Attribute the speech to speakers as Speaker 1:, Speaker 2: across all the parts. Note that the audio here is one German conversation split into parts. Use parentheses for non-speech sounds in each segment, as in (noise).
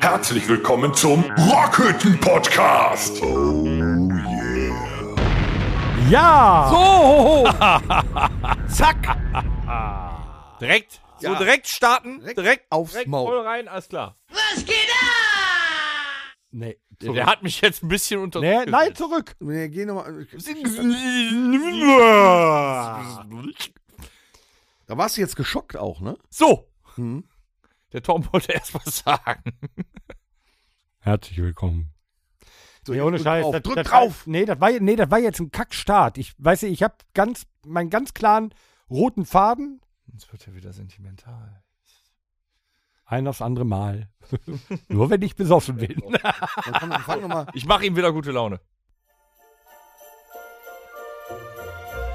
Speaker 1: Herzlich willkommen zum Rockhütten Podcast. Oh
Speaker 2: Ja!
Speaker 3: So, ho, ho. zack. Direkt, so
Speaker 4: Ja.
Speaker 3: direkt starten,
Speaker 4: Direkt
Speaker 3: direkt,
Speaker 4: aufs
Speaker 3: direkt
Speaker 4: Maul.
Speaker 3: voll rein, alles klar.
Speaker 2: Nee,
Speaker 3: Der, der hat mich jetzt ein bisschen unter
Speaker 2: nee, nein, zurück!
Speaker 4: Nee, geh nochmal. Da warst du jetzt geschockt auch, ne?
Speaker 3: So,
Speaker 4: Hm.
Speaker 3: der Tom wollte erst was sagen.
Speaker 2: Herzlich willkommen.
Speaker 4: So,
Speaker 2: nee,
Speaker 4: jetzt
Speaker 2: ohne
Speaker 4: drück
Speaker 2: Scheiß.
Speaker 4: drauf,
Speaker 2: das,
Speaker 4: drück
Speaker 2: das
Speaker 4: drauf!
Speaker 2: War, nee, das war, nee, das war jetzt ein Kackstart. Ich weiß nicht, ich habe ganz, meinen ganz klaren roten Faden.
Speaker 3: Jetzt wird er wieder sentimental.
Speaker 2: Ein aufs andere Mal. Nur wenn ich besoffen bin.
Speaker 4: Dann komm, dann fang nochmal.
Speaker 3: Ich mache ihm wieder gute Laune.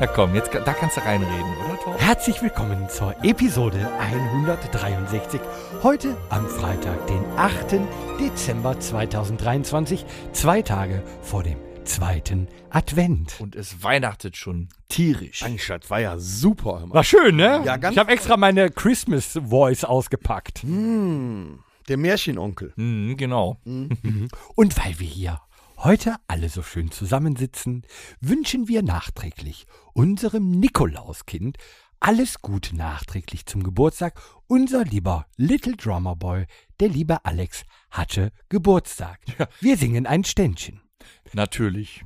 Speaker 3: Na komm, jetzt, da kannst du reinreden, oder Tom?
Speaker 2: Herzlich willkommen zur Episode 163. Heute am Freitag, den 8. Dezember 2023, zwei Tage vor dem zweiten Advent.
Speaker 3: Und es weihnachtet schon tierisch.
Speaker 4: Anstatt war ja super. Hör mal.
Speaker 2: War schön, ne?
Speaker 4: Ja, ganz
Speaker 2: ich habe extra meine Christmas Voice ausgepackt.
Speaker 4: Hm, der Märchenonkel.
Speaker 3: Hm, genau.
Speaker 2: Und weil wir hier heute alle so schön zusammensitzen, wünschen wir nachträglich unserem Nikolauskind alles Gute nachträglich zum Geburtstag. Unser lieber Little Drummer Boy, der liebe Alex, hatte Geburtstag. Wir singen ein Ständchen.
Speaker 3: Natürlich.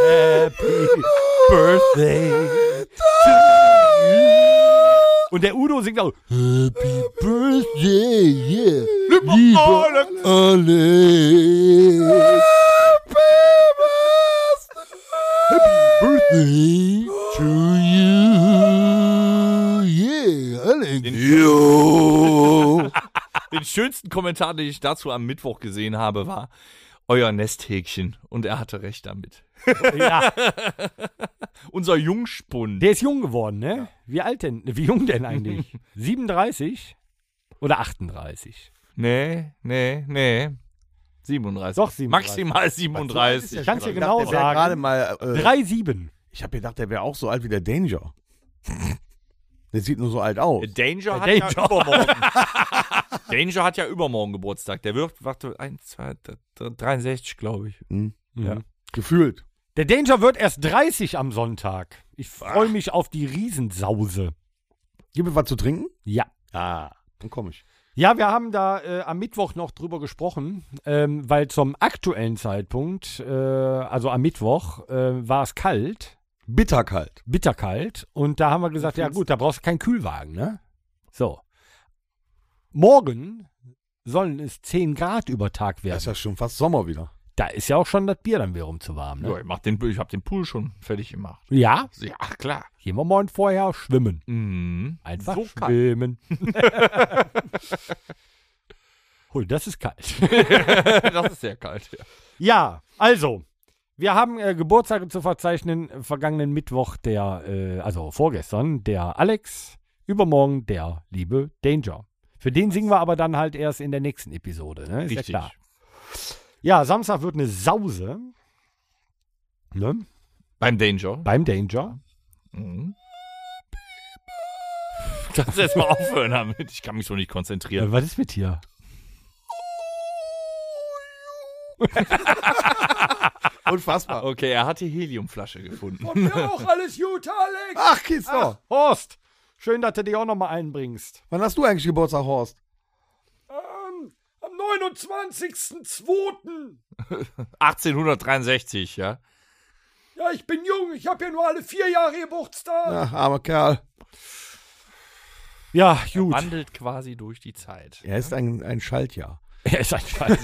Speaker 2: Happy Birthday. Und der Udo singt auch Happy Birthday, yeah. Lieber Alex. Happy Birthday to you. Yeah, Alex.
Speaker 3: Den schönsten Kommentar, den ich dazu am Mittwoch gesehen habe, war euer Nesthäkchen. Und er hatte recht damit.
Speaker 2: Ja,
Speaker 3: Unser Jungspund.
Speaker 2: der ist jung geworden, ne? Wie alt denn? Wie jung denn (laughs) eigentlich? 37 oder 38?
Speaker 3: Nee, nee, nee. 37.
Speaker 2: Doch, 37.
Speaker 3: Maximal
Speaker 4: Ist ja
Speaker 3: 37.
Speaker 2: Kannst du
Speaker 4: schon-
Speaker 2: genau
Speaker 4: ich dachte, der wär
Speaker 2: sagen.
Speaker 4: gerade mal. Äh,
Speaker 2: 3,7.
Speaker 4: Ich habe gedacht, der wäre auch so alt wie der Danger. (laughs) Der sieht nur so alt aus.
Speaker 3: Danger hat
Speaker 2: Danger.
Speaker 3: ja übermorgen. (laughs) Danger hat ja übermorgen Geburtstag. Der wirft, warte, 1, 2, 63, glaube ich. Ja.
Speaker 2: Mhm.
Speaker 4: Gefühlt.
Speaker 2: Der Danger wird erst 30 am Sonntag. Ich freue mich auf die Riesensause.
Speaker 4: Gib mir was zu trinken.
Speaker 2: Ja.
Speaker 4: Ah. Dann komm ich.
Speaker 2: Ja, wir haben da äh, am Mittwoch noch drüber gesprochen, ähm, weil zum aktuellen Zeitpunkt, äh, also am Mittwoch, äh, war es kalt,
Speaker 4: Bitterkalt.
Speaker 2: bitterkalt. Und da haben wir gesagt, ja gut, da brauchst du keinen Kühlwagen, ne? So. Morgen sollen es 10 Grad über Tag
Speaker 4: Ja.
Speaker 2: werden.
Speaker 4: Ist ja schon fast Sommer
Speaker 2: (laughs)
Speaker 4: wieder.
Speaker 2: da ist ja auch schon das Bier dann wiederum zu warm,
Speaker 3: Ja,
Speaker 2: ne?
Speaker 3: ich, mach den, ich hab den Pool schon fertig gemacht.
Speaker 2: Ja,
Speaker 3: Ja, klar.
Speaker 2: gehen wir morgen vorher schwimmen.
Speaker 3: Mhm.
Speaker 2: Einfach
Speaker 3: So kalt.
Speaker 2: (laughs) schwimmen. Hui, das ist kalt.
Speaker 3: (laughs) das ist sehr kalt. Ja.
Speaker 2: (laughs) Ja, also, wir haben äh, Geburtstage zu verzeichnen. Äh, Vergangenen Mittwoch der, äh, also vorgestern, der Alex. Übermorgen der liebe Danger. Für den singen wir aber dann halt erst in der nächsten Episode, ne? Ist
Speaker 3: Richtig.
Speaker 2: ja klar. Ja, Samstag wird eine Sause. Ne?
Speaker 3: Beim Danger.
Speaker 2: Beim Danger.
Speaker 3: Mhm. Kannst du erstmal aufhören damit? Ich kann mich so nicht konzentrieren.
Speaker 2: Äh, was ist mit dir?
Speaker 4: Unfassbar.
Speaker 3: Okay, er hat die Heliumflasche gefunden.
Speaker 2: Ja, auch alles gut, Alex.
Speaker 4: Ach, Kiste.
Speaker 2: Ah, Horst, schön, dass du dich auch nochmal einbringst.
Speaker 4: Wann hast du eigentlich Geburtstag, Horst?
Speaker 2: Am 29.02.
Speaker 3: 1863, ja?
Speaker 2: Ja, ich bin jung. Ich habe ja nur alle vier Jahre Geburtstag.
Speaker 4: Ach, armer Kerl.
Speaker 2: Ja, gut.
Speaker 3: Wandelt quasi durch die (laughs) Zeit.
Speaker 4: Er ist ein, ein Schaltjahr.
Speaker 2: Er ist ein Scheiß.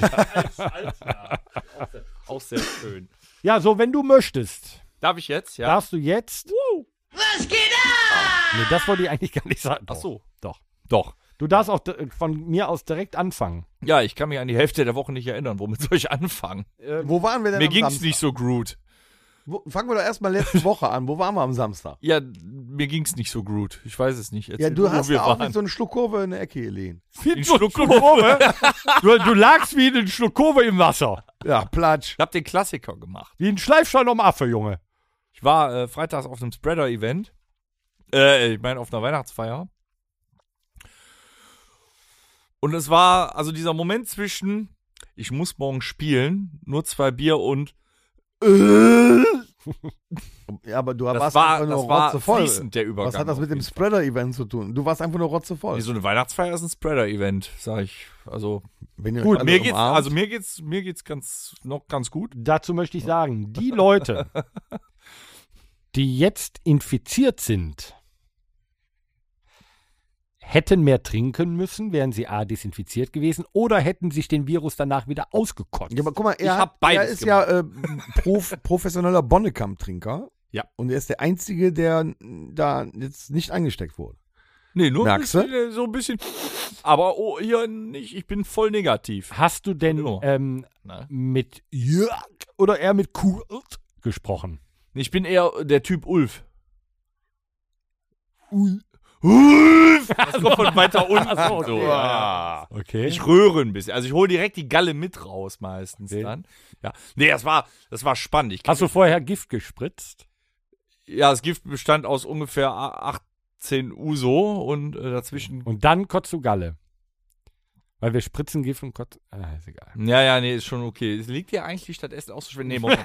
Speaker 3: (laughs) Auch sehr schön.
Speaker 2: ja, so, wenn du möchtest,
Speaker 3: Darf ich jetzt? Ja.
Speaker 2: darfst du jetzt. Was geht ab? Nee, das wollte ich eigentlich gar nicht sagen. Ach
Speaker 3: so.
Speaker 2: Doch.
Speaker 3: Doch.
Speaker 2: Du darfst auch di- von mir aus direkt anfangen.
Speaker 3: Ja, ich
Speaker 2: Ähm,
Speaker 3: kann mich an die Hälfte der Woche nicht erinnern. Womit soll ich anfangen?
Speaker 4: Wo waren wir denn
Speaker 3: Mir
Speaker 4: am
Speaker 3: ging's
Speaker 4: Samstag?
Speaker 3: nicht so gut.
Speaker 4: Wo, fangen wir doch erstmal (laughs) letzte Woche an. Wo waren wir am Samstag?
Speaker 3: Ja, mir ging's nicht so gut. Ich weiß es nicht.
Speaker 4: Ja,
Speaker 3: Erzähl,
Speaker 4: du
Speaker 3: wo
Speaker 4: hast
Speaker 3: wir
Speaker 4: ja auch
Speaker 3: waren.
Speaker 4: mit so einer Schluckkurve in der Ecke gelegen.
Speaker 3: In Schluckkurve.
Speaker 2: (laughs)
Speaker 3: du, du lagst wie in Schluckkurve im Wasser.
Speaker 4: Ja, Platsch.
Speaker 3: Ich habe den Klassiker gemacht.
Speaker 2: Wie ein Schleifstein um Affe, Junge.
Speaker 3: Ich war äh, freitags auf einem Spreader-Event. Äh, ich meine, auf einer Weihnachtsfeier. Und es war, also dieser Moment zwischen, ich muss morgen spielen, nur zwei Bier und.
Speaker 4: (laughs) Ja, aber du
Speaker 3: Das
Speaker 4: warst
Speaker 3: war, das
Speaker 4: einfach nur
Speaker 3: war
Speaker 4: rotzevoll.
Speaker 3: fließend, der Übergang.
Speaker 4: Was hat das
Speaker 3: auf
Speaker 4: mit dem
Speaker 3: jeden Fall.
Speaker 4: Spreader-Event zu tun? Du warst einfach nur rotzevoll.
Speaker 3: Nee, so eine Weihnachtsfeier ist ein Spreader-Event, sag ich. Also,
Speaker 4: Wenn ihr euch
Speaker 3: gut,
Speaker 4: alle
Speaker 3: mir geht's,
Speaker 4: umarmt.
Speaker 3: also mir geht's, mir geht's ganz, noch ganz gut.
Speaker 2: Dazu möchte ich sagen, die
Speaker 3: (laughs)
Speaker 2: Leute, die jetzt infiziert sind, hätten mehr trinken müssen, wären sie A, desinfiziert gewesen oder hätten sich den Virus danach wieder ausgekotzt.
Speaker 4: Ja, aber guck mal, er,
Speaker 3: Ich
Speaker 4: hat-
Speaker 3: hab beides
Speaker 4: er ist ja äh, prof, professioneller Bonnekamp-Trinker.
Speaker 3: Ja.
Speaker 4: Und er ist der Einzige, der n, da jetzt nicht angesteckt wurde.
Speaker 3: Nee, nur ein
Speaker 4: Merkst du?
Speaker 3: bisschen, äh, so ein bisschen. Aber oh, hier nicht, ich bin voll negativ.
Speaker 2: Hast du denn
Speaker 3: Ja.
Speaker 2: ähm,
Speaker 3: Ne?
Speaker 2: mit Jörg oder eher mit Kurt gesprochen?
Speaker 3: Ich bin eher der Typ Ulf.
Speaker 2: Ul-
Speaker 4: (laughs)
Speaker 3: Ulf! Das kommt von weiter unten. so. ja.
Speaker 2: Okay.
Speaker 3: Ich röhre ein bisschen. Also ich hole direkt die Galle mit raus meistens
Speaker 2: Okay.
Speaker 3: dann. Ja. Nee, das war, das war spannend. Ich,
Speaker 2: Hast du vorher Gift gespritzt?
Speaker 3: ja, das Gift bestand aus ungefähr a- 18 Uso und äh, dazwischen.
Speaker 2: Und dann kotzt du Galle. Weil wir spritzen Gift und kotzen. Ah, ist egal.
Speaker 3: Ja, ja, nee, ist schon okay. Es liegt dir eigentlich stattdessen auch so schwer. Nee, (laughs) Moment.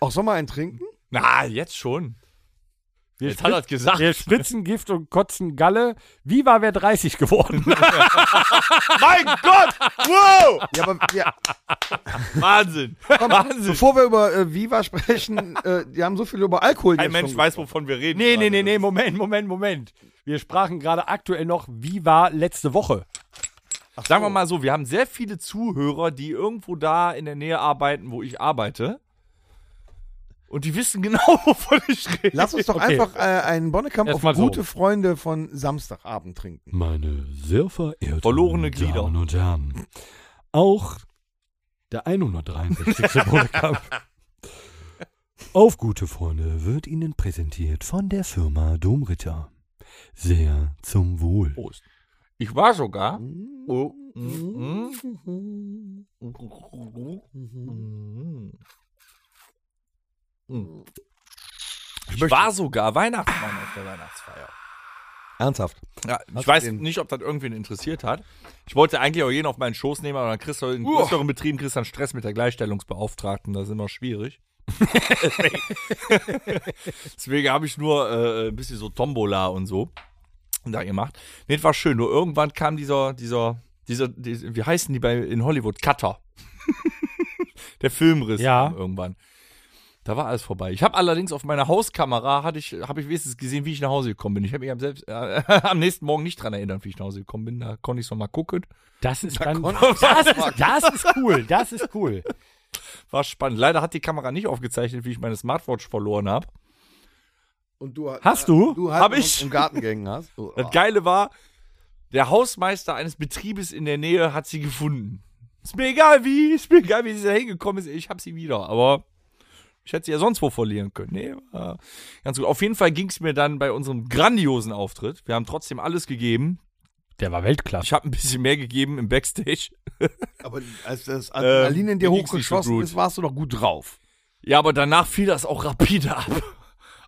Speaker 4: Auch soll mal einen trinken?
Speaker 3: Na, jetzt schon.
Speaker 2: Wir
Speaker 3: Jetzt hat er's gesagt.
Speaker 2: Wir spritzen Gift und kotzen Galle. Wie war wer 30
Speaker 3: (laughs)
Speaker 2: geworden?
Speaker 3: Mein Gott! Wow!
Speaker 4: Ja, aber ja,
Speaker 3: Wahnsinn! (laughs) Wahnsinn!
Speaker 4: bevor wir über äh,
Speaker 2: (laughs)
Speaker 4: Viva sprechen, äh, die haben so viel über Alkohol
Speaker 3: Kein
Speaker 4: jetzt
Speaker 3: Mensch
Speaker 4: schon-
Speaker 3: weiß, wovon wir reden.
Speaker 2: nee, nee, nee,
Speaker 3: gerade.
Speaker 2: nee, Moment, Moment, Moment. Wir sprachen gerade aktuell noch, wie war letzte Woche?
Speaker 3: Sagen wir mal so, wir haben sehr viele Zuhörer, die irgendwo da in der Nähe arbeiten, wo ich arbeite. Und die wissen genau, (laughs) wovon ich rede.
Speaker 4: Lass uns doch
Speaker 2: Okay.
Speaker 4: einfach äh, einen Bonnekamp
Speaker 2: Erst
Speaker 4: auf
Speaker 2: mal so.
Speaker 4: gute Freunde von Samstagabend trinken.
Speaker 2: Meine sehr verehrten
Speaker 3: Verlorene Glieder.
Speaker 2: Damen und Herren, auch der
Speaker 3: (laughs)
Speaker 2: 163. Bodenkampf auf gute Freunde wird Ihnen präsentiert von der Firma Domritter. Sehr zum Wohl.
Speaker 3: Prost. Ich war sogar. Oh. Mm. Ich war sogar Weihnachtsmann auf der Weihnachtsfeier.
Speaker 4: Ernsthaft.
Speaker 3: Ja, ich
Speaker 4: Hast
Speaker 3: weiß
Speaker 4: du den-
Speaker 3: nicht, ob das irgendwen interessiert hat. Ich wollte eigentlich auch jeden auf meinen Schoß nehmen, aber dann kriegst du in größeren Betrieben kriegst du dann Stress mit der Gleichstellungsbeauftragten. Das ist immer schwierig. Deswegen, Deswegen habe ich nur äh, ein bisschen so Tombola und so da gemacht. Nee, das war schön. Nur irgendwann kam dieser, dieser, dieser, diese- wie heißen die bei, in Hollywood? Cutter. (laughs) der Filmriss
Speaker 2: Ja.
Speaker 3: kam irgendwann. Da war alles vorbei. Ich habe allerdings auf meiner Hauskamera hatte ich, habe ich wenigstens gesehen, wie ich nach Hause gekommen bin. Ich habe mich am, selbst, äh, (laughs) am nächsten Morgen nicht dran erinnert, wie ich nach Hause gekommen bin. Da konnte ich noch mal gucken.
Speaker 2: Das ist dann,
Speaker 4: konnte
Speaker 2: das, ist, das ist cool, das ist cool.
Speaker 3: War spannend. Leider hat die Kamera nicht aufgezeichnet, wie ich meine Smartwatch verloren habe.
Speaker 4: Und du
Speaker 2: Hast du?
Speaker 4: Du halt
Speaker 3: Hab
Speaker 4: noch
Speaker 3: ich.
Speaker 4: im Garten gegangen hast.
Speaker 2: (laughs)
Speaker 4: Oh,
Speaker 3: Das Geile war, der Hausmeister eines Betriebes in der Nähe hat sie gefunden. Ist mir egal wie, ist mir egal wie sie da hingekommen ist, ich hab sie wieder, aber ich hätte sie ja sonst wo verlieren können. Nee, war ganz gut. Auf jeden Fall ging es mir dann bei unserem grandiosen Auftritt. Wir haben trotzdem alles gegeben.
Speaker 2: Der war Weltklasse.
Speaker 3: Ich habe ein bisschen mehr gegeben im Backstage.
Speaker 4: Aber als das
Speaker 2: Ähm,
Speaker 4: Adrenalin in dir
Speaker 3: mir ging's nicht so
Speaker 4: hochgeschossen
Speaker 3: gut.
Speaker 4: ist, warst du doch gut drauf.
Speaker 3: Ja, aber danach fiel das auch rapide ab.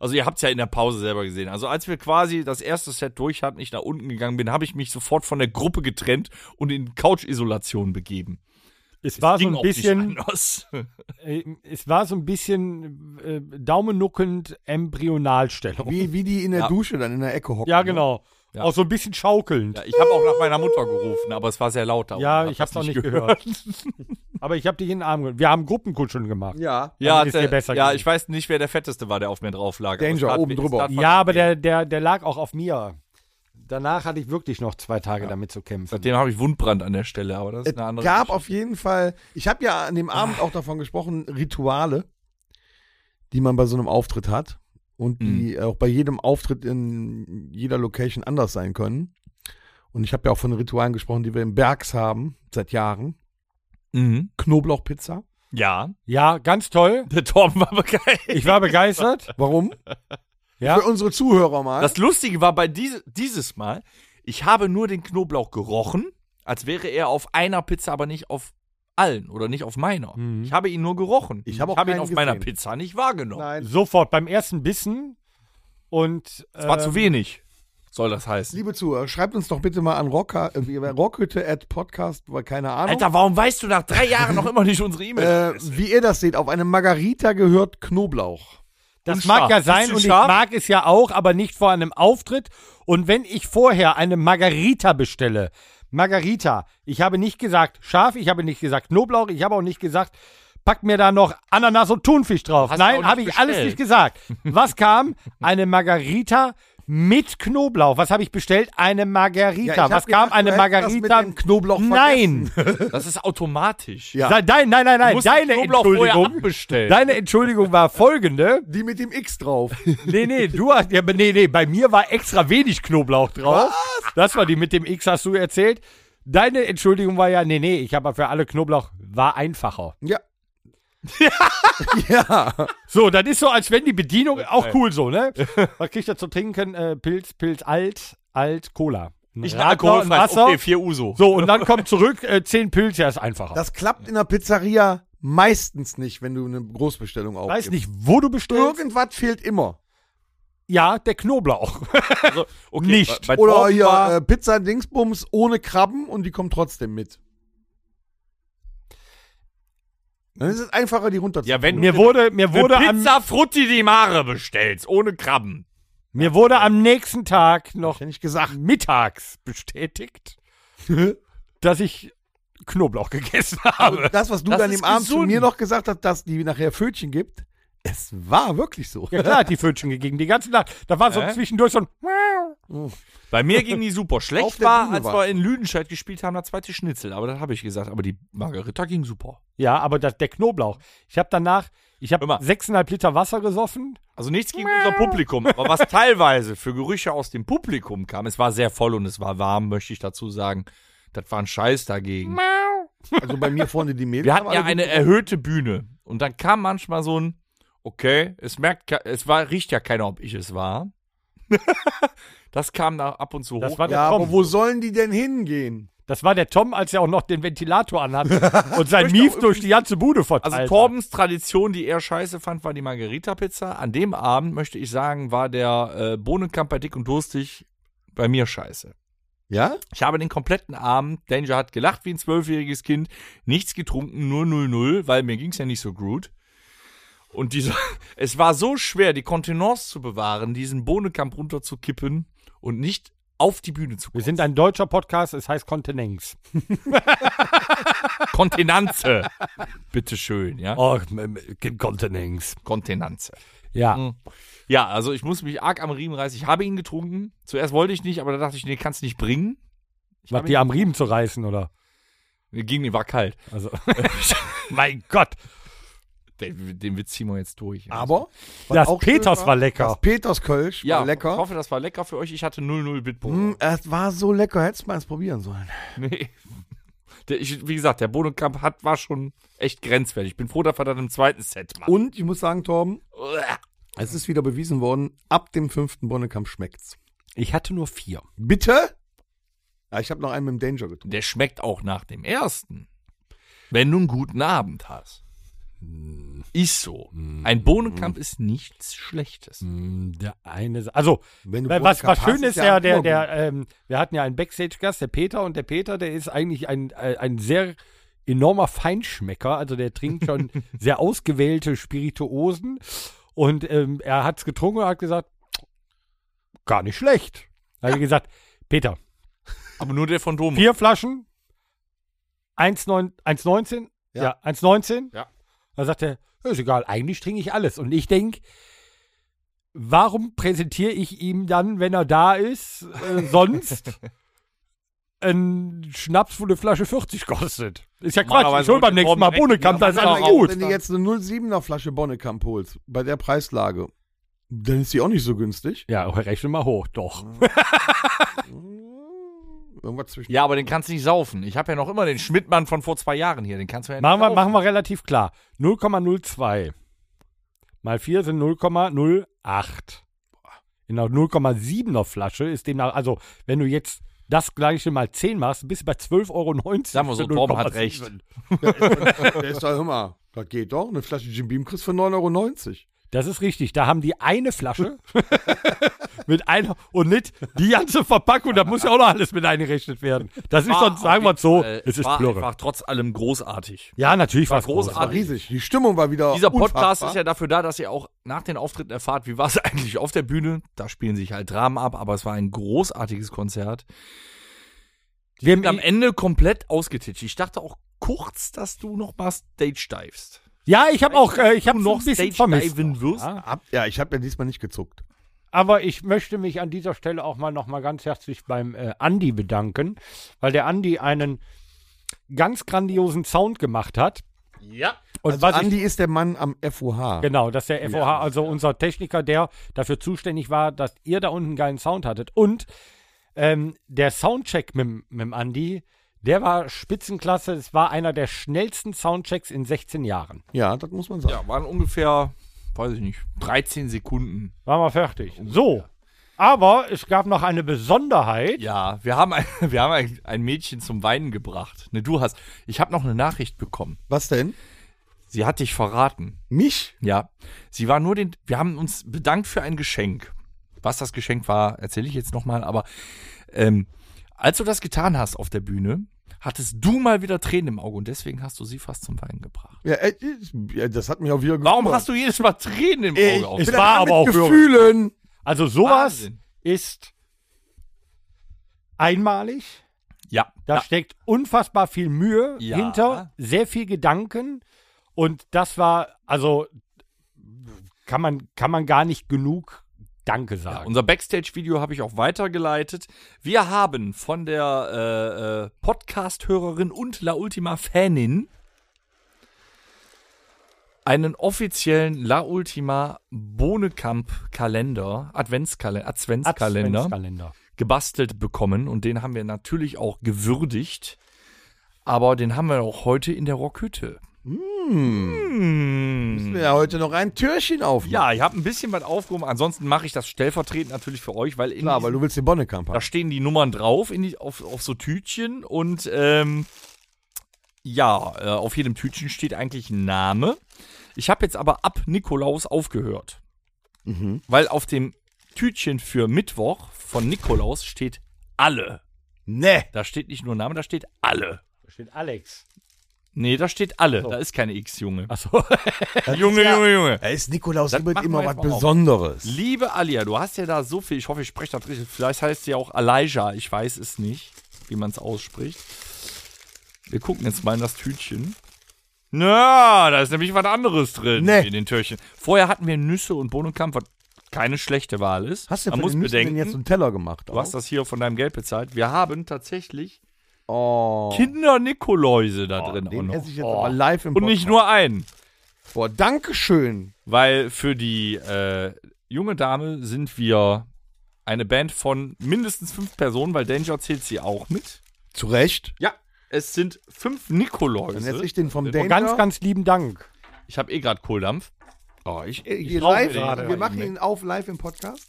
Speaker 3: Also ihr habt's ja in der Pause selber gesehen. Also als wir quasi das erste Set durch hatten, ich nach unten gegangen bin, habe ich mich sofort von der Gruppe getrennt und in Couch-Isolation begeben.
Speaker 2: Es war so
Speaker 3: Ging
Speaker 2: ein
Speaker 3: auch
Speaker 2: bisschen,
Speaker 3: nicht anders.
Speaker 2: äh, es war so ein bisschen äh, daumennuckend Embryonalstellung.
Speaker 4: Wie, wie die in der
Speaker 3: Ja.
Speaker 4: Dusche dann in der Ecke hocken.
Speaker 2: Ja, genau.
Speaker 3: Ja.
Speaker 2: Auch so ein bisschen schaukelnd.
Speaker 3: Ja, ich habe auch nach meiner Mutter gerufen, aber es war sehr laut da.
Speaker 2: Ja,
Speaker 3: unten.
Speaker 2: ich habe
Speaker 3: das
Speaker 2: noch nicht gehört. (laughs) Aber ich habe dich in den Arm genommen. Wir haben Gruppenkutschen gemacht.
Speaker 4: Ja.
Speaker 3: Ja,
Speaker 2: Damit ist dir
Speaker 3: der,
Speaker 2: besser
Speaker 3: ja
Speaker 2: gegangen.
Speaker 3: ich weiß nicht, wer der fetteste war, der auf mir drauf lag. aber es
Speaker 4: Danger,
Speaker 3: tat-
Speaker 4: oben
Speaker 3: es
Speaker 4: drüber.
Speaker 3: tat-
Speaker 2: Ja, aber der, der, der lag auch auf mir. Danach hatte ich wirklich noch zwei Tage damit zu kämpfen.
Speaker 3: Seitdem habe ich Wundbrand an der Stelle, aber das
Speaker 4: Es
Speaker 3: ist eine andere.
Speaker 4: gab
Speaker 3: Geschichte. Ah.
Speaker 4: auf jeden Fall, ich habe ja an dem Abend auch davon gesprochen, Rituale, die man bei so einem Auftritt hat und die
Speaker 3: Mhm.
Speaker 4: auch bei jedem Auftritt in jeder Location anders sein können. Und ich habe ja auch von Ritualen gesprochen, die wir im Bergs haben, seit Jahren.
Speaker 3: mhm.
Speaker 4: Knoblauchpizza.
Speaker 3: Ja. (laughs)
Speaker 2: Ja, ganz toll.
Speaker 3: Der Torben war begeistert. (laughs)
Speaker 2: Ich war begeistert.
Speaker 4: Warum?
Speaker 2: Ja.
Speaker 4: Für unsere Zuhörer mal.
Speaker 3: Das Lustige war bei diese, dieses Mal, ich habe nur den Knoblauch gerochen, als wäre er auf einer Pizza, aber nicht auf allen oder nicht auf meiner. Ich habe ihn nur gerochen.
Speaker 4: Ich habe auch
Speaker 3: ihn
Speaker 4: keinen
Speaker 3: auf meiner
Speaker 4: gesehen.
Speaker 3: Pizza nicht wahrgenommen.
Speaker 4: Nein.
Speaker 2: Sofort beim ersten Bissen. Und
Speaker 3: Es war
Speaker 2: ähm,
Speaker 3: zu wenig, soll das heißen.
Speaker 4: Liebe Zuhörer, schreibt uns doch bitte mal an Rocker, äh, Rockhütte at Podcast, weil keine Ahnung.
Speaker 3: Alter, warum weißt du nach drei Jahren noch immer nicht unsere E-Mail?
Speaker 4: Äh, wie ihr das seht, auf eine Margarita gehört Knoblauch.
Speaker 2: Das
Speaker 3: Und
Speaker 2: mag
Speaker 3: scharf.
Speaker 2: ja
Speaker 3: Bist
Speaker 2: sein
Speaker 3: du
Speaker 2: und ich
Speaker 3: scharf?
Speaker 2: mag es ja auch, aber nicht vor einem Auftritt. Und wenn ich vorher eine Margarita bestelle, Margarita, ich habe nicht gesagt scharf, ich habe nicht gesagt Knoblauch, ich habe auch nicht gesagt, pack mir da noch Ananas und Thunfisch drauf.
Speaker 3: Hast du auch
Speaker 2: Nein,
Speaker 3: nicht
Speaker 2: habe ich alles
Speaker 3: bestellt.
Speaker 2: nicht gesagt. Was kam? Eine Margarita mit Knoblauch. Was habe ich bestellt? Eine Margarita.
Speaker 4: Ja, ich hab
Speaker 2: Was kam?
Speaker 4: gedacht, du
Speaker 2: Eine
Speaker 4: hättest das
Speaker 2: Margarita.
Speaker 4: mit dem Knoblauch
Speaker 2: Nein.
Speaker 3: das ist automatisch.
Speaker 4: Ja.
Speaker 2: Sei- Nein, nein, nein,
Speaker 3: Du
Speaker 2: nein.
Speaker 3: musst
Speaker 2: Deine
Speaker 3: den Knoblauch vorher
Speaker 2: Entschuldigung.
Speaker 3: abbestellen.
Speaker 2: Deine Entschuldigung war folgende.
Speaker 4: Die mit dem X drauf.
Speaker 2: Nee, nee, du hast. Ja, nee, nee, bei mir war extra wenig Knoblauch drauf. Das war die mit dem X, hast du erzählt. Deine Entschuldigung war ja, nee, nee, ich habe für alle Knoblauch, war einfacher.
Speaker 4: ja. ja.
Speaker 2: So, das ist so, als wenn die Bedienung, auch cool so,
Speaker 3: (laughs)
Speaker 2: ne? Was kriegt er zu trinken? Äh, Pilz, Pilz, alt, alt, Cola. Ein
Speaker 3: Nicht
Speaker 2: Radler, ein
Speaker 3: alkoholfrei.
Speaker 2: Wasser.
Speaker 3: Okay, 4 Uso.
Speaker 2: So, und dann kommt zurück, äh, zehn Pilze, ja, ist einfacher.
Speaker 4: Das klappt in der Pizzeria meistens nicht, wenn du eine Großbestellung
Speaker 2: ich
Speaker 4: aufgibst.
Speaker 2: weiß nicht, wo du bestellst.
Speaker 4: Irgendwas fehlt immer.
Speaker 2: Ja, der Knoblauch.
Speaker 3: Also, okay,
Speaker 2: Nicht.
Speaker 3: Bei, bei
Speaker 4: Oder
Speaker 3: Torben war-
Speaker 4: hier äh, Pizza Dingsbums ohne Krabben und die kommt trotzdem mit. Dann ist es einfacher, die runterzuholen.
Speaker 3: ja, wenn
Speaker 2: Mir
Speaker 3: du
Speaker 2: wurde, mir
Speaker 3: eine
Speaker 2: wurde am,
Speaker 3: Pizza Frutti di Mare bestellst, ohne Krabben.
Speaker 2: mir wurde am nächsten Tag noch
Speaker 4: Hab ich ja
Speaker 2: (laughs)
Speaker 4: nicht gesagt.
Speaker 2: mittags bestätigt, dass ich Knoblauch gegessen (laughs) habe.
Speaker 4: Also Das, was du
Speaker 3: Das
Speaker 4: dann
Speaker 3: ist
Speaker 4: im Abend zu
Speaker 3: gesund.
Speaker 4: mir noch gesagt hast, dass die nachher Fötchen gibt, es war wirklich so.
Speaker 2: Ja klar hat die Fötchen gegeben, die ganze Nacht. Da war so
Speaker 3: Hä?
Speaker 2: zwischendurch so ein
Speaker 3: Bei mir ging die
Speaker 4: (laughs)
Speaker 3: super.
Speaker 4: Auf
Speaker 3: Schlecht
Speaker 4: der
Speaker 3: war,
Speaker 4: Bühne
Speaker 3: als
Speaker 4: war
Speaker 3: wir
Speaker 4: es.
Speaker 3: in Lüdenscheid gespielt haben, der zweite Schnitzel. Aber das habe ich gesagt. Aber die Margarita ging super.
Speaker 2: Ja, aber das, der Knoblauch. Ich habe danach, ich habe
Speaker 3: Hör mal.
Speaker 2: sechseinhalb Liter Wasser gesoffen.
Speaker 3: Also nichts gegen unser Publikum. Aber
Speaker 4: (laughs)
Speaker 3: was teilweise für Gerüche aus dem Publikum kam, es war sehr voll und es war warm, möchte ich dazu sagen. Das war ein Scheiß dagegen.
Speaker 4: Also bei mir vorne die Mädels.
Speaker 3: Wir hatten
Speaker 4: haben
Speaker 3: ja
Speaker 4: alle
Speaker 3: eine
Speaker 4: gut-
Speaker 3: erhöhte Bühne. Und dann kam manchmal so ein, okay, es merkt, ke- es war, riecht ja keiner, ob ich es war. (laughs) das kam da ab und zu
Speaker 2: Das
Speaker 3: hoch.
Speaker 2: war der
Speaker 4: Ja, aber
Speaker 2: Tom.
Speaker 4: wo sollen die denn hingehen?
Speaker 2: Das war der Tom, als er auch noch den Ventilator
Speaker 4: (laughs)
Speaker 2: anhatte und sein
Speaker 3: Ich möchte
Speaker 2: Mief
Speaker 3: auch
Speaker 2: durch die ganze Bude verteilt.
Speaker 3: also
Speaker 2: hat.
Speaker 3: Torbens Tradition, die er scheiße fand, war die Margarita-Pizza. An dem Abend, möchte ich sagen, war der äh, Bohnenkamp bei Dick und Durstig bei mir scheiße.
Speaker 4: Ja?
Speaker 3: Ich habe den kompletten Abend, Danger hat gelacht wie ein zwölfjähriges Kind, nichts getrunken, nur 0-0, weil mir ging's ja nicht so gut. Und diese, (laughs) es war so schwer, die Kontenance zu bewahren, diesen Bohnenkamp runterzukippen und nicht auf die Bühne zu
Speaker 2: Wir
Speaker 3: kommen.
Speaker 2: sind ein deutscher Podcast, es heißt Kontinenz.
Speaker 3: Kontenanze. (laughs) Bitteschön, ja?
Speaker 2: Oh, Kontinenz.
Speaker 3: Kontenanze.
Speaker 2: Ja.
Speaker 3: Mhm. Ja, also ich muss mich arg am Riemen reißen. Ich habe ihn getrunken. Zuerst wollte ich nicht, aber da dachte ich, nee, kannst nicht bringen.
Speaker 2: Was
Speaker 3: hab
Speaker 2: die am Riemen zu reißen, oder?
Speaker 3: Ging mir, war kalt. (laughs)
Speaker 2: Also. (laughs) mein Gott.
Speaker 3: Den, den Witz ziehen wir jetzt durch.
Speaker 4: Aber was
Speaker 2: Das
Speaker 4: auch schön
Speaker 2: Peters war lecker.
Speaker 4: Das Peters Kölsch
Speaker 3: Ja,
Speaker 4: war lecker.
Speaker 3: ich hoffe, das war lecker für euch. Ich hatte 0-0 Bitburger.
Speaker 4: Hm, es war so lecker, hättest du mal eins probieren sollen.
Speaker 3: Nee. Der, ich, wie gesagt, der Bodenkamp hat war schon echt grenzwertig. Ich bin froh, dass wir das im zweiten Set machen.
Speaker 4: Und ich muss sagen, Torben, es ist wieder bewiesen worden, ab dem fünften Bonnekamp schmeckt's.
Speaker 2: Ich hatte nur vier.
Speaker 4: Bitte? Ja, ich habe noch einen mit dem Danger getrunken.
Speaker 3: Der schmeckt auch nach dem ersten. Wenn du einen guten Abend hast.
Speaker 4: Hm.
Speaker 3: Ist so. Ein Bohnenkamp ist nichts Schlechtes.
Speaker 4: Hm.
Speaker 2: Mm, Der eine, Sa- also
Speaker 4: Wenn du
Speaker 2: Weil was, was
Speaker 4: Bonnekamp
Speaker 2: schön ist,
Speaker 4: hast, ja
Speaker 2: ja,
Speaker 4: immer
Speaker 2: der,
Speaker 4: gut.
Speaker 2: der, ähm, wir hatten ja einen Backstage-Gast, der Peter, und der Peter, der ist eigentlich ein, äh, ein sehr enormer Feinschmecker, also der trinkt (laughs) schon sehr ausgewählte Spirituosen und ähm, er hat es getrunken und hat gesagt, gar nicht schlecht. Da habe ich gesagt, Peter,
Speaker 3: Aber nur der von Domo.
Speaker 2: vier Flaschen, 1,9 1,19, ja,
Speaker 4: Ja.
Speaker 2: 1,19.
Speaker 3: Ja.
Speaker 2: Da sagt er, "Ja, ist egal, eigentlich trinke ich alles. Und ich denke, warum präsentiere ich ihm dann, wenn er da ist, äh,
Speaker 3: (laughs)
Speaker 2: sonst einen Schnaps, wo eine Flasche 40 kostet? Ist ja Quatsch, ich
Speaker 3: Normalerweise
Speaker 2: hol beim
Speaker 3: wird
Speaker 2: nächsten
Speaker 3: Torben
Speaker 2: Mal
Speaker 3: direkt
Speaker 2: Bohnenkamp,
Speaker 3: wieder
Speaker 2: das ist
Speaker 3: was
Speaker 2: alles
Speaker 3: anderes
Speaker 2: gut.
Speaker 4: Wenn du jetzt eine 07er Flasche Bonnekamp holst, bei der Preislage, dann ist die auch nicht so günstig.
Speaker 2: Ja, rechne mal hoch, doch.
Speaker 4: Irgendwas zwischen.
Speaker 3: Ja, aber den kannst du nicht saufen. Ich habe ja noch immer den Schmidtmann von vor zwei Jahren hier. Den kannst du ja nicht
Speaker 2: Machen wir,
Speaker 3: saufen.
Speaker 2: machen wir relativ klar. 0,02 mal 4 sind 0,08. In einer 0,7er Flasche ist demnach, also wenn du jetzt das gleiche mal 10 machst, bist du bei 12,90 Euro.
Speaker 3: Sagen wir so, Torben hat recht.
Speaker 4: Der ist doch immer. Das geht doch. Eine Flasche Jim Beam kriegst du für 9,90 Euro.
Speaker 2: Das ist richtig. Da haben die eine Flasche (laughs) mit einer und nicht die ganze Verpackung. Da muss ja auch noch alles mit eingerechnet werden. Das ist sonst, sagen wir es so,
Speaker 3: Äh,
Speaker 2: es ist
Speaker 3: war
Speaker 2: Plurre.
Speaker 3: einfach trotz allem großartig.
Speaker 2: Ja, natürlich war es
Speaker 3: großartig.
Speaker 2: großartig.
Speaker 4: Riesig. Die Stimmung war wieder.
Speaker 3: Dieser Podcast
Speaker 4: unfassbar.
Speaker 3: ist ja dafür da, dass ihr auch nach den Auftritten erfahrt, wie war es (laughs) eigentlich auf der Bühne. Da spielen sich halt Dramen ab, aber es war ein großartiges Konzert.
Speaker 2: Wir
Speaker 3: Und am
Speaker 2: haben, eh
Speaker 3: Ende komplett ausgetitscht. Ich dachte auch kurz, dass du noch mal Stage divest.
Speaker 2: ja, ich habe auch, äh, ich habe
Speaker 3: Du
Speaker 2: noch ein
Speaker 3: noch
Speaker 2: bisschen
Speaker 3: Stage
Speaker 2: vermisst.
Speaker 3: diven wirst?
Speaker 2: Ja.
Speaker 4: Ab, ja, ich habe ja diesmal nicht gezuckt.
Speaker 2: Aber ich möchte mich an dieser Stelle auch mal nochmal ganz herzlich beim äh, Andi bedanken, weil der Andi einen ganz grandiosen Sound gemacht hat. Ja. Und
Speaker 4: Also
Speaker 2: was ich
Speaker 4: Andi ist der Mann am FOH.
Speaker 2: Genau, dass der FOH, also unser Techniker, der dafür zuständig war, dass ihr da unten einen geilen Sound hattet. Und ähm, der Soundcheck mit, dem- mit dem Andi, der war Spitzenklasse. Es war einer der schnellsten Soundchecks in 16 Jahren.
Speaker 4: Ja, das muss man sagen.
Speaker 3: Ja, waren ungefähr, weiß ich nicht, 13 Sekunden.
Speaker 2: Waren wir fertig. So. Aber es gab noch eine Besonderheit.
Speaker 3: Ja, wir haben ein, (laughs) wir haben ein, ein Mädchen zum Weinen gebracht. Ne, du hast. Ich habe noch eine Nachricht bekommen.
Speaker 4: Was denn?
Speaker 3: Sie hat dich verraten.
Speaker 4: Mich?
Speaker 3: Ja. Sie war nur den. Wir haben uns bedankt für ein Geschenk. Was das Geschenk war, erzähle ich jetzt nochmal, aber ähm, als du das getan hast auf der Bühne, hattest du mal wieder Tränen im Auge und deswegen hast du sie fast zum Weinen gebracht.
Speaker 4: Ja, äh, ich- ja, das hat mich auch wieder
Speaker 3: Warum hast du jedes Mal Tränen im Auge auf?
Speaker 2: Es war aber auch
Speaker 4: Gefühlen.
Speaker 2: Also sowas
Speaker 3: Wahnsinn.
Speaker 2: ist einmalig.
Speaker 3: Ja.
Speaker 2: Da steckt unfassbar viel Mühe
Speaker 3: Ja.
Speaker 2: hinter, sehr viel Gedanken. Und das war, also kann man, kann man gar nicht genug Danke
Speaker 3: Ja,
Speaker 2: sagen.
Speaker 3: unser Backstage-Video habe ich auch weitergeleitet. Wir haben von der äh, äh, Podcast-Hörerin und La Ultima-Fanin einen offiziellen La Ultima Bohnekamp-Kalender, Adventskalender, Adventskalender,
Speaker 2: Adventskalender.
Speaker 3: gebastelt bekommen und den haben wir natürlich auch gewürdigt. Aber den haben wir auch heute in der Rockhütte.
Speaker 4: Hm.
Speaker 3: Hm.
Speaker 4: Müssen wir ja heute noch ein Türchen aufmachen.
Speaker 3: Ja, ich habe ein bisschen was aufgehoben. Ansonsten mache ich das stellvertretend natürlich für euch, weil in
Speaker 4: Klar,
Speaker 3: diesem-
Speaker 4: weil du willst den Bonnekamp
Speaker 3: Da
Speaker 4: haben.
Speaker 3: stehen die Nummern drauf in die, auf, auf so Tütchen und ähm, ja, äh, auf jedem Tütchen steht eigentlich ein Name. Ich habe jetzt aber ab Nikolaus aufgehört. Weil auf dem Tütchen für Mittwoch von Nikolaus steht alle.
Speaker 4: Nee.
Speaker 3: Da steht nicht nur Name, da steht alle.
Speaker 2: Da steht Alex.
Speaker 3: Nee, da steht alle. Da ist keine X, Junge.
Speaker 2: Achso.
Speaker 3: (laughs) Junge, Junge, Junge.
Speaker 4: Da ist Nikolaus immer,
Speaker 3: machen
Speaker 4: immer
Speaker 3: wir
Speaker 4: was
Speaker 3: jetzt mal auf.
Speaker 4: Besonderes.
Speaker 3: Liebe Alia, du hast ja da so viel, ich hoffe, ich spreche das richtig. Vielleicht heißt sie ja auch Elijah, ich weiß es nicht, wie man es ausspricht. Wir gucken jetzt mal in das Tütchen. Na, da ist nämlich was anderes drin
Speaker 4: Nee.
Speaker 3: in den Türchen. Vorher hatten wir Nüsse und Bohnenkampf, was keine schlechte Wahl ist.
Speaker 4: Hast du
Speaker 3: Man
Speaker 4: von
Speaker 3: muss
Speaker 4: den Nüssen denn
Speaker 3: bedenken,
Speaker 4: jetzt einen Teller gemacht?
Speaker 3: du hast das hier von deinem Geld bezahlt. Wir haben tatsächlich
Speaker 4: oh.
Speaker 3: Kinder-Nikoläuse da drin auch
Speaker 4: Den
Speaker 3: noch. Oh.
Speaker 4: esse ich jetzt aber live im
Speaker 3: Und nicht nur einen.
Speaker 4: Podcast. Boah, Dankeschön.
Speaker 3: Weil für die äh, junge Dame sind wir eine Band von mindestens fünf Personen, weil Danger zählt sie auch mit.
Speaker 4: Zu Recht.
Speaker 3: Ja. Es sind fünf
Speaker 4: Dann
Speaker 3: Nikoläuse.
Speaker 4: esse ich den vom Danger.
Speaker 2: Oh, Ganz, ganz lieben Dank.
Speaker 3: Ich habe eh gerade Kohldampf.
Speaker 4: Oh, ich, ich, ich
Speaker 2: brauche
Speaker 4: live.
Speaker 2: den gerade.
Speaker 4: Wir machen ihn auf live im Podcast.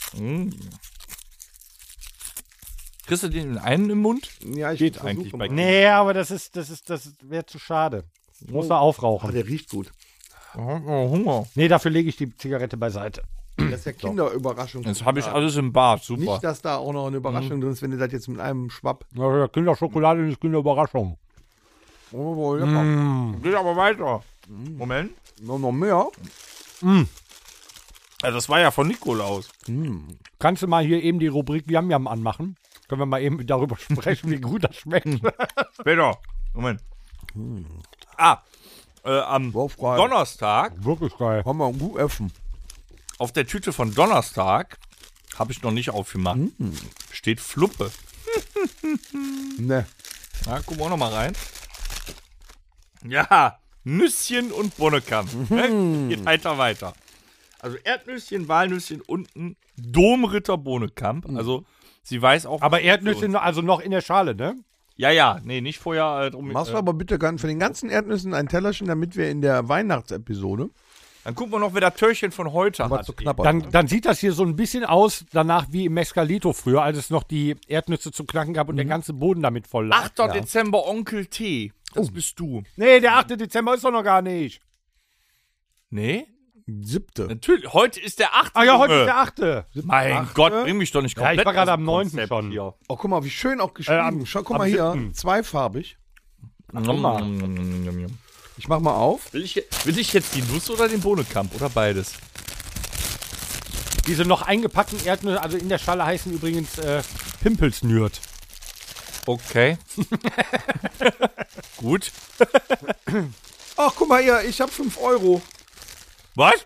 Speaker 3: Kriegst du den in einen im Mund?
Speaker 4: Ja, ich
Speaker 3: Geht
Speaker 4: versuche
Speaker 3: eigentlich
Speaker 4: mal.
Speaker 3: bei
Speaker 2: Nee, aber das ist, das ist, das wäre zu schade. Muss er
Speaker 4: Ah,
Speaker 2: aufrauchen.
Speaker 4: der riecht gut.
Speaker 3: Oh, Hunger.
Speaker 2: Nee, dafür lege ich die Zigarette beiseite.
Speaker 4: Das ist ja Kinderüberraschung.
Speaker 3: Jetzt habe ich alles im Bad. Super.
Speaker 4: Nicht, dass da auch noch eine Überraschung drin ist, wenn du das jetzt mit einem Schwapp.
Speaker 2: Ja, Kinderschokolade ist Kinderüberraschung.
Speaker 4: Oh, oh, lecker.
Speaker 3: Geht aber weiter. Moment.
Speaker 4: Noch, noch mehr.
Speaker 3: Also das war ja von Nikolaus.
Speaker 2: Kannst du mal hier eben die Rubrik Yam Yam anmachen? Können wir mal eben darüber (laughs) sprechen, wie gut das schmeckt?
Speaker 3: Später. Moment.
Speaker 4: Hm.
Speaker 3: Ah, äh, am
Speaker 4: Wow, frei.
Speaker 3: Donnerstag
Speaker 2: Wirklich geil.
Speaker 4: Haben wir gut öffnen.
Speaker 3: Auf der Tüte von Donnerstag habe ich noch nicht aufgemacht.
Speaker 4: Hm.
Speaker 3: Steht Fluppe.
Speaker 4: Ne.
Speaker 3: Na, gucken wir auch noch mal rein. Ja, Nüsschen und Bonnekamp.
Speaker 2: Mhm.
Speaker 3: Ne? Geht weiter weiter. Also Erdnüsschen, Walnüsschen und ein Domritter Bonnekamp. Also Sie weiß auch.
Speaker 2: Mhm. Aber Erdnüsse noch- also noch in der Schale, ne?
Speaker 3: Ja, ja, nee, nicht vorher. Äh, drum,
Speaker 4: Machst du
Speaker 3: äh,
Speaker 4: aber bitte gern von den ganzen Erdnüssen ein Tellerchen, damit wir in der Weihnachtsepisode
Speaker 3: dann gucken wir noch, wer das Törchen von heute
Speaker 4: was
Speaker 3: hat.
Speaker 4: zu knabbern
Speaker 2: Dann, dann sieht das hier so ein bisschen aus danach wie im Mescalito früher, als es noch die Erdnüsse zu knacken gab und der ganze Boden damit voll lag.
Speaker 3: 8. Dezember, Onkel T.
Speaker 2: Oh.
Speaker 3: Das bist du.
Speaker 2: Nee, der 8. Dezember ist doch noch gar nicht.
Speaker 3: Nee?
Speaker 4: Siebte.
Speaker 3: Natürlich. Heute ist der 8.
Speaker 2: Ah ja, heute ist der 8.
Speaker 3: Mein Gott, bring mich doch nicht
Speaker 2: Ja,
Speaker 3: komplett.
Speaker 2: ich war gerade
Speaker 3: aus
Speaker 2: am
Speaker 3: dem
Speaker 2: 9.
Speaker 3: Konzept
Speaker 2: schon.
Speaker 3: Hier.
Speaker 4: Oh, guck mal, wie schön auch geschrieben.
Speaker 2: am-
Speaker 4: Schau, guck
Speaker 2: am
Speaker 4: mal hier,
Speaker 2: siebten.
Speaker 4: zweifarbig.
Speaker 3: Nom,
Speaker 2: mal.
Speaker 3: nom, nom, nom, nom, nom.
Speaker 4: Ich mach mal
Speaker 3: mm,
Speaker 4: auf.
Speaker 3: Will ich, will ich jetzt die Nuss oder den Bohnenkamp oder beides?
Speaker 2: Diese noch eingepackten Erdnüsse, also in der Schale heißen übrigens äh, Pimpelsnürt.
Speaker 3: Okay. (laughs) Gut.
Speaker 4: Ach, guck mal hier, ich habe 5 Euro.
Speaker 3: Was?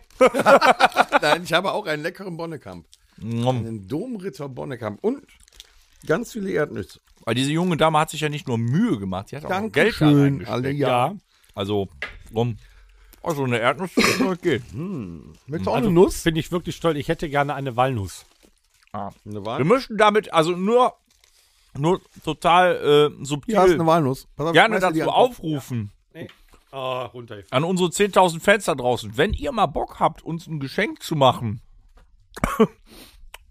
Speaker 4: Nein, ich habe auch einen leckeren Bonnekamp.
Speaker 3: Nom.
Speaker 4: Einen Domritter Bonnekamp und ganz viele Erdnüsse.
Speaker 3: Weil Also diese junge Dame hat sich ja nicht nur Mühe gemacht, die hat auch noch Geld da
Speaker 4: Dankeschön,
Speaker 3: reingesteckt.
Speaker 4: alle.
Speaker 2: Mhm.
Speaker 4: Ja.
Speaker 3: Also, rum. Also eine Erdnuss das geht.
Speaker 4: Möchtest du auch eine Nuss?
Speaker 2: Finde ich wirklich toll. Ich hätte gerne eine Walnuss.
Speaker 3: Ah.
Speaker 4: Eine
Speaker 3: Wir
Speaker 4: Walnuss.
Speaker 3: müssen damit, also nur, nur total äh, subtil
Speaker 4: Hier hast du eine Walnuss. Pass auf, ich
Speaker 3: gerne
Speaker 4: schmeiß dir die
Speaker 3: dazu
Speaker 4: an den Kopf.
Speaker 3: aufrufen.
Speaker 2: Ah, runter.
Speaker 3: An unsere 10.000 Fans da draußen. Wenn ihr mal Bock habt, uns ein Geschenk zu machen, (coughs)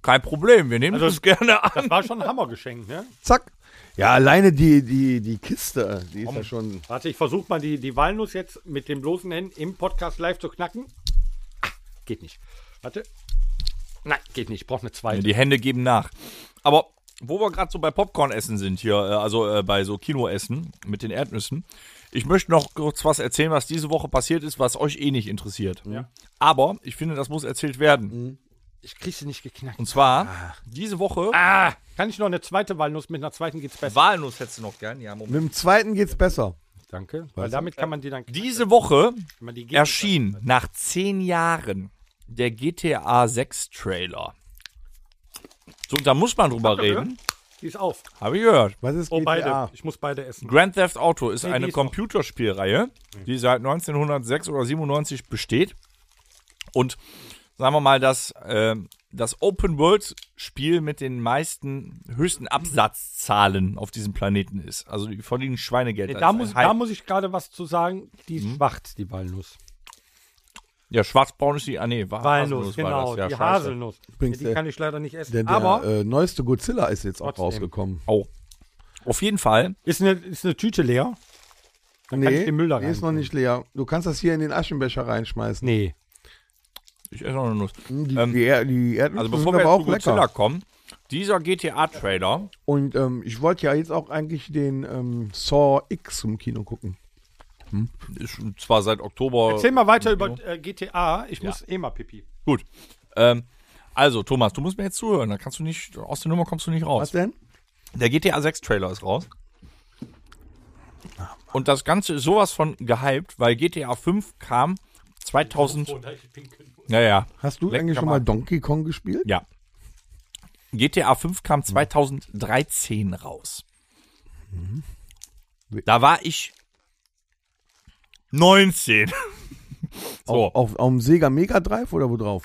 Speaker 3: kein Problem, wir nehmen
Speaker 2: Also-
Speaker 3: das gerne an.
Speaker 2: Das war schon ein Hammergeschenk, ne?
Speaker 4: Zack. Ja, alleine die, die, die Kiste, die ist ja schon.
Speaker 2: Warte, ich versuche mal die, die Walnuss jetzt mit den bloßen Händen im Podcast live zu knacken. Ah, Geht nicht. Warte. Nein, geht nicht. Ich brauche eine
Speaker 3: Ja,
Speaker 2: zweite.
Speaker 3: Die Hände geben nach. Aber wo wir gerade so bei Popcorn essen sind hier, äh, also äh, bei so Kinoessen mit den Erdnüssen, ich möchte noch kurz was erzählen, was diese Woche passiert ist, was euch eh nicht interessiert. Aber ich finde, das muss erzählt werden.
Speaker 2: Ich krieg sie nicht geknackt.
Speaker 3: Und zwar diese Woche
Speaker 2: Ah, kann ich noch eine zweite Walnuss? Mit einer zweiten geht's besser.
Speaker 3: Walnuss hättest du noch gern. Ja, Moment.
Speaker 4: Mit dem zweiten geht's besser.
Speaker 2: Danke. Weil damit kann man die dann
Speaker 3: Diese Woche
Speaker 2: wenn man die gegen-
Speaker 3: erschien nach zehn Jahren der GTA 6 Trailer. So, und da muss man drüber
Speaker 2: Habt ihr
Speaker 3: reden.
Speaker 2: Die ist auf.
Speaker 3: Habe ich gehört.
Speaker 4: Was ist
Speaker 2: Oh,
Speaker 4: GTA?
Speaker 2: beide. Ich muss beide essen.
Speaker 3: Grand Theft Auto ist
Speaker 2: Nee, die
Speaker 3: eine
Speaker 2: ist noch-
Speaker 3: Computerspielreihe, die seit 1906 oder 97 besteht. Und sagen wir mal, das, ähm, das Open-World-Spiel mit den meisten, höchsten Absatzzahlen auf diesem Planeten ist. Also die verdienen Schweinegeld. als
Speaker 2: da,
Speaker 3: ein
Speaker 2: muss,
Speaker 3: Hype.
Speaker 2: da muss ich gerade was zu sagen. Die ist schwarz, die Walnuss.
Speaker 3: ja, schwarzbraun ist die, ah nee, war
Speaker 2: Walnuss,
Speaker 3: war
Speaker 2: genau.
Speaker 3: das. Ja,
Speaker 2: die
Speaker 3: scheiße.
Speaker 2: Haselnuss. Ja,
Speaker 4: Übrigens,
Speaker 2: die
Speaker 4: äh,
Speaker 2: kann ich leider nicht essen.
Speaker 4: Der, der
Speaker 2: aber
Speaker 4: äh, neueste Godzilla ist jetzt auch
Speaker 2: Trotzdem.
Speaker 4: rausgekommen.
Speaker 3: Oh. Auf jeden Fall,
Speaker 2: ist, eine, ist eine Tüte leer? Dann kann ich den Müll da
Speaker 4: die ist noch
Speaker 2: rein.
Speaker 4: nicht leer. Du kannst das hier in den Aschenbecher reinschmeißen.
Speaker 2: Nee.
Speaker 3: ich esse noch eine Nuss.
Speaker 4: Die,
Speaker 3: Ähm,
Speaker 4: die, Er- die Erdnüsse
Speaker 3: Also
Speaker 4: sind
Speaker 3: bevor wir
Speaker 4: aber
Speaker 3: jetzt zu
Speaker 4: auch
Speaker 3: Godzilla
Speaker 4: lecker.
Speaker 3: kommen, dieser GTA-Trailer,
Speaker 4: Und ähm, ich wollte ja jetzt auch eigentlich den ähm, Saw X im Kino gucken.
Speaker 3: ist zwar seit Oktober...
Speaker 2: Erzähl mal weiter über äh, GTA. Ich muss eh mal pipi.
Speaker 3: Gut. Ähm, also, Thomas, du musst mir jetzt zuhören. Da kannst du nicht, aus der Nummer kommst du nicht
Speaker 4: Was
Speaker 3: raus.
Speaker 4: denn?
Speaker 3: Der GTA 6 Trailer ist raus. Und das Ganze ist sowas von gehypt, weil GTA 5 kam 2000. Ja, ja,
Speaker 4: Hast du
Speaker 3: Lecker
Speaker 4: eigentlich schon mal
Speaker 3: Mann.
Speaker 4: Donkey Kong gespielt?
Speaker 3: ja. GTA 5 kam 2013 raus.
Speaker 4: Mhm.
Speaker 3: Da war ich 19. (laughs) So.
Speaker 4: Auf, auf dem Sega Mega Drive oder wo drauf?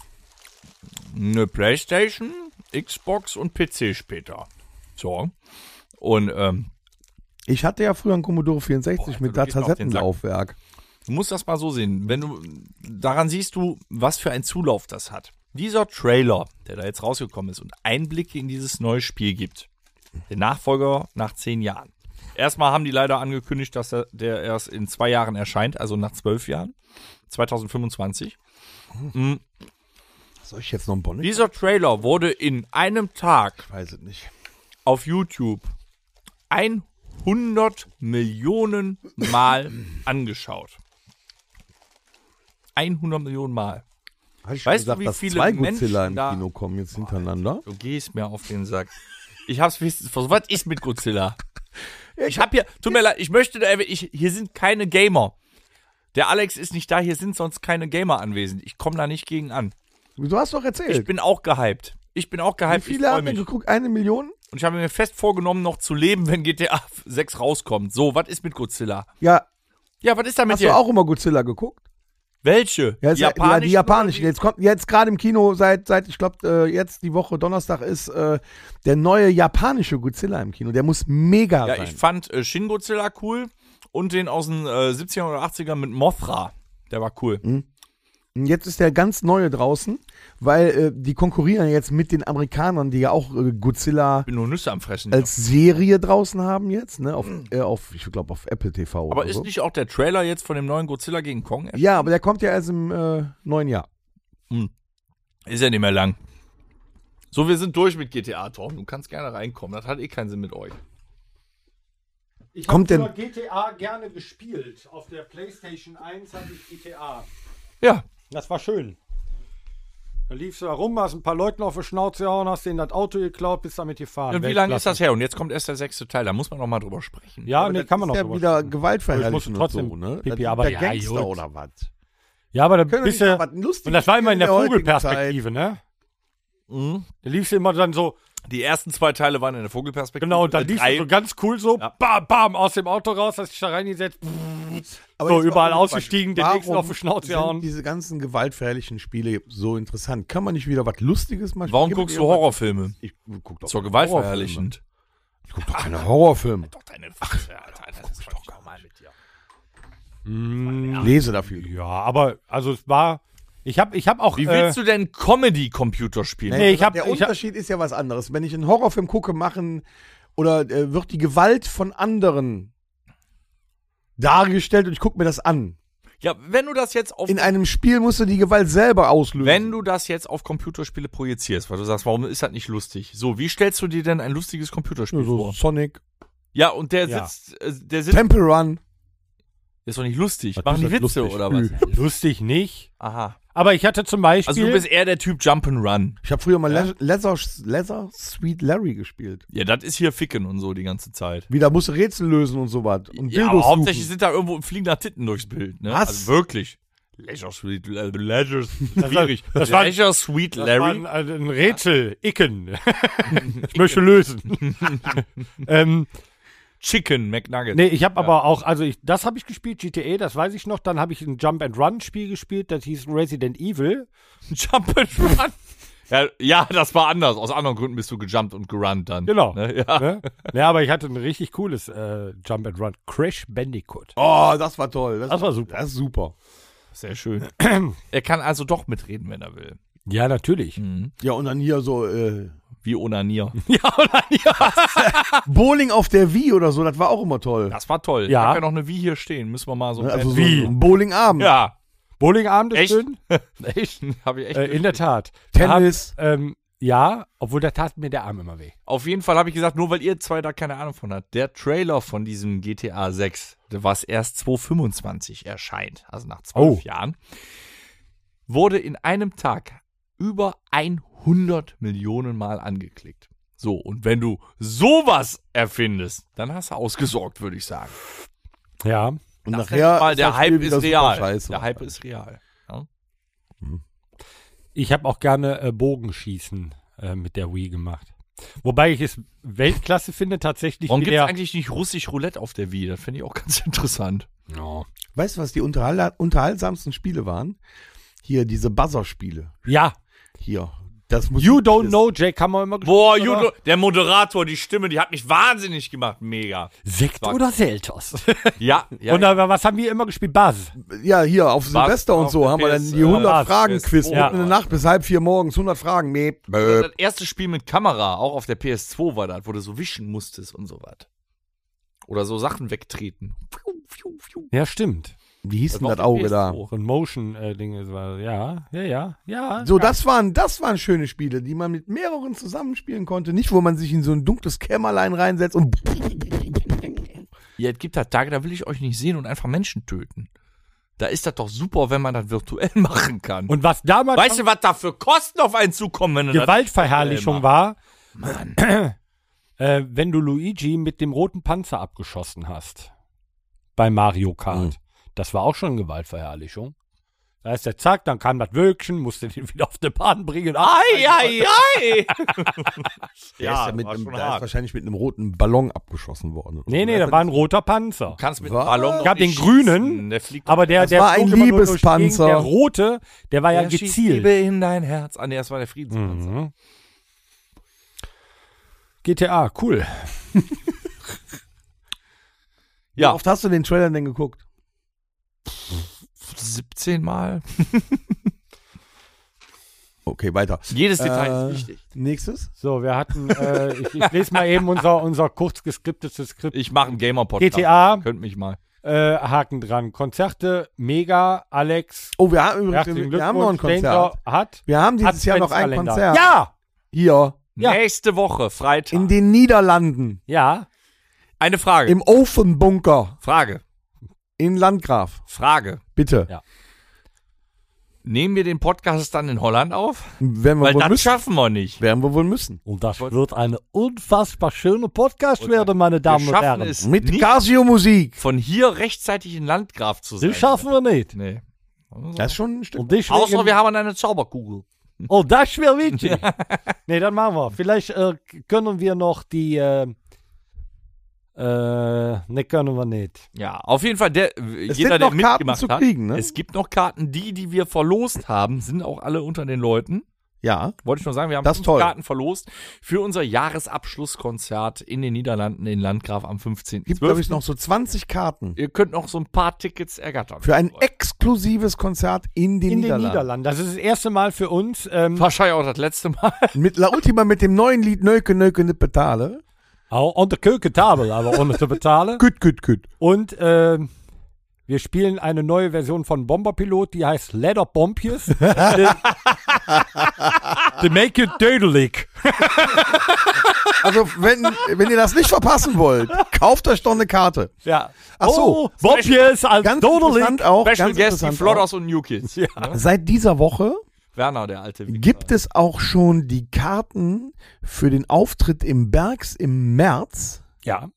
Speaker 3: eine Playstation, Xbox und PC später. So. Und ähm,
Speaker 4: Ich hatte ja früher einen Commodore 64
Speaker 3: Boah, also
Speaker 4: mit
Speaker 3: du gehst mir auf den Sack.
Speaker 4: Datassettenlaufwerk.
Speaker 3: du musst das mal so sehen. Wenn du daran siehst du, was für einen Zulauf das hat. Dieser Trailer, der da jetzt rausgekommen ist und Einblicke in dieses neue Spiel gibt. Der Nachfolger nach zehn Jahren. Erstmal haben die leider angekündigt, dass der, der erst in zwei Jahren erscheint, also nach zwölf Jahren, 2025.
Speaker 4: Soll ich jetzt noch einen Bonnet?
Speaker 3: Dieser Trailer wurde in einem Tag
Speaker 4: Ich weiß es nicht.
Speaker 3: auf YouTube 100 Millionen Mal angeschaut. 100 Millionen Mal.
Speaker 4: Hast ich
Speaker 3: Weißt
Speaker 4: schon gesagt,
Speaker 3: du, wie
Speaker 4: dass
Speaker 3: viele
Speaker 4: zwei Godzilla
Speaker 3: Menschen
Speaker 4: im
Speaker 3: da-
Speaker 4: Kino kommen jetzt hintereinander?
Speaker 3: Du gehst mir auf den Sack. Ich hab's wenigstens versucht. Was ist mit Godzilla? Ich hab hier, tut mir leid, ich möchte da, ich, hier sind keine Gamer. Der Alex ist nicht da, hier sind sonst keine Gamer anwesend. Ich komme da nicht gegen an.
Speaker 4: Du hast doch
Speaker 3: Ich
Speaker 4: erzählt.
Speaker 3: bin auch gehypt. Ich bin auch
Speaker 4: Wie
Speaker 3: gehypt. ich
Speaker 4: viele
Speaker 3: freu
Speaker 4: haben wir
Speaker 3: mich.
Speaker 4: geguckt? Eine Million?
Speaker 3: Und ich habe mir fest vorgenommen, noch zu leben, wenn GTA 6 rauskommt. So, was ist mit Godzilla?
Speaker 4: Ja.
Speaker 3: Ja, was ist da mit
Speaker 4: Hast du
Speaker 3: dir?
Speaker 4: auch immer Godzilla geguckt?
Speaker 3: Welche?
Speaker 4: Ja, die, ja, die japanischen. Jetzt kommt jetzt gerade im Kino seit seit ich glaube äh, jetzt die Woche Donnerstag ist äh, der neue japanische Godzilla im Kino. Der muss mega
Speaker 3: Ja,
Speaker 4: sein.
Speaker 3: ich fand äh, Shin Godzilla cool und den aus den äh, 70ern oder 80ern mit Mothra. Der war cool.
Speaker 4: Mhm. Und Jetzt ist der ganz neue draußen, weil äh, die konkurrieren jetzt mit den Amerikanern, die ja auch äh, Godzilla
Speaker 3: Bin nur Nüsse am Fressen.
Speaker 4: als Serie draußen haben jetzt, ne? Auf, äh, auf ich glaube auf Apple TV
Speaker 3: aber
Speaker 4: oder
Speaker 3: ist
Speaker 4: so.
Speaker 3: nicht auch der Trailer jetzt von dem neuen Godzilla gegen Kong? erschienen?
Speaker 4: ja, aber der kommt ja erst im äh, neuen Jahr.
Speaker 3: Ist ja nicht mehr lang. So, wir sind durch mit GTA, Torben. Du kannst gerne reinkommen. Das hat eh keinen Sinn mit euch.
Speaker 2: Ich
Speaker 4: Kommt
Speaker 2: habe GTA gerne gespielt. Auf der PlayStation 1 hatte ich GTA.
Speaker 3: Ja.
Speaker 2: Das war schön. Da liefst du da rum, hast ein paar Leuten auf die Schnauze gehauen, hast denen das Auto geklaut, bist damit gefahren.
Speaker 3: Und wie lange ist das her? Und jetzt kommt erst der sechste Teil. Da muss man noch mal drüber sprechen.
Speaker 2: Ja, nee, kann man noch
Speaker 4: Ist ja
Speaker 2: drüber
Speaker 4: wieder
Speaker 2: sprechen.
Speaker 4: gewaltverherrlichend
Speaker 2: Aber ich muss
Speaker 4: und
Speaker 2: trotzdem
Speaker 4: so, ne?
Speaker 2: pipi,
Speaker 4: Das ist
Speaker 2: aber
Speaker 4: der
Speaker 2: ja,
Speaker 4: Gangster
Speaker 2: gut.
Speaker 4: oder was?
Speaker 2: Ja, aber da
Speaker 4: Können wir
Speaker 2: bist
Speaker 4: nicht
Speaker 2: du.
Speaker 4: mal was Lustiges
Speaker 2: Und das war immer in der
Speaker 4: in der heutigen
Speaker 2: Vogelperspektive, ne?
Speaker 3: Mhm.
Speaker 2: Da liefst du immer dann so,
Speaker 3: Die ersten zwei Teile waren in der Vogelperspektive.
Speaker 2: genau, und dann
Speaker 3: Äh,
Speaker 2: liefst
Speaker 3: drei-
Speaker 2: du so ganz cool so,
Speaker 3: Ja.
Speaker 2: bam, bam, aus dem Auto raus, hast dich da reingesetzt.
Speaker 4: Aber
Speaker 2: So,
Speaker 4: jetzt mal
Speaker 2: überall
Speaker 4: ohne Quatsch.
Speaker 2: ausgestiegen, den
Speaker 4: Warum
Speaker 2: nächsten auf die Schnauze
Speaker 4: sind
Speaker 2: hauen.
Speaker 4: Diese ganzen gewaltverherrlichen Spiele so interessant. Kann man nicht wieder was Lustiges machen?
Speaker 3: Warum
Speaker 4: Gib
Speaker 3: guckst
Speaker 4: mir
Speaker 3: du
Speaker 4: was-
Speaker 3: Horrorfilme?
Speaker 4: Ich guck doch
Speaker 3: Zur
Speaker 4: keine
Speaker 3: Gewalt
Speaker 4: Horrorfilme.
Speaker 3: verherrlichend.
Speaker 4: Ich guck doch keine Horrorfilme.
Speaker 3: Doch deine Fresse, Alter. Das ist doch gar mal mit dir.
Speaker 4: Lese dafür.
Speaker 2: Ja, aber, also es war, ich hab, ich hab auch.
Speaker 4: Äh.
Speaker 2: äh,
Speaker 3: Wie willst du denn Comedy-Computer spielen?
Speaker 2: Nee, ich hab-
Speaker 4: der
Speaker 2: ich hab-
Speaker 4: Unterschied ist ja was anderes. Wenn ich einen Horrorfilm gucke, machen oder äh, wird die Gewalt von anderen dargestellt und ich gucke mir das an.
Speaker 3: Ja, wenn du das jetzt auf
Speaker 4: In einem Spiel musst du die Gewalt selber auslösen.
Speaker 3: wenn du das jetzt auf Computerspiele projizierst, weil du sagst, warum ist das nicht lustig? So, wie stellst du dir denn ein lustiges Computerspiel
Speaker 4: Ja, so
Speaker 3: vor?
Speaker 4: Sonic,
Speaker 3: Ja, und der
Speaker 2: Ja.
Speaker 3: sitzt, äh, der sitzt,
Speaker 4: Temple Run.
Speaker 3: ist doch nicht lustig.
Speaker 4: Was
Speaker 3: Machen die
Speaker 4: ist
Speaker 3: Witze
Speaker 4: das lustig?
Speaker 3: oder was?
Speaker 4: Nö.
Speaker 2: äh, lustig nicht?
Speaker 3: Aha.
Speaker 2: Aber ich hatte zum Beispiel.
Speaker 3: Also du bist eher der Typ Jump'n'Run.
Speaker 4: Ich habe früher mal Le Leather, Leather Sweet Larry gespielt.
Speaker 3: Ja, das ist hier Ficken und so die ganze Zeit.
Speaker 4: Wieder musst du Rätsel lösen und so was. Und
Speaker 3: Ja,
Speaker 4: Dildos
Speaker 3: aber
Speaker 4: suchen.
Speaker 3: hauptsächlich sind da irgendwo fliegen da Titten durchs Bild. Ne?
Speaker 4: Was?
Speaker 3: Also wirklich. Leisure Sweet, äh, Leisure,
Speaker 2: war-
Speaker 3: schwierig.
Speaker 2: das war-
Speaker 3: Leisure Sweet
Speaker 2: das
Speaker 3: Larry.
Speaker 2: War ein, ein Rätsel,
Speaker 3: (laughs)
Speaker 2: Icken. ich möchte lösen. ähm,
Speaker 3: Chicken
Speaker 2: (laughs)
Speaker 3: McNuggets.
Speaker 2: Nee, ich habe aber auch, also ich, das habe ich gespielt, GTA, das weiß ich noch. Dann habe ich ein Jump and Run Spiel gespielt, das hieß Resident Evil.
Speaker 3: Jump'n'Run. Ja, ja, das war anders. Aus anderen Gründen bist du gejumpt und gerannt dann.
Speaker 2: Genau.
Speaker 3: Ne? Ja.
Speaker 2: (laughs) Ne? ja, aber ich hatte ein richtig cooles äh, Jump and Run, Crash Bandicoot.
Speaker 4: Oh, das war toll. Das,
Speaker 2: Das war super.
Speaker 4: Das ist super.
Speaker 2: (clears throat)
Speaker 3: Sehr schön. er kann also doch mitreden, wenn er will.
Speaker 2: Ja, natürlich.
Speaker 3: Hm.
Speaker 4: Ja, und dann hier so äh,
Speaker 3: Wie Onanier.
Speaker 2: (laughs) Ja, oder ja.
Speaker 4: Bowling auf der Wii oder so, das war auch immer toll.
Speaker 3: Das war toll.
Speaker 2: Ja.
Speaker 3: Ich hab ja noch eine Wie hier stehen. Müssen wir mal so.
Speaker 4: Also so
Speaker 2: Wii.
Speaker 4: ein Bowlingabend.
Speaker 3: ja.
Speaker 2: Bowlingabend ist
Speaker 3: Echt?
Speaker 2: schön.
Speaker 3: (laughs) Echt? Hab ich echt.
Speaker 2: Äh, in der Tat.
Speaker 4: Tennis.
Speaker 2: Da hab, ähm, ja, obwohl da tat mir der Arm immer weh.
Speaker 3: Auf jeden Fall habe ich gesagt, nur weil ihr zwei da keine Ahnung von habt. Der Trailer von diesem GTA 6, was erst 2025 erscheint, also nach zwölf
Speaker 2: Oh.
Speaker 3: Jahren, wurde in einem Tag über 100 Millionen Mal angeklickt. So, und wenn du sowas erfindest, dann hast du ausgesorgt, würde ich sagen.
Speaker 2: Ja.
Speaker 4: Und
Speaker 3: Das
Speaker 4: nachher
Speaker 3: ist mal,
Speaker 4: ist
Speaker 3: der
Speaker 4: das
Speaker 3: Hype
Speaker 4: Spiel wieder
Speaker 3: ist
Speaker 4: super
Speaker 3: real.
Speaker 4: scheiße.
Speaker 3: Der Hype ist real. Ja?
Speaker 2: Ich habe auch gerne äh, Bogenschießen äh, mit der Wii gemacht. Wobei ich es Weltklasse finde, tatsächlich
Speaker 3: Warum
Speaker 2: wie
Speaker 3: gibt es
Speaker 2: der.
Speaker 3: eigentlich nicht russisch Roulette auf der Wii? Das finde ich auch ganz (laughs) interessant.
Speaker 2: Ja.
Speaker 4: Weißt du, was die unterhal unterhaltsamsten Spiele waren? Hier, diese Buzzer-Spiele.
Speaker 2: ja.
Speaker 4: Hier. Das muss
Speaker 2: You don't know, Jack, haben wir immer gespielt.
Speaker 3: Boah,
Speaker 2: oder?
Speaker 3: Judo, der Moderator, die Stimme, die hat mich wahnsinnig gemacht. Mega.
Speaker 5: Sekt oder
Speaker 3: (laughs)
Speaker 5: Seltos?
Speaker 3: Ja, ja.
Speaker 2: und da, was haben wir immer gespielt? Buzz.
Speaker 4: Ja, hier, auf Silvester und
Speaker 3: auf
Speaker 4: so
Speaker 3: der
Speaker 4: haben wir dann
Speaker 3: PS,
Speaker 4: die
Speaker 3: äh,
Speaker 4: 100
Speaker 2: Buzz,
Speaker 4: Fragen-Quiz.
Speaker 3: PS,
Speaker 4: Mitten in der
Speaker 3: ja.
Speaker 4: Nacht bis halb vier morgens. 100 Fragen. Nee.
Speaker 3: das erste Spiel mit Kamera, auch auf der PS2 war das, wo du so wischen musstest und so was. Oder so Sachen wegtreten. Fiu, fiu, fiu.
Speaker 2: Ja, stimmt.
Speaker 4: Wie hieß denn
Speaker 3: war
Speaker 4: das
Speaker 3: auf
Speaker 4: Auge
Speaker 3: der
Speaker 4: da?
Speaker 2: So ein
Speaker 3: äh,
Speaker 2: Motion-Ding ist war. Ja, ja, ja, ja.
Speaker 4: So, das waren, das waren schöne Spiele, die man mit mehreren zusammenspielen konnte. Nicht, wo man sich in so ein dunkles Kämmerlein reinsetzt und.
Speaker 3: Ja, es gibt da Tage, da will ich euch nicht sehen und einfach Menschen töten. Da ist das doch super, wenn man das virtuell (laughs) machen kann.
Speaker 2: Und was damals
Speaker 3: weißt du, was da für Kosten auf einen zukommen, wenn du
Speaker 2: schon Gewaltverherrlichung
Speaker 3: Äh,
Speaker 2: war, äh, wenn du Luigi mit dem roten Panzer
Speaker 4: Mhm.
Speaker 2: abgeschossen hast. Bei Mario Kart. Das war auch schon Gewaltverherrlichung. Da ist der Zack, dann kam das Wölkchen, musste den (laughs) wieder auf die Bahn bringen. Ah,
Speaker 3: Ei, ei, ei!
Speaker 4: Der ist ja mit
Speaker 3: war
Speaker 4: einem,
Speaker 3: schon
Speaker 4: der ist
Speaker 3: hart.
Speaker 4: wahrscheinlich mit einem roten Ballon abgeschossen worden.
Speaker 2: nee, nee, da
Speaker 4: (laughs)
Speaker 2: war ein roter Panzer.
Speaker 3: kannst mit
Speaker 4: Was?
Speaker 3: dem Ballon noch
Speaker 2: Gab
Speaker 3: nicht
Speaker 2: den
Speaker 3: schießen.
Speaker 2: grünen,
Speaker 3: Der fliegt
Speaker 2: Aber der,
Speaker 4: Das
Speaker 2: der
Speaker 4: war ein
Speaker 2: flog immer nur durch die
Speaker 4: Liebespanzer.
Speaker 2: Gegend. Der rote, der war ja
Speaker 3: der schießt Liebe
Speaker 2: gezielt.
Speaker 3: in dein Herz. Ah, nee, das war der Friedenspanzer.
Speaker 2: Mhm. GTA, cool.
Speaker 4: Ja. Wie oft hast du den Trailer denn geguckt?
Speaker 3: 17 Mal.
Speaker 4: Okay, weiter.
Speaker 3: Jedes Detail
Speaker 4: Äh,
Speaker 3: ist wichtig.
Speaker 4: Nächstes?
Speaker 2: So, wir hatten, äh, ich, ich lese mal eben unser, unser kurz geskriptetes Skript.
Speaker 3: Ich mache einen Gamer-Podcast.
Speaker 2: GTA,
Speaker 3: Könnt mich mal.
Speaker 2: äh, Haken dran. Konzerte, mega, Alex.
Speaker 4: Oh, wir haben übrigens,
Speaker 2: herzlichen
Speaker 4: wir haben noch ein
Speaker 2: Glückwunsch,
Speaker 4: Konzert.
Speaker 2: Danger Hat
Speaker 4: Wir haben dieses Jahr noch ein
Speaker 2: Adventskalender.
Speaker 4: Konzert.
Speaker 2: Ja!
Speaker 4: Hier.
Speaker 2: Ja.
Speaker 3: Nächste Woche, Freitag.
Speaker 4: In den Niederlanden.
Speaker 2: Ja.
Speaker 3: Eine Frage.
Speaker 4: Im Ofenbunker.
Speaker 3: Frage.
Speaker 4: In Landgraf.
Speaker 3: Frage.
Speaker 4: Bitte.
Speaker 2: Ja.
Speaker 3: Nehmen wir den Podcast dann in Holland auf?
Speaker 4: Werden wir
Speaker 3: Weil
Speaker 4: wohl
Speaker 3: das
Speaker 4: müssen.
Speaker 3: schaffen wir nicht.
Speaker 4: Werden wir wohl müssen.
Speaker 2: Und das wird eine unfassbar schöne Podcast werden, meine Damen
Speaker 3: wir
Speaker 2: und
Speaker 3: schaffen
Speaker 2: Herren.
Speaker 3: es
Speaker 4: Mit
Speaker 3: nicht,
Speaker 4: Casio-Musik.
Speaker 3: von hier rechtzeitig in Landgraf zu sein.
Speaker 2: Das schaffen wir nicht.
Speaker 3: Nee.
Speaker 4: Das ist schon ein Stück.
Speaker 2: Und deswegen,
Speaker 3: Außer wir haben eine Zauberkugel.
Speaker 2: oh, das ist mir wichtig. (laughs) nee, dann machen wir. Vielleicht äh, können wir noch die. Äh, äh, ne, können wir nicht.
Speaker 3: Ja, auf jeden Fall, der, äh,
Speaker 4: Es
Speaker 3: jeder,
Speaker 4: sind
Speaker 3: der
Speaker 4: noch Karten
Speaker 3: mitgemacht
Speaker 4: zu
Speaker 3: hat,
Speaker 4: kriegen, ne?
Speaker 3: es gibt noch Karten, die, die wir verlost haben, sind auch alle unter den Leuten.
Speaker 4: Ja.
Speaker 3: Wollte ich nur sagen, wir haben
Speaker 4: Das ist
Speaker 3: fünf
Speaker 4: toll.
Speaker 3: Karten verlost für unser Jahresabschlusskonzert in den Niederlanden in Landgraf am 15.
Speaker 4: Gibt, glaube ich, noch so 20 Karten.
Speaker 3: Ihr könnt noch so ein paar Tickets ergattern.
Speaker 4: Für ein exklusives Konzert in
Speaker 2: In
Speaker 4: den
Speaker 2: den
Speaker 4: Niederlanden.
Speaker 2: Niederlanden. Das ist das erste Mal für uns. Ähm,
Speaker 3: Wahrscheinlich auch das letzte Mal.
Speaker 4: Mit La Ultima mit dem neuen Lied Neuke Neuke Nippe Tale.
Speaker 2: auch unter Köketabel, aber ohne zu bezahlen.
Speaker 4: Gut, gut, gut.
Speaker 2: Und ähm, wir spielen eine neue Version von Bomberpilot, die heißt Leather Bombius. They make it dödelig.
Speaker 4: Also, wenn, wenn ihr das nicht verpassen wollt, kauft euch doch eine Karte.
Speaker 2: Ja.
Speaker 4: Ach so.
Speaker 2: Oh, Bombius als
Speaker 4: Ganz
Speaker 2: dödelig.
Speaker 4: interessant auch.
Speaker 3: Special
Speaker 4: Ganz
Speaker 3: Guest, die
Speaker 4: interessant
Speaker 3: Flodders und New
Speaker 4: (laughs)
Speaker 3: Kids. Ne?
Speaker 4: auch. Seit dieser Woche
Speaker 3: Werner, der alte. Wichser.
Speaker 4: gibt es auch schon die Karten für den Auftritt im Bergs im März,
Speaker 2: Ja.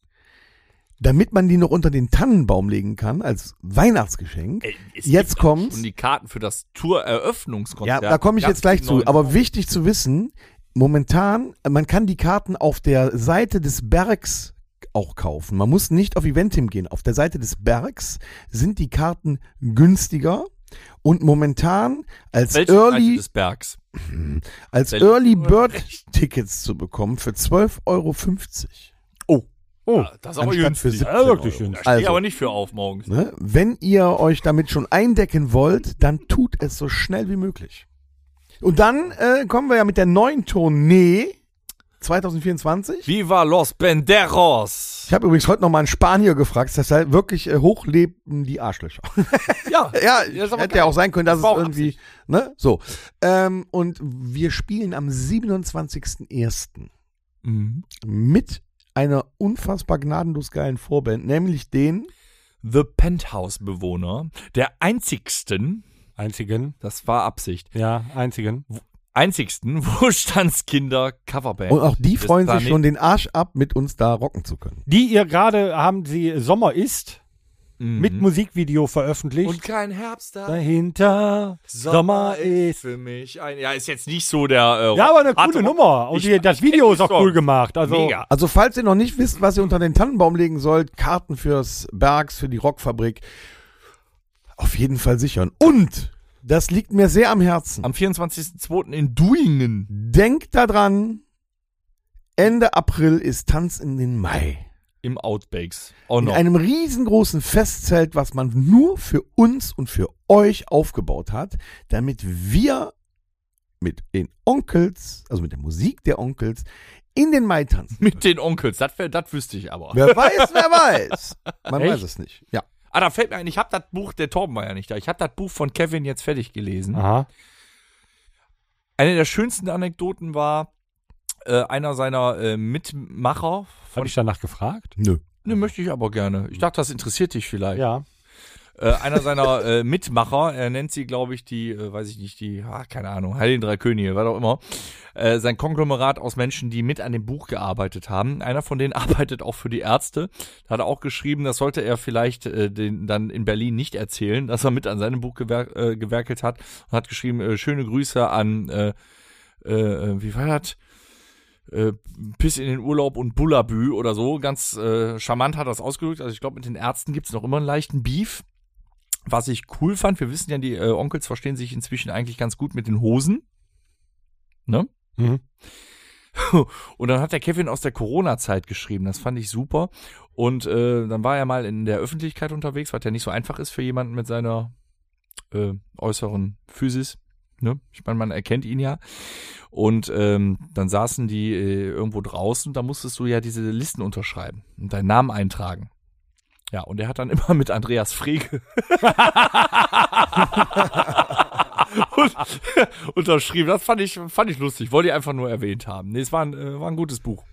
Speaker 4: damit man die noch unter den Tannenbaum legen kann als Weihnachtsgeschenk.
Speaker 3: Ey, es
Speaker 4: Jetzt
Speaker 3: gibt auch
Speaker 4: kommt's.
Speaker 3: schon die Karten für das
Speaker 4: Ja,
Speaker 3: Toureröffnungskonzert.
Speaker 4: da komme ich
Speaker 3: Ganz
Speaker 4: jetzt gleich zu.
Speaker 3: neu.
Speaker 4: Aber wichtig zu wissen, momentan, man kann die Karten auf der Seite des Bergs auch kaufen. Man muss nicht auf Eventim gehen. Auf der Seite des Bergs sind die Karten günstiger und momentan als
Speaker 3: Welche Seite
Speaker 4: Early,
Speaker 3: des Bergs?
Speaker 4: als
Speaker 3: Berlin
Speaker 4: Early
Speaker 3: oder
Speaker 4: Bird Tickets zu bekommen für 12,50 Euro.
Speaker 2: Oh.
Speaker 3: Ja, Das ist aber
Speaker 4: Anstatt für
Speaker 3: günstig.
Speaker 4: 17
Speaker 2: Ja, wirklich
Speaker 4: Euro.
Speaker 2: günstig.
Speaker 3: Also.
Speaker 4: Also,
Speaker 3: aber nicht für auf morgens.
Speaker 4: ne, wenn ihr euch damit schon eindecken wollt, dann tut es so schnell wie möglich. Und dann äh, kommen wir ja mit der neuen Tournee 2024.
Speaker 3: Viva los Benderos!
Speaker 4: (laughs) Ich habe übrigens heute noch mal einen Spanier gefragt, das heißt wirklich äh, hochleben
Speaker 3: (laughs)
Speaker 4: die Arschlöcher.
Speaker 3: Ja,
Speaker 4: ja,
Speaker 3: das ist aber
Speaker 4: hätte ja auch sein können, dass
Speaker 3: Das
Speaker 4: es
Speaker 3: war auch
Speaker 4: irgendwie, ne, so. Ähm, und wir spielen am 27.01.
Speaker 3: Mhm.
Speaker 4: mit einer unfassbar gnadenlos geilen Vorband, nämlich den
Speaker 3: The Penthouse-Bewohner, der einzigsten,
Speaker 2: Einzigen.
Speaker 3: das war Absicht,
Speaker 2: Ja, einzigen.
Speaker 3: einzigsten (laughs) Wohlstandskinder-Coverband.
Speaker 4: Und auch die
Speaker 3: des
Speaker 4: freuen sich
Speaker 3: Planeten.
Speaker 4: schon den Arsch ab, mit uns da rocken zu können.
Speaker 2: Die ihr gerade haben sie Sommer ist
Speaker 3: Mhm.
Speaker 2: mit Musikvideo veröffentlicht.
Speaker 3: Und kein Herbst da.
Speaker 2: dahinter Sommer ist.
Speaker 3: für mich ein. Ja, ist jetzt nicht so der. Äh,
Speaker 2: Ja, aber eine
Speaker 3: harte
Speaker 2: coole
Speaker 3: Rock.
Speaker 2: Nummer. Und
Speaker 3: Ich-
Speaker 2: die, das
Speaker 3: ich kenn
Speaker 2: Video
Speaker 3: die
Speaker 2: ist auch
Speaker 3: Songs.
Speaker 2: cool gemacht. Also
Speaker 3: Mega.
Speaker 4: Also falls ihr noch nicht wisst, was ihr unter den Tannenbaum legen sollt, Karten fürs Bergs, für die Rockfabrik, auf jeden Fall sichern. Und, das liegt mir sehr am Herzen,
Speaker 3: Am 24.02. in Duingen.
Speaker 4: denkt daran, Ende April ist Tanz in den Mai.
Speaker 3: Im Outbakes. Oh
Speaker 4: In
Speaker 3: no.
Speaker 4: einem riesengroßen Festzelt, was man nur für uns und für euch aufgebaut hat, damit wir mit den Onkels, also mit der Musik der Onkels, in den Mai tanzen.
Speaker 3: (laughs) Mit den Onkels. Das, wär, das wüsste ich aber.
Speaker 4: Wer weiß, wer weiß. Man
Speaker 2: Echt?
Speaker 4: weiß es nicht. Ja.
Speaker 3: Ah, da fällt mir ein, ich habe das Buch, der Torben war ja nicht da, ich habe das Buch von Kevin jetzt fertig gelesen.
Speaker 2: Aha.
Speaker 3: Eine der schönsten Anekdoten war, äh, einer seiner äh, Mitmacher
Speaker 2: Habe
Speaker 3: von.
Speaker 2: ich danach gefragt?
Speaker 4: Nö.
Speaker 3: Ne, möchte ich aber gerne. Ich dachte, das interessiert dich vielleicht.
Speaker 2: Ja.
Speaker 3: Äh, einer seiner äh, Mitmacher, er nennt sie, glaube ich, die, äh, weiß ich nicht, die, ah, keine Ahnung, Heiligen Drei Könige, was auch immer. Äh, sein Konglomerat aus Menschen, die mit an dem Buch gearbeitet haben. Einer von denen (laughs) arbeitet auch für die Ärzte. Da hat er auch geschrieben, das sollte er vielleicht äh, den dann in Berlin nicht erzählen, dass er mit an seinem Buch gewer äh, gewerkelt hat. Und hat geschrieben, äh, schöne Grüße an, äh, äh, wie war das? äh, Piss in den Urlaub und Bullabü oder so. Ganz äh, charmant hat das ausgedrückt. Also ich glaube, mit den Ärzten gibt's noch immer einen leichten Beef. Was ich cool fand, wir wissen ja, die äh, Onkels verstehen sich inzwischen eigentlich ganz gut mit den Hosen. Ne?
Speaker 5: Mhm.
Speaker 3: Und dann hat der Kevin aus der Corona-Zeit geschrieben. Das fand ich super. Und äh, dann war er mal in der Öffentlichkeit unterwegs, was ja nicht so einfach ist für jemanden mit seiner äh, äußeren Physis. Ne? Ich meine, man erkennt ihn ja. Und ähm, dann saßen die äh, irgendwo draußen, da musstest du ja diese Listen unterschreiben und deinen Namen eintragen. Ja, und er hat dann (laughs) immer mit Andreas Frege und, (laughs) unterschrieben. Das fand ich, fand ich lustig. Wollte ich einfach nur erwähnt haben. Nee, es war ein, äh, war ein gutes Buch.
Speaker 2: (coughs)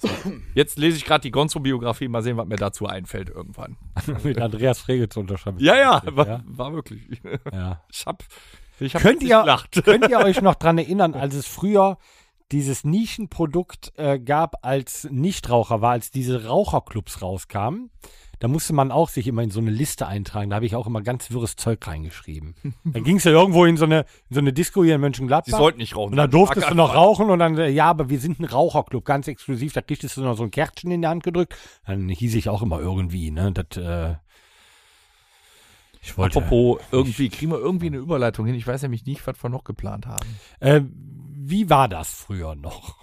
Speaker 3: So, jetzt lese ich gerade die Gonzo-Biografie. Mal sehen, was mir dazu einfällt irgendwann.
Speaker 2: (laughs) mit Andreas Frege zu unterschreiben.
Speaker 3: Ja, ja, war,
Speaker 2: ja.
Speaker 3: war wirklich.
Speaker 2: ja.
Speaker 3: (laughs) Ich hab, ich hab
Speaker 2: Könnt
Speaker 3: jetzt
Speaker 2: ihr-
Speaker 3: gelacht.
Speaker 2: (laughs) Könnt
Speaker 3: (laughs)
Speaker 2: ihr euch noch dran erinnern, als es früher dieses Nischenprodukt äh, gab, als Nichtraucher war, als diese Raucherclubs rauskamen? Da musste man auch sich immer in so eine Liste eintragen. Da habe ich auch immer ganz wirres Zeug
Speaker 3: (laughs)
Speaker 2: reingeschrieben. Dann ging es ja irgendwo in so eine, in so eine Disco hier in
Speaker 3: Sie
Speaker 2: Mönchengladbach.
Speaker 3: sollten nicht rauchen.
Speaker 2: Und dann durftest du noch rauchen und dann, äh, ja, aber wir sind ein Raucherclub, ganz exklusiv. Da kriegtest du noch so ein Kärtchen in die Hand gedrückt. Dann hieß ich auch immer irgendwie, ne? Das, äh, ich wollte.
Speaker 3: Apropos, irgendwie kriegen wir irgendwie eine Überleitung hin. Ich weiß nämlich nicht, was wir noch geplant haben.
Speaker 2: Äh, wie war das früher noch?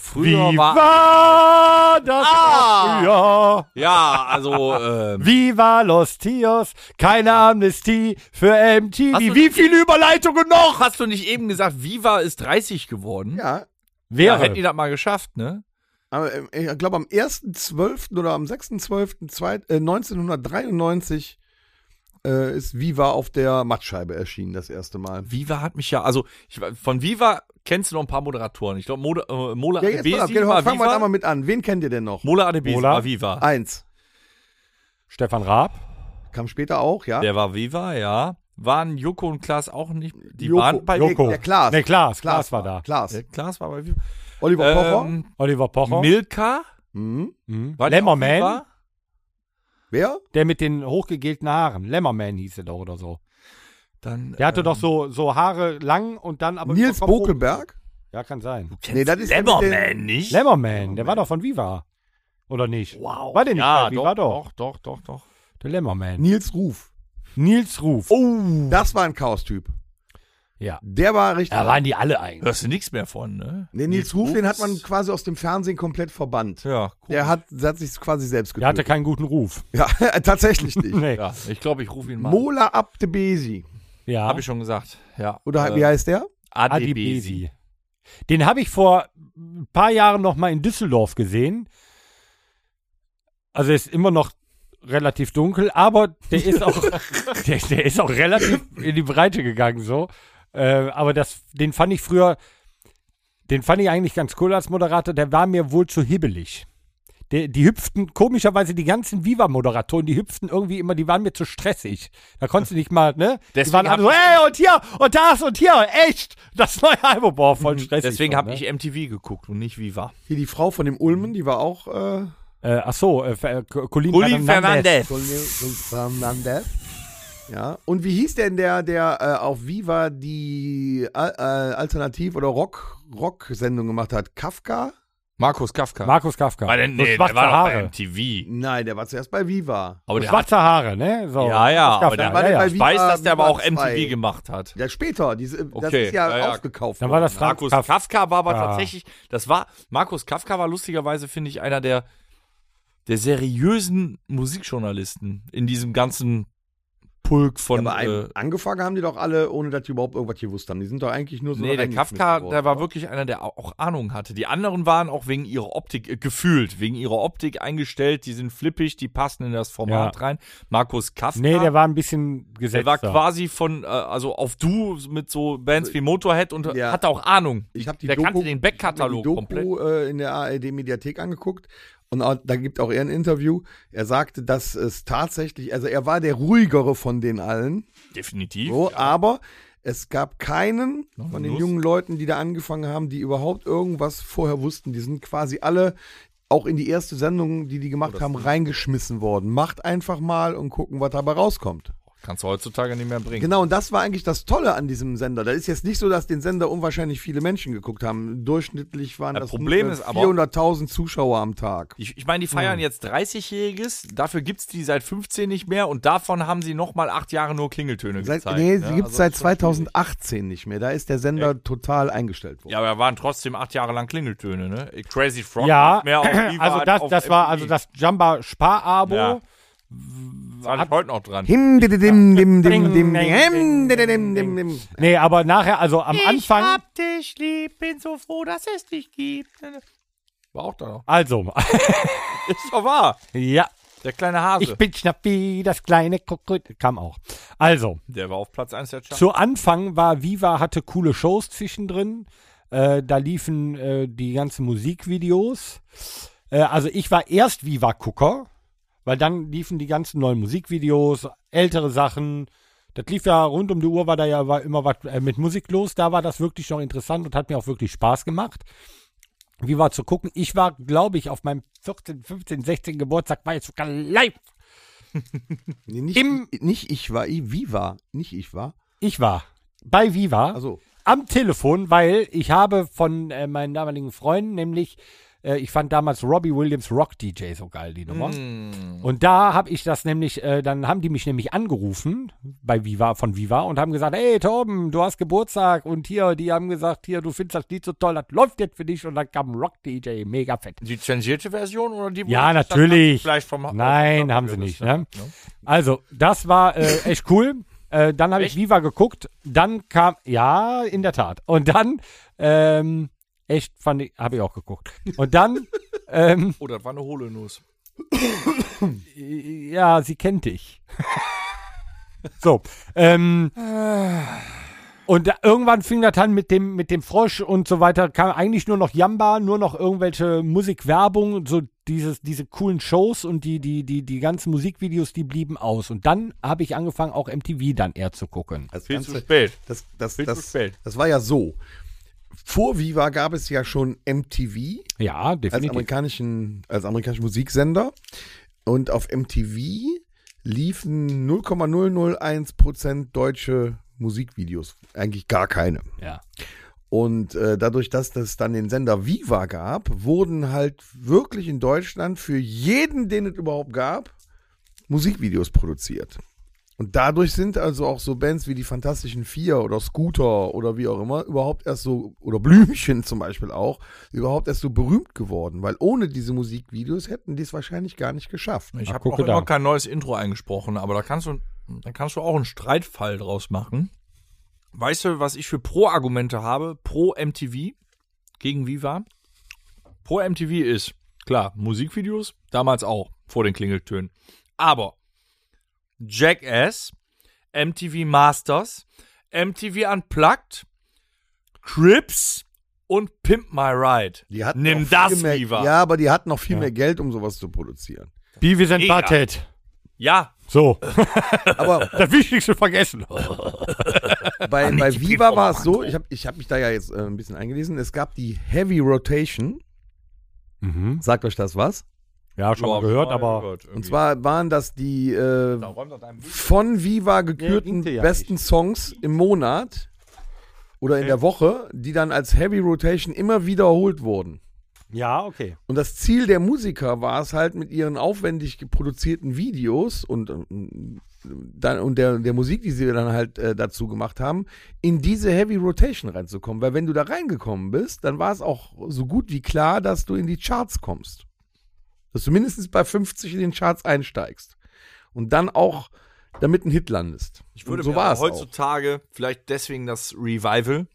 Speaker 3: Früher
Speaker 2: Wie
Speaker 3: war.
Speaker 2: war das
Speaker 3: Ah!
Speaker 2: früher?
Speaker 3: Ja, also. Ähm,
Speaker 2: Viva los Tios, keine Amnestie für MTV.
Speaker 3: Hast du-
Speaker 2: Wie viele Überleitungen noch?
Speaker 3: doch, hast du nicht eben gesagt, Viva ist 30 geworden?
Speaker 4: Ja,
Speaker 3: Ja,
Speaker 2: Wäre.
Speaker 3: hätten die das mal geschafft, ne?
Speaker 4: aber ähm, ich glaube am 1.12. oder am 6.12. Äh, 1993 äh, ist Viva auf der Mattscheibe erschienen das erste Mal.
Speaker 3: Viva hat mich ja, also ich, war- von Viva kennst du noch ein paar Moderatoren. Ich glaube, Mola äh, Mola
Speaker 4: Ja, jetzt
Speaker 3: Adebesi
Speaker 4: pass auf, genau,
Speaker 3: war
Speaker 4: fangen wir da mal
Speaker 3: Viva.
Speaker 4: mit an. Ah, Wen kennt ihr denn noch?
Speaker 3: Mola Adebesi
Speaker 2: Mola.
Speaker 3: war Viva.
Speaker 4: Eins.
Speaker 2: Stefan Raab.
Speaker 4: Kam später auch, ja.
Speaker 3: Der war Viva, ja. Waren Joko und Klaas auch nicht? Die
Speaker 4: Joko.
Speaker 3: waren bei
Speaker 2: Joko.
Speaker 4: Der Klaas.
Speaker 2: Nee, Klaas, Klaas war da.
Speaker 4: Klaas.
Speaker 3: Äh, Klaas war bei Viva.
Speaker 4: Oliver Pocher.
Speaker 3: Ähm,
Speaker 2: Oliver Pocher.
Speaker 3: Milka?
Speaker 4: Mhm.
Speaker 2: Mhm.
Speaker 3: die auch
Speaker 2: Lämmerman.
Speaker 3: Viva?
Speaker 4: Wer?
Speaker 2: Der mit den hochgegelten Haaren. Lemmerman hieß er doch oder so.
Speaker 3: Dann,
Speaker 2: Der hatte
Speaker 3: ähm,
Speaker 2: doch so, so Haare lang und dann aber.
Speaker 4: Nils
Speaker 2: über Kopf hoch.
Speaker 4: Bokelberg.
Speaker 2: Ja, kann sein.
Speaker 3: Kennst
Speaker 4: Nee, das ist der mit
Speaker 3: Lämmerman äh, nicht?
Speaker 2: Lemmerman, der war doch von Viva. Oder nicht?
Speaker 3: Wow.
Speaker 2: War der nicht
Speaker 3: ja,
Speaker 2: bei Viva?
Speaker 3: doch, doch, doch, doch, doch.
Speaker 2: Der Lemmerman.
Speaker 4: Nils Ruf.
Speaker 2: Nils Ruf.
Speaker 3: Oh.
Speaker 4: Das war ein Chaos-Typ.
Speaker 2: Ja.
Speaker 4: Der war richtig.
Speaker 2: Da waren die alle eigentlich.
Speaker 3: Hörst du nichts mehr von, ne?
Speaker 4: Nee, Nils Ruf, den hat man quasi aus dem Fernsehen komplett verbannt.
Speaker 3: Ja, cool.
Speaker 4: Der hat, der hat sich quasi selbst
Speaker 2: Der hatte
Speaker 4: getötet.
Speaker 2: keinen guten Ruf.
Speaker 4: Ja, (laughs) tatsächlich
Speaker 2: (laughs)
Speaker 4: nicht.
Speaker 2: Nee.
Speaker 3: (laughs) ja, ich glaube, ich rufe ihn mal. an.
Speaker 4: Mola Abdebesi.
Speaker 2: Ja.
Speaker 3: Hab ich schon gesagt. Ja.
Speaker 4: Oder
Speaker 3: Äh,
Speaker 4: wie heißt der?
Speaker 3: Adebesi.
Speaker 2: Adibesi. Den habe ich vor ein paar Jahren noch mal in Düsseldorf gesehen. Also er ist immer noch relativ dunkel, aber der ist auch,
Speaker 3: (laughs)
Speaker 2: der, der ist auch relativ in die Breite gegangen so. Äh, aber das, den fand ich früher, den fand ich eigentlich ganz cool als Moderator. Der war mir wohl zu hibbelig. Der, die hüpften komischerweise die ganzen Viva-Moderatoren, die hüpften irgendwie immer, die waren mir zu stressig. Da konntest du nicht mal, ne?
Speaker 3: Deswegen
Speaker 2: die waren alle so,
Speaker 3: hab-
Speaker 2: ey, und hier, und das, und hier, echt, das neue Album, boah, voll stressig.
Speaker 3: Mhm. Deswegen
Speaker 2: so,
Speaker 3: habe
Speaker 2: ne?
Speaker 3: ich MTV geguckt und nicht Viva.
Speaker 4: Hier die Frau von dem Ulmen, die war auch. Äh,
Speaker 2: Äh, ach so, äh, Fe- äh, Co- Colin,
Speaker 3: Colin
Speaker 2: Fernandez.
Speaker 3: Fernandez.
Speaker 4: Fernandez. Ja. Und wie hieß denn der, der äh, auf Viva die Al äh, Alternativ- oder Rock- Rock-Sendung gemacht hat? Kafka?
Speaker 3: Markus Kafka.
Speaker 2: Markus Kafka.
Speaker 3: war denn,
Speaker 2: So
Speaker 3: nee,
Speaker 2: schwarze
Speaker 3: der war doch bei
Speaker 2: Haare.
Speaker 3: MTV.
Speaker 4: Nein, der war zuerst bei Viva.
Speaker 3: Aber der hat,
Speaker 2: Schwarze Haare, ne? So.
Speaker 3: Ja, ja,
Speaker 2: Markus
Speaker 3: aber der
Speaker 2: Kafka,
Speaker 4: war
Speaker 2: ja,
Speaker 4: der
Speaker 2: ja.
Speaker 4: bei
Speaker 3: ich weiß, dass der
Speaker 4: Viva
Speaker 3: aber auch MTV
Speaker 4: zwei.
Speaker 3: gemacht hat.
Speaker 4: Ja, später. Diese, Das
Speaker 3: Okay,
Speaker 4: ist ja,
Speaker 3: ja, ja.
Speaker 4: aufgekauft.
Speaker 2: Dann war das
Speaker 4: worden.
Speaker 2: Frank
Speaker 3: Markus
Speaker 2: Kafka.
Speaker 3: Kafka war aber
Speaker 2: Ja.
Speaker 3: tatsächlich, das war, Markus Kafka war lustigerweise, finde ich, einer der, der seriösen Musikjournalisten in diesem ganzen Pulk von,
Speaker 4: ja, aber ein,
Speaker 3: äh,
Speaker 4: angefangen haben die doch alle, ohne dass die überhaupt irgendwas gewusst haben. Die sind doch eigentlich nur so.
Speaker 3: nee, der
Speaker 4: reingeschmissen
Speaker 3: Kafka,
Speaker 4: worden.
Speaker 3: der war wirklich einer, der au- auch Ahnung hatte. Die anderen waren auch wegen ihrer Optik, äh, gefühlt, wegen ihrer Optik eingestellt, die sind flippig, die passen in das Format
Speaker 2: Ja.
Speaker 3: rein. Markus Kafka.
Speaker 2: Nee, der war ein bisschen
Speaker 3: Der
Speaker 2: gesetzter.
Speaker 3: war quasi von, äh, also auf Du mit so Bands wie Motorhead und
Speaker 4: Ja.
Speaker 3: hatte auch Ahnung.
Speaker 4: Ich habe die
Speaker 3: der
Speaker 4: Doku,
Speaker 3: kannte den
Speaker 4: ich hab mir die
Speaker 3: Backkatalog
Speaker 4: Doku,
Speaker 3: komplett.
Speaker 4: Äh, in der ARD Mediathek angeguckt Und auch, da gibt auch er ein Interview. Er sagte, dass es tatsächlich, also er war der ruhigere von den allen.
Speaker 3: Definitiv.
Speaker 4: So, aber es gab keinen
Speaker 3: Noch
Speaker 4: von
Speaker 3: eine
Speaker 4: den
Speaker 3: Nuss?
Speaker 4: jungen Leuten, die da angefangen haben, die überhaupt irgendwas vorher wussten. Die sind quasi alle auch in die erste Sendung, die die
Speaker 3: Oh,
Speaker 4: gemacht haben, reingeschmissen worden. Macht einfach mal und gucken, was dabei rauskommt.
Speaker 3: Kannst du heutzutage nicht mehr bringen.
Speaker 4: Genau, und das war eigentlich das Tolle an diesem Sender. Da ist jetzt nicht so, dass den Sender unwahrscheinlich viele Menschen geguckt haben. Durchschnittlich waren
Speaker 3: Das
Speaker 4: das
Speaker 3: Problem
Speaker 4: nur
Speaker 3: ist aber-
Speaker 4: 400.000 Zuschauer am Tag.
Speaker 3: Ich, ich meine, die feiern jetzt 30-Jähriges, dafür gibt's die seit 15 nicht mehr und davon haben sie nochmal acht Jahre nur Klingeltöne
Speaker 4: Seit,
Speaker 3: gezeigt.
Speaker 4: nee,
Speaker 3: ne?
Speaker 4: die gibt
Speaker 3: Also
Speaker 4: es seit
Speaker 3: das ist schon schwierig.
Speaker 4: 2018 nicht mehr. Da ist der Sender total eingestellt worden.
Speaker 3: Ja, aber da waren trotzdem acht Jahre lang Klingeltöne, ne? Crazy Frog.
Speaker 2: Ja,
Speaker 3: hat
Speaker 2: (clears throat)
Speaker 3: mehr auf Viva
Speaker 2: also
Speaker 3: als
Speaker 2: das,
Speaker 3: auf
Speaker 2: das war
Speaker 3: MTV.
Speaker 2: also das Jamba Spar-Abo.
Speaker 3: Ja. Das hatte ich heute noch dran.
Speaker 4: Him, dim, dim, dim,
Speaker 2: Ding,
Speaker 4: dim, dim,
Speaker 2: ding, ding,
Speaker 4: him, dim,
Speaker 2: ding,
Speaker 4: dim, dim.
Speaker 2: Nee, aber nachher, also am Anfang.
Speaker 3: dich lieb, bin so froh, dass es dich gibt. War auch da noch. (laughs)
Speaker 2: Also, (laughs)
Speaker 3: Ist doch wahr.
Speaker 2: ja.
Speaker 3: Der kleine Hase.
Speaker 2: Ich bin schnapp wie das kleine Krokodil. Kam auch. Also,
Speaker 3: der war auf Platz 1 der Charts.
Speaker 2: zu Anfang war Viva hatte coole Shows zwischendrin. Äh, da liefen äh, die ganzen Musikvideos. Äh, also ich war erst Viva-Gucker, weil dann liefen die ganzen neuen Musikvideos, ältere Sachen. Das lief ja rund um die Uhr, war da ja war immer was äh, mit Musik los. Da war das wirklich noch interessant und hat mir auch wirklich Spaß gemacht. Viva zu gucken. Ich war, glaube ich, auf meinem 14, 15, 16 Geburtstag war jetzt sogar live.
Speaker 4: Nee, nicht,
Speaker 2: Im-
Speaker 4: nicht ich war, ich, wie war, nicht ich war.
Speaker 2: Ich war bei Viva.
Speaker 4: Also,
Speaker 2: am Telefon, weil ich habe von äh, meinen damaligen Freunden, nämlich äh, ich fand damals Robbie Williams Rock DJ so geil, die Nummer. Und da habe ich das nämlich, äh, dann haben die mich nämlich angerufen bei Viva, von Viva und haben gesagt, hey Torben, du hast Geburtstag und hier, die haben gesagt, hier, du findest das Lied so toll, das läuft jetzt für dich und dann kam Rock DJ, mega fett.
Speaker 3: Die zensierte Version oder die? wo
Speaker 2: Ja,
Speaker 3: das dann
Speaker 2: natürlich.
Speaker 3: Vielleicht vom
Speaker 2: Nein, haben sie nicht. Ne? Also, das war äh, echt cool. Äh, dann habe ich Viva geguckt. Dann kam, ja, in der Tat. Und dann, ähm, echt, fand ich, habe ich auch geguckt. Und dann, ähm,
Speaker 3: Oh, das war eine hohle Nuss.
Speaker 2: ja, sie kennt dich. (laughs) so, ähm, und da, irgendwann fing das an mit dem, mit dem Frosch und so weiter. Kam eigentlich nur noch Jamba, nur noch irgendwelche Musikwerbung, so dieses, diese coolen Shows und die, die, die, die ganzen Musikvideos, die blieben aus. Und dann habe ich angefangen, auch MTV dann eher zu gucken.
Speaker 4: das
Speaker 3: Viel zu
Speaker 4: Ganze-
Speaker 3: spät.
Speaker 4: Das, das,
Speaker 3: Viel zu
Speaker 4: das,
Speaker 3: spät.
Speaker 4: das war ja so. Vor Viva gab es ja schon MTV
Speaker 2: Ja,
Speaker 4: als
Speaker 2: definitiv.
Speaker 4: amerikanischen, als amerikanischen Musiksender. Und auf MTV liefen 0,001% deutsche Musikvideos. Eigentlich gar keine.
Speaker 2: Ja.
Speaker 4: Und äh, dadurch, dass das dann den Sender Viva gab, wurden halt wirklich in Deutschland für jeden, den es überhaupt gab, Musikvideos produziert. Und dadurch sind also auch so Bands wie die Fantastischen Vier oder Scooter oder wie auch immer überhaupt erst so, oder Blümchen zum Beispiel auch, überhaupt erst so berühmt geworden, weil ohne diese Musikvideos hätten die es wahrscheinlich gar nicht geschafft.
Speaker 3: Ich
Speaker 2: Ah,
Speaker 3: habe
Speaker 2: gucke
Speaker 3: auch immer
Speaker 2: da.
Speaker 3: kein neues Intro eingesprochen, aber da kannst du, da kannst du auch einen Streitfall draus machen. Weißt du, was ich für Pro-Argumente habe? Pro MTV gegen Viva? Pro MTV ist, klar, Musikvideos, damals auch, vor den Klingeltönen. Aber Jackass, MTV Masters, MTV Unplugged, Crips und Pimp My Ride.
Speaker 4: Die hatten auch
Speaker 3: Nimm
Speaker 4: viel
Speaker 3: das,
Speaker 4: mehr,
Speaker 3: Viva.
Speaker 4: Ja, aber die hatten noch viel mehr Geld, um sowas zu produzieren.
Speaker 2: Beavis and
Speaker 3: Mega.
Speaker 2: Butthead.
Speaker 3: ja,
Speaker 2: So, (laughs)
Speaker 4: Aber
Speaker 2: das Wichtigste vergessen.
Speaker 4: bei, bei Viva war es so, ich habe ich hab mich da ja jetzt äh, ein bisschen eingelesen, es gab die Heavy Rotation.
Speaker 2: Mhm.
Speaker 4: Sagt euch das was?
Speaker 2: Ja, schon mal gehört, aber
Speaker 4: Und zwar waren das die äh, von Viva gekürten
Speaker 2: ging der ja
Speaker 4: besten Songs im Monat oder in der Woche, die dann als Heavy Rotation immer wiederholt wurden.
Speaker 2: ja, okay.
Speaker 4: Und das Ziel der Musiker war es halt mit ihren aufwendig produzierten Videos und, ähm, dann, und der, der Musik, die sie dann halt äh, dazu gemacht haben, in diese Heavy Rotation reinzukommen. Weil wenn du da reingekommen bist, dann war es auch so gut wie klar, dass du in die Charts kommst. Dass du mindestens bei 50 in den Charts einsteigst. Und dann auch damit ein Hit landest.
Speaker 3: Ich würde
Speaker 4: und so
Speaker 3: mir
Speaker 4: war
Speaker 3: aber
Speaker 4: es auch.
Speaker 3: heutzutage vielleicht deswegen das Revival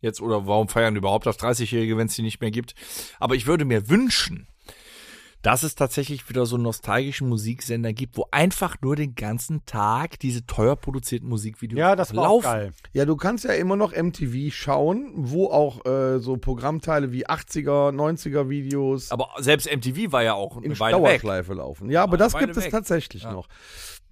Speaker 3: jetzt oder warum feiern überhaupt das 30-Jährige, wenn es die nicht mehr gibt. Aber ich würde mir wünschen, dass es tatsächlich wieder so einen nostalgischen Musiksender gibt, wo einfach nur den ganzen Tag diese teuer produzierten Musikvideos
Speaker 2: Ja, das war auch
Speaker 3: laufen.
Speaker 2: geil.
Speaker 4: Ja, du kannst ja immer noch MTV schauen, wo auch äh, so Programmteile wie 80er, 90er Videos
Speaker 3: Aber selbst MTV war ja auch
Speaker 4: in
Speaker 3: eine Weile weg.
Speaker 4: Dauerschleife laufen. Ja, aber
Speaker 3: Eine
Speaker 4: das
Speaker 3: Weile
Speaker 4: gibt es
Speaker 3: weg.
Speaker 4: tatsächlich noch.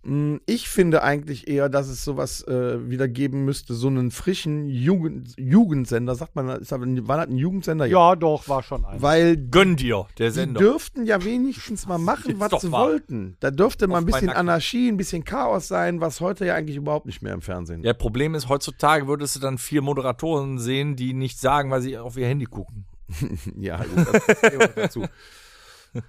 Speaker 4: Mm, Ich finde eigentlich eher, dass es sowas äh, wieder geben müsste, so einen frischen Jugend Jugendsender, sagt man, ist aber, war das ein Jugendsender?
Speaker 2: Ja, doch, war schon ein.
Speaker 4: Weil
Speaker 3: Gönn dir, der
Speaker 4: die
Speaker 3: Sender.
Speaker 4: dürften ja wenigstens mal machen,
Speaker 3: Ist
Speaker 4: was
Speaker 3: doch
Speaker 4: sie
Speaker 3: wahr.
Speaker 4: wollten. Da dürfte mal ein
Speaker 3: Auf meinen
Speaker 4: bisschen
Speaker 3: Nacken.
Speaker 4: Anarchie, ein bisschen Chaos sein, was heute ja eigentlich überhaupt nicht mehr im Fernsehen
Speaker 3: Ja, Problem ist, heutzutage würdest du dann vier Moderatoren sehen, die nichts sagen, weil sie auf ihr Handy gucken.
Speaker 4: (laughs) Ja, gut, das ist eh
Speaker 3: (laughs)
Speaker 4: was dazu.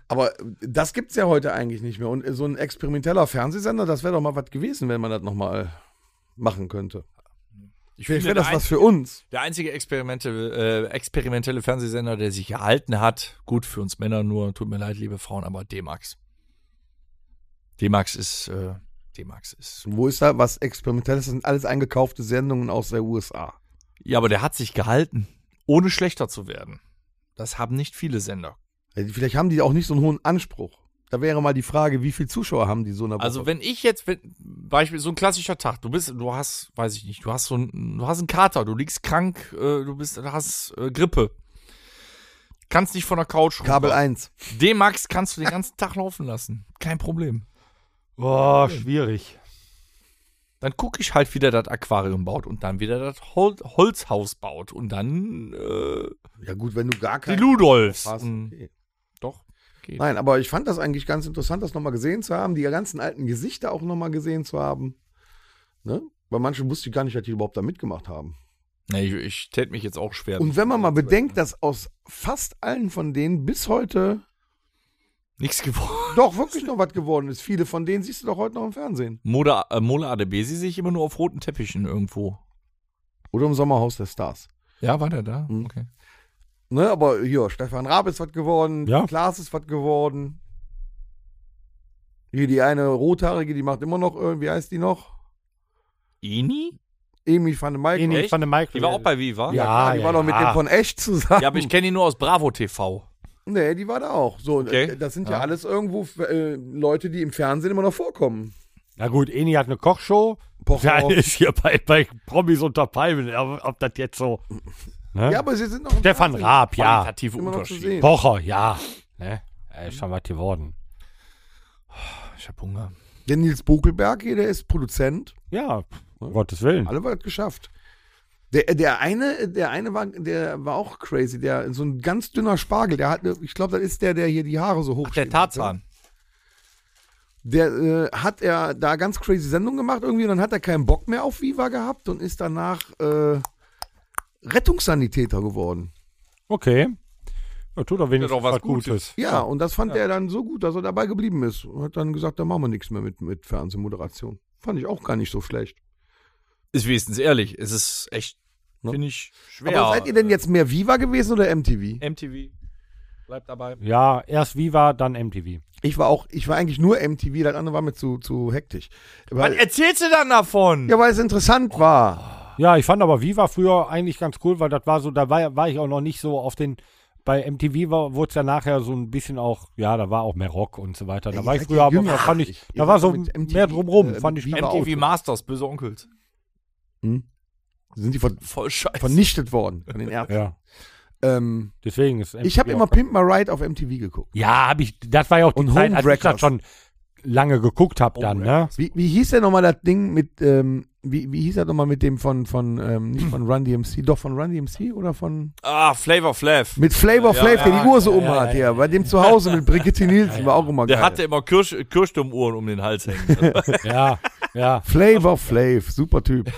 Speaker 4: Aber das gibt's ja heute eigentlich nicht mehr. Und so ein experimenteller Fernsehsender, das wäre doch mal was gewesen, wenn man das nochmal machen könnte.
Speaker 3: Ich
Speaker 4: Vielleicht wäre
Speaker 3: der
Speaker 4: das
Speaker 3: ein-
Speaker 4: was für uns.
Speaker 3: Der einzige experimentelle, äh, experimentelle Fernsehsender, der sich gehalten hat, gut für uns Männer nur, tut mir leid, liebe Frauen, aber D-Max. D-Max ist, äh, D-Max ist.
Speaker 4: Wo ist da was Experimentelles? Das sind alles eingekaufte Sendungen aus der USA.
Speaker 3: Ja, aber der hat sich gehalten, ohne schlechter zu werden. Das haben nicht viele Sender.
Speaker 4: Also Vielleicht haben die auch nicht so einen hohen Anspruch. Da wäre mal die Frage, wie viele Zuschauer haben die so einer Woche?
Speaker 3: Also wenn ich jetzt, wenn, Beispiel, so ein klassischer Tag, du bist, du hast, weiß ich nicht, du hast so ein, du hast einen Kater, du liegst krank, äh, du bist, du hast äh, Grippe. Kannst nicht von der Couch runter.
Speaker 4: Kabel 1.
Speaker 3: D-Max kannst du den ganzen Tag laufen lassen. Kein Problem.
Speaker 2: Boah,
Speaker 3: Hm.
Speaker 2: schwierig.
Speaker 3: Dann gucke ich halt, wie der das Aquarium baut und dann wieder das Hol Holzhaus baut und dann äh,
Speaker 4: Ja gut, wenn du gar
Speaker 3: die Hm.
Speaker 4: keinen
Speaker 3: Ludolfs.
Speaker 4: hast.
Speaker 3: Und,
Speaker 4: Okay.
Speaker 3: doch. Geht.
Speaker 4: Nein, aber ich fand das eigentlich ganz interessant, das nochmal gesehen zu haben, die ganzen alten Gesichter auch nochmal gesehen zu haben. Ne? Weil manche wusste ich gar nicht, dass die überhaupt da mitgemacht haben.
Speaker 3: Nee, ich, ich tät mich jetzt auch schwer.
Speaker 4: Und wenn man mal bedenkt, dass aus fast allen von denen bis heute
Speaker 3: Nichts geworden.
Speaker 4: doch wirklich noch was geworden ist. Viele von denen siehst du doch heute noch im Fernsehen.
Speaker 3: Mola, äh, Mola ADB, sie sehe ich immer nur auf roten Teppichen irgendwo.
Speaker 4: Oder im Sommerhaus der Stars.
Speaker 3: Ja, war der da?
Speaker 4: Mhm.
Speaker 3: Okay.
Speaker 4: Ne, aber hier, Stefan Raab ist was geworden,
Speaker 2: Ja.
Speaker 4: Klaas ist was geworden. Hier die eine rothaarige, die macht immer noch, äh, wie heißt die noch?
Speaker 3: Ini?
Speaker 4: Emi van de Meyck.
Speaker 2: Eni
Speaker 3: echt?
Speaker 2: van der Michael.
Speaker 3: Die war auch bei Viva.
Speaker 2: Ja,
Speaker 4: klar, die
Speaker 2: ja,
Speaker 4: war doch mit
Speaker 2: ja.
Speaker 4: dem von echt zusammen.
Speaker 3: Ja, aber ich kenne ihn nur aus Bravo TV.
Speaker 4: Nee, die war da auch. So,
Speaker 3: Okay.
Speaker 4: äh, das sind ja,
Speaker 3: Ja.
Speaker 4: alles irgendwo äh, Leute, die im Fernsehen immer noch vorkommen.
Speaker 2: Na gut, Eni hat eine Kochshow.
Speaker 4: Pocher
Speaker 2: Ja, (laughs)
Speaker 4: auch.
Speaker 2: ist hier bei, bei Promis unter Palmen, ob, ob das jetzt so. Ne?
Speaker 4: Ja, aber sie sind noch im
Speaker 2: Stefan
Speaker 4: Fernsehen
Speaker 2: Raab, ja.
Speaker 3: Qualitative
Speaker 4: immer noch zu
Speaker 3: Unterschiede.
Speaker 4: sehen.
Speaker 2: Pocher, ja. Ne? Er ist schon was geworden.
Speaker 3: Ich hab Hunger.
Speaker 4: Der Nils Bokelberg hier, der ist Produzent.
Speaker 2: Ja, pf, um Gottes Willen.
Speaker 4: Alle was geschafft. Der, der eine, der eine war, der war auch crazy. Der so ein ganz dünner Spargel. Der hat, eine- ich glaube, das ist der, der hier die Haare so hoch.
Speaker 3: Der Tarzan.
Speaker 4: Der äh, hat er da ganz crazy Sendung gemacht irgendwie. Und dann hat er keinen Bock mehr auf Viva gehabt und ist danach äh, Rettungssanitäter geworden.
Speaker 2: Okay. Ja, tut doch wenigstens
Speaker 3: doch was
Speaker 2: was Gutes.
Speaker 3: Gutes.
Speaker 4: Ja, und das fand er dann so gut, dass er dabei geblieben ist. Und hat dann gesagt, da machen wir nichts mehr mit, mit Fernsehmoderation. Fand ich auch gar nicht so schlecht.
Speaker 3: Ist wenigstens ehrlich. Es ist echt,
Speaker 4: Ne?
Speaker 3: finde ich, schwer.
Speaker 4: Aber seid ihr denn jetzt mehr Viva gewesen oder MTV?
Speaker 3: MTV. Bleibt dabei.
Speaker 2: Ja, erst Viva, dann MTV.
Speaker 4: Ich war auch, ich war eigentlich nur MTV, das andere war mir zu, zu hektisch.
Speaker 3: Was
Speaker 4: Weil,
Speaker 3: erzählst du dann davon?
Speaker 4: ja, weil es
Speaker 2: Oh.
Speaker 4: interessant war.
Speaker 2: Ja, ich fand aber Viva früher eigentlich ganz cool, weil das war so, da war, war ich auch noch nicht so auf den. Bei MTV wurde es ja nachher so ein bisschen auch, ja, da war auch mehr Rock und so weiter. Da
Speaker 4: Ey,
Speaker 2: war
Speaker 4: ihr
Speaker 2: ich
Speaker 4: seid
Speaker 2: früher,
Speaker 4: ja
Speaker 2: aber
Speaker 4: jünger.
Speaker 2: da fand ich,
Speaker 4: Ich-
Speaker 2: da war
Speaker 4: ich
Speaker 2: so
Speaker 4: mit MTV,
Speaker 2: mehr drumrum,
Speaker 4: äh,
Speaker 2: fand ich
Speaker 4: Viva
Speaker 2: ganz
Speaker 3: MTV
Speaker 4: auch.
Speaker 3: Masters, böse Onkels.
Speaker 4: Sind die ver
Speaker 3: Voll scheiße.
Speaker 4: vernichtet worden von den Ärzten.
Speaker 2: Ja,
Speaker 4: Ähm,
Speaker 2: deswegen ist MTV
Speaker 4: ich habe
Speaker 2: auch
Speaker 4: immer
Speaker 2: ganz-
Speaker 4: Pimp My Ride auf MTV geguckt.
Speaker 2: Ja, hab ich, das war ja auch die
Speaker 4: Und
Speaker 2: Zeit, als ich
Speaker 4: Homewreckers.
Speaker 2: das schon lange geguckt hab dann, ne?
Speaker 4: Wie, wie hieß denn nochmal das Ding mit, ähm, wie, wie hieß das nochmal mit dem von, von, ähm, nicht von Run DMC, doch von Run DMC oder von?
Speaker 3: Ah, Flavor Flav.
Speaker 4: Mit Flavor
Speaker 3: Ja,
Speaker 4: Flav,
Speaker 3: ja,
Speaker 4: der die Uhr so
Speaker 2: ja,
Speaker 4: um
Speaker 2: ja,
Speaker 4: hat,
Speaker 2: ja,
Speaker 4: ja. Bei dem zu Hause
Speaker 2: (laughs)
Speaker 4: mit Brigitte Nielsen war auch immer
Speaker 3: Der
Speaker 4: geil.
Speaker 3: hatte immer Kirsch, Kirchturmuhren um den Hals hängen.
Speaker 2: (laughs) Ja, ja.
Speaker 4: Flavor Flav, super
Speaker 2: (laughs)
Speaker 4: Typ.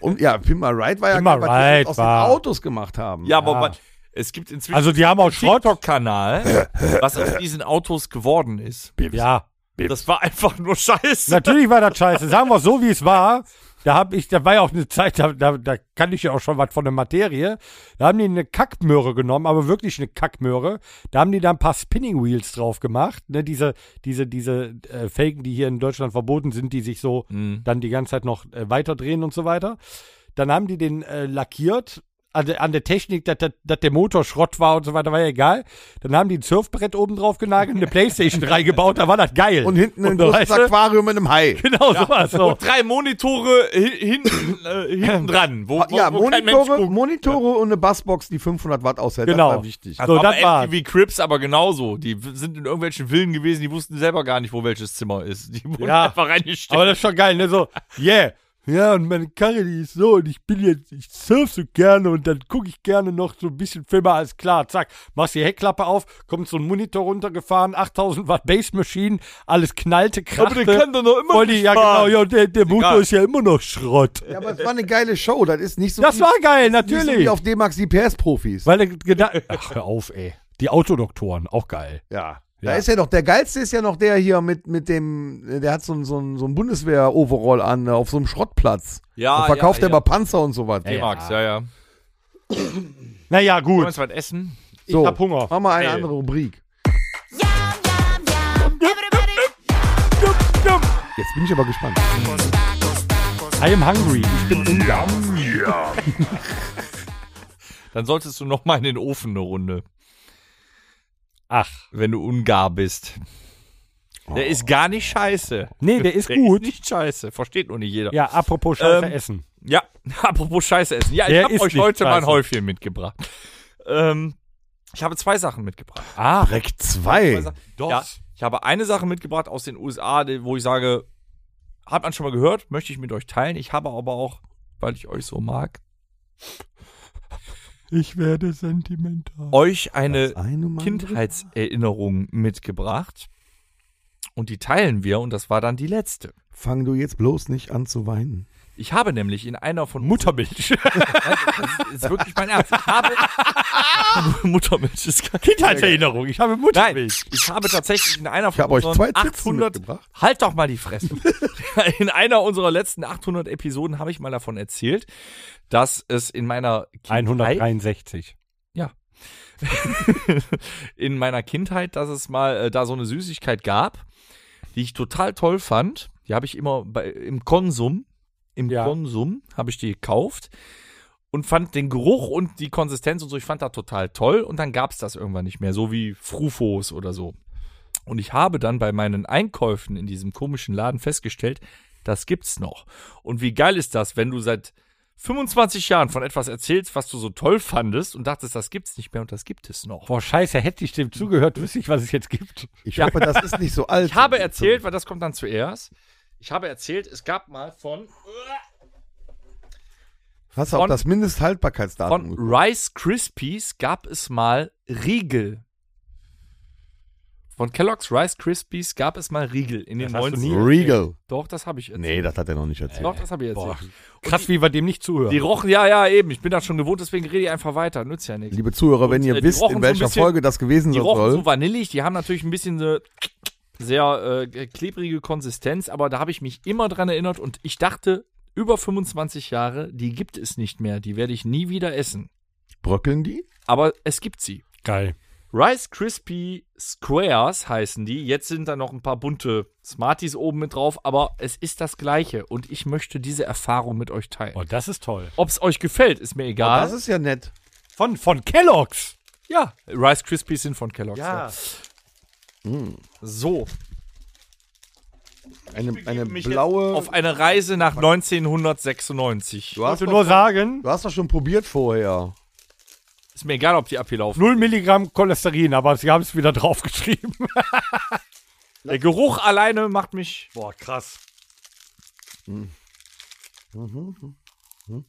Speaker 4: Und ja, Pimp My Ride war ja
Speaker 2: Pimp My
Speaker 4: geil, was die
Speaker 2: Ride
Speaker 4: aus
Speaker 2: war-
Speaker 4: den Autos gemacht haben.
Speaker 3: ja, aber
Speaker 2: Ja.
Speaker 3: man- es gibt inzwischen
Speaker 2: Also die haben auch Schrott.
Speaker 3: TikTok-Kanal, was aus diesen Autos geworden ist.
Speaker 2: Ja.
Speaker 3: Das war einfach nur Scheiße.
Speaker 2: Natürlich war das scheiße. Sagen wir so, wie es war. Da hab ich, da war ja auch eine Zeit, da, da, da kann ich ja auch schon was von der Materie. Da haben die eine Kackmöhre genommen, aber wirklich eine Kackmöhre. Da haben die da ein paar Spinning Wheels drauf gemacht. Ne, diese, diese, diese äh, Faken, die hier in Deutschland verboten sind, die sich
Speaker 3: Hm.
Speaker 2: so dann die ganze Zeit noch äh, weiterdrehen und so weiter. Dann haben die den äh, lackiert an, der- an der Technik, dass, dass, dass der Motor Schrott war und so weiter, war ja egal. Dann haben die ein Surfbrett oben drauf genagelt und eine Playstation (laughs) reingebaut, da war das geil.
Speaker 4: Und hinten ein
Speaker 2: da
Speaker 4: großes
Speaker 2: weißt du,
Speaker 4: Aquarium mit einem Hai.
Speaker 2: Genau, sowas. So.
Speaker 3: Und drei Monitore hi- hinten, äh,
Speaker 2: (laughs)
Speaker 3: hinten dran, wo, wo,
Speaker 4: Ja,
Speaker 3: wo kein Mensch
Speaker 4: Monitore,
Speaker 3: guckt.
Speaker 4: Monitore und eine Bassbox, die 500 Watt aushält.
Speaker 2: Genau.
Speaker 4: Das war wichtig.
Speaker 2: So,
Speaker 3: aber
Speaker 2: das war's.
Speaker 3: MTV Crips aber genauso. Die w- sind in irgendwelchen Villen gewesen, die wussten selber gar nicht, wo welches Zimmer ist. Die wurden
Speaker 2: Ja.
Speaker 3: einfach reingesteckt.
Speaker 2: Aber das ist schon geil, ne? So, yeah. Ja, und meine Karre, die ist so, und ich bin jetzt, ich surf so gerne und dann gucke ich gerne noch so ein bisschen Filme, alles klar, zack, machst die Heckklappe auf, kommt so ein Monitor runtergefahren, 8000 Watt Bass Machine, alles knallte, krachte.
Speaker 3: der kann doch noch immer
Speaker 2: Voll die-
Speaker 3: nicht
Speaker 2: Ja, genau,
Speaker 3: fahren.
Speaker 2: ja, der, der Motor
Speaker 3: Egal.
Speaker 2: ist ja immer noch Schrott.
Speaker 4: Ja, aber es war eine geile Show. Das ist nicht so,
Speaker 2: Das
Speaker 4: wie,
Speaker 2: war geil,
Speaker 4: nicht so
Speaker 2: natürlich.
Speaker 4: wie auf D-Max die PS-Profis.
Speaker 2: Weil der Gedanke, ach, hör auf, ey. Die Autodoktoren, auch geil.
Speaker 4: Ja.
Speaker 2: Ja.
Speaker 4: Da ist ja noch, der geilste ist ja noch der hier mit, mit dem, äh, der hat so ein, so ein, so ein Bundeswehr-Overall an, äh, auf so einem Schrottplatz.
Speaker 3: Ah, ja,
Speaker 4: da verkauft
Speaker 3: ja,
Speaker 4: er
Speaker 3: ja.
Speaker 4: mal Panzer und sowas.
Speaker 3: Hey, Max, ja, ja. Wollen
Speaker 2: Naja,
Speaker 3: wir
Speaker 2: gut.
Speaker 3: uns was essen?
Speaker 4: So,
Speaker 2: Ich hab Hunger.
Speaker 4: Mach mal eine
Speaker 3: Ey.
Speaker 4: andere Rubrik.
Speaker 6: Yum, yum, yum. Everybody.
Speaker 4: Jetzt bin ich aber gespannt.
Speaker 2: I am hungry. Ich bin Ungar.
Speaker 1: Ja.
Speaker 3: Dann solltest du noch mal in den Ofen eine Runde,
Speaker 2: Ach.
Speaker 3: wenn du ungar bist. Der ist gar nicht scheiße.
Speaker 2: Oh. Nee, der ist
Speaker 3: (laughs) der
Speaker 2: gut.
Speaker 3: Ist nicht scheiße. Versteht nur nicht jeder.
Speaker 2: Ja, apropos Scheiße
Speaker 3: Ähm,
Speaker 2: essen.
Speaker 3: Ja, (laughs) apropos Scheiße essen. Ja,
Speaker 2: Der
Speaker 3: ich habe
Speaker 2: ist
Speaker 3: euch
Speaker 2: nicht
Speaker 3: heute mal ein
Speaker 2: scheiße.
Speaker 3: Häufchen mitgebracht. Ähm, ich habe zwei Sachen mitgebracht.
Speaker 2: Ah,
Speaker 4: Dreck 2.
Speaker 2: doch.
Speaker 3: Ja, ich habe eine Sache mitgebracht aus den USA, die- wo ich sage, hat man schon mal gehört, möchte ich mit euch teilen. Ich habe aber auch, weil ich euch so mag,
Speaker 2: Ich werde sentimental.
Speaker 3: euch eine
Speaker 4: Eine Mann-
Speaker 3: Kindheitserinnerung mitgebracht. Und die teilen wir und das war dann die letzte.
Speaker 4: Fang du jetzt bloß nicht an zu weinen.
Speaker 3: Ich habe nämlich in einer von (laughs)
Speaker 2: Muttermilch.
Speaker 3: Das ist wirklich mein Ernst. Ich
Speaker 4: (laughs)
Speaker 3: habe Muttermilch ist kein
Speaker 2: Kindheitserinnerung. Ich habe
Speaker 3: Nein,
Speaker 2: Muttermilch.
Speaker 3: ich habe tatsächlich in einer
Speaker 4: Ich
Speaker 3: von
Speaker 4: habe euch zwei Zitzen
Speaker 3: 800
Speaker 4: mitgebracht.
Speaker 3: Halt doch mal die Fresse. (laughs) in einer unserer letzten 800 Episoden habe ich mal davon erzählt, dass es in meiner Kindheit,
Speaker 2: 163.
Speaker 3: (laughs) in meiner Kindheit, dass es mal äh, da so eine Süßigkeit gab, die ich total toll fand. Die habe ich immer bei, im Konsum, im
Speaker 2: Ja.
Speaker 3: Konsum habe ich die gekauft und fand den Geruch und die Konsistenz und so, ich fand das total toll und dann gab es das irgendwann nicht mehr, so wie Frufos oder so. Und ich habe dann bei meinen Einkäufen in diesem komischen Laden festgestellt, das gibt's noch. Und wie geil ist das, wenn du seit 25 Jahren von etwas erzählst, was du so toll fandest und dachtest, das gibt's nicht mehr und das gibt es noch.
Speaker 2: Boah, scheiße, hätte ich dem zugehört, wüsste ich, was es jetzt gibt.
Speaker 4: Ich hoffe, das ist nicht so alt.
Speaker 3: Ich habe erzählt, weil das kommt dann zuerst. Ich habe erzählt, es gab mal von,
Speaker 4: Hast du auch
Speaker 3: von-
Speaker 4: das Mindesthaltbarkeitsdatum?
Speaker 3: von
Speaker 4: geguckt?
Speaker 3: Rice Krispies gab es mal Riegel. Von Kellogg's Rice Krispies gab es mal Riegel in den
Speaker 2: Das hast du
Speaker 3: 90ern.
Speaker 2: nie-
Speaker 4: Regal.
Speaker 3: Doch, das habe ich erzählt.
Speaker 4: Nee, das hat er noch nicht erzählt.
Speaker 3: Doch, das habe ich erzählt.
Speaker 2: Krass, wie wir dem nicht zuhören.
Speaker 3: Die rochen, ja, ja, eben. Ich bin das schon gewohnt, deswegen rede ich einfach weiter. Nützt ja nichts.
Speaker 4: Liebe Zuhörer, wenn
Speaker 3: Und,
Speaker 4: ihr
Speaker 3: äh, die
Speaker 4: wisst,
Speaker 3: rochen
Speaker 4: in
Speaker 3: so ein
Speaker 4: welcher
Speaker 3: bisschen-
Speaker 4: Folge das gewesen
Speaker 3: Die
Speaker 4: sein
Speaker 3: rochen
Speaker 4: soll.
Speaker 3: so vanillig, die haben natürlich ein bisschen eine sehr äh, klebrige Konsistenz, aber da habe ich mich immer dran erinnert und ich dachte, über 25 Jahre, die gibt es nicht mehr, die werde ich nie wieder essen.
Speaker 4: bröckeln die?
Speaker 3: Aber es gibt sie.
Speaker 2: Geil.
Speaker 3: Rice Crispy Squares heißen die. Jetzt sind da noch ein paar bunte Smarties oben mit drauf, aber es ist das gleiche und ich möchte diese Erfahrung mit euch teilen.
Speaker 2: Oh, das ist toll.
Speaker 3: Ob es euch gefällt, ist mir egal.
Speaker 4: Oh, Das ist ja nett.
Speaker 2: Von, von Kellogg's.
Speaker 3: ja, Rice Krispies sind von Kellogg's. ja.
Speaker 4: Hm.
Speaker 3: So,
Speaker 4: Eine, eine
Speaker 3: mich
Speaker 4: blaue.
Speaker 3: auf eine Reise nach 1996.
Speaker 4: du, hast
Speaker 2: Ich wollte
Speaker 4: doch,
Speaker 2: nur sagen,
Speaker 4: du hast doch schon probiert vorher.
Speaker 3: Ist mir egal, ob die ablaufen.
Speaker 2: 0 Milligramm Cholesterin, aber sie haben es wieder (laughs) draufgeschrieben.
Speaker 3: Der Geruch alleine macht mich
Speaker 2: Boah, krass.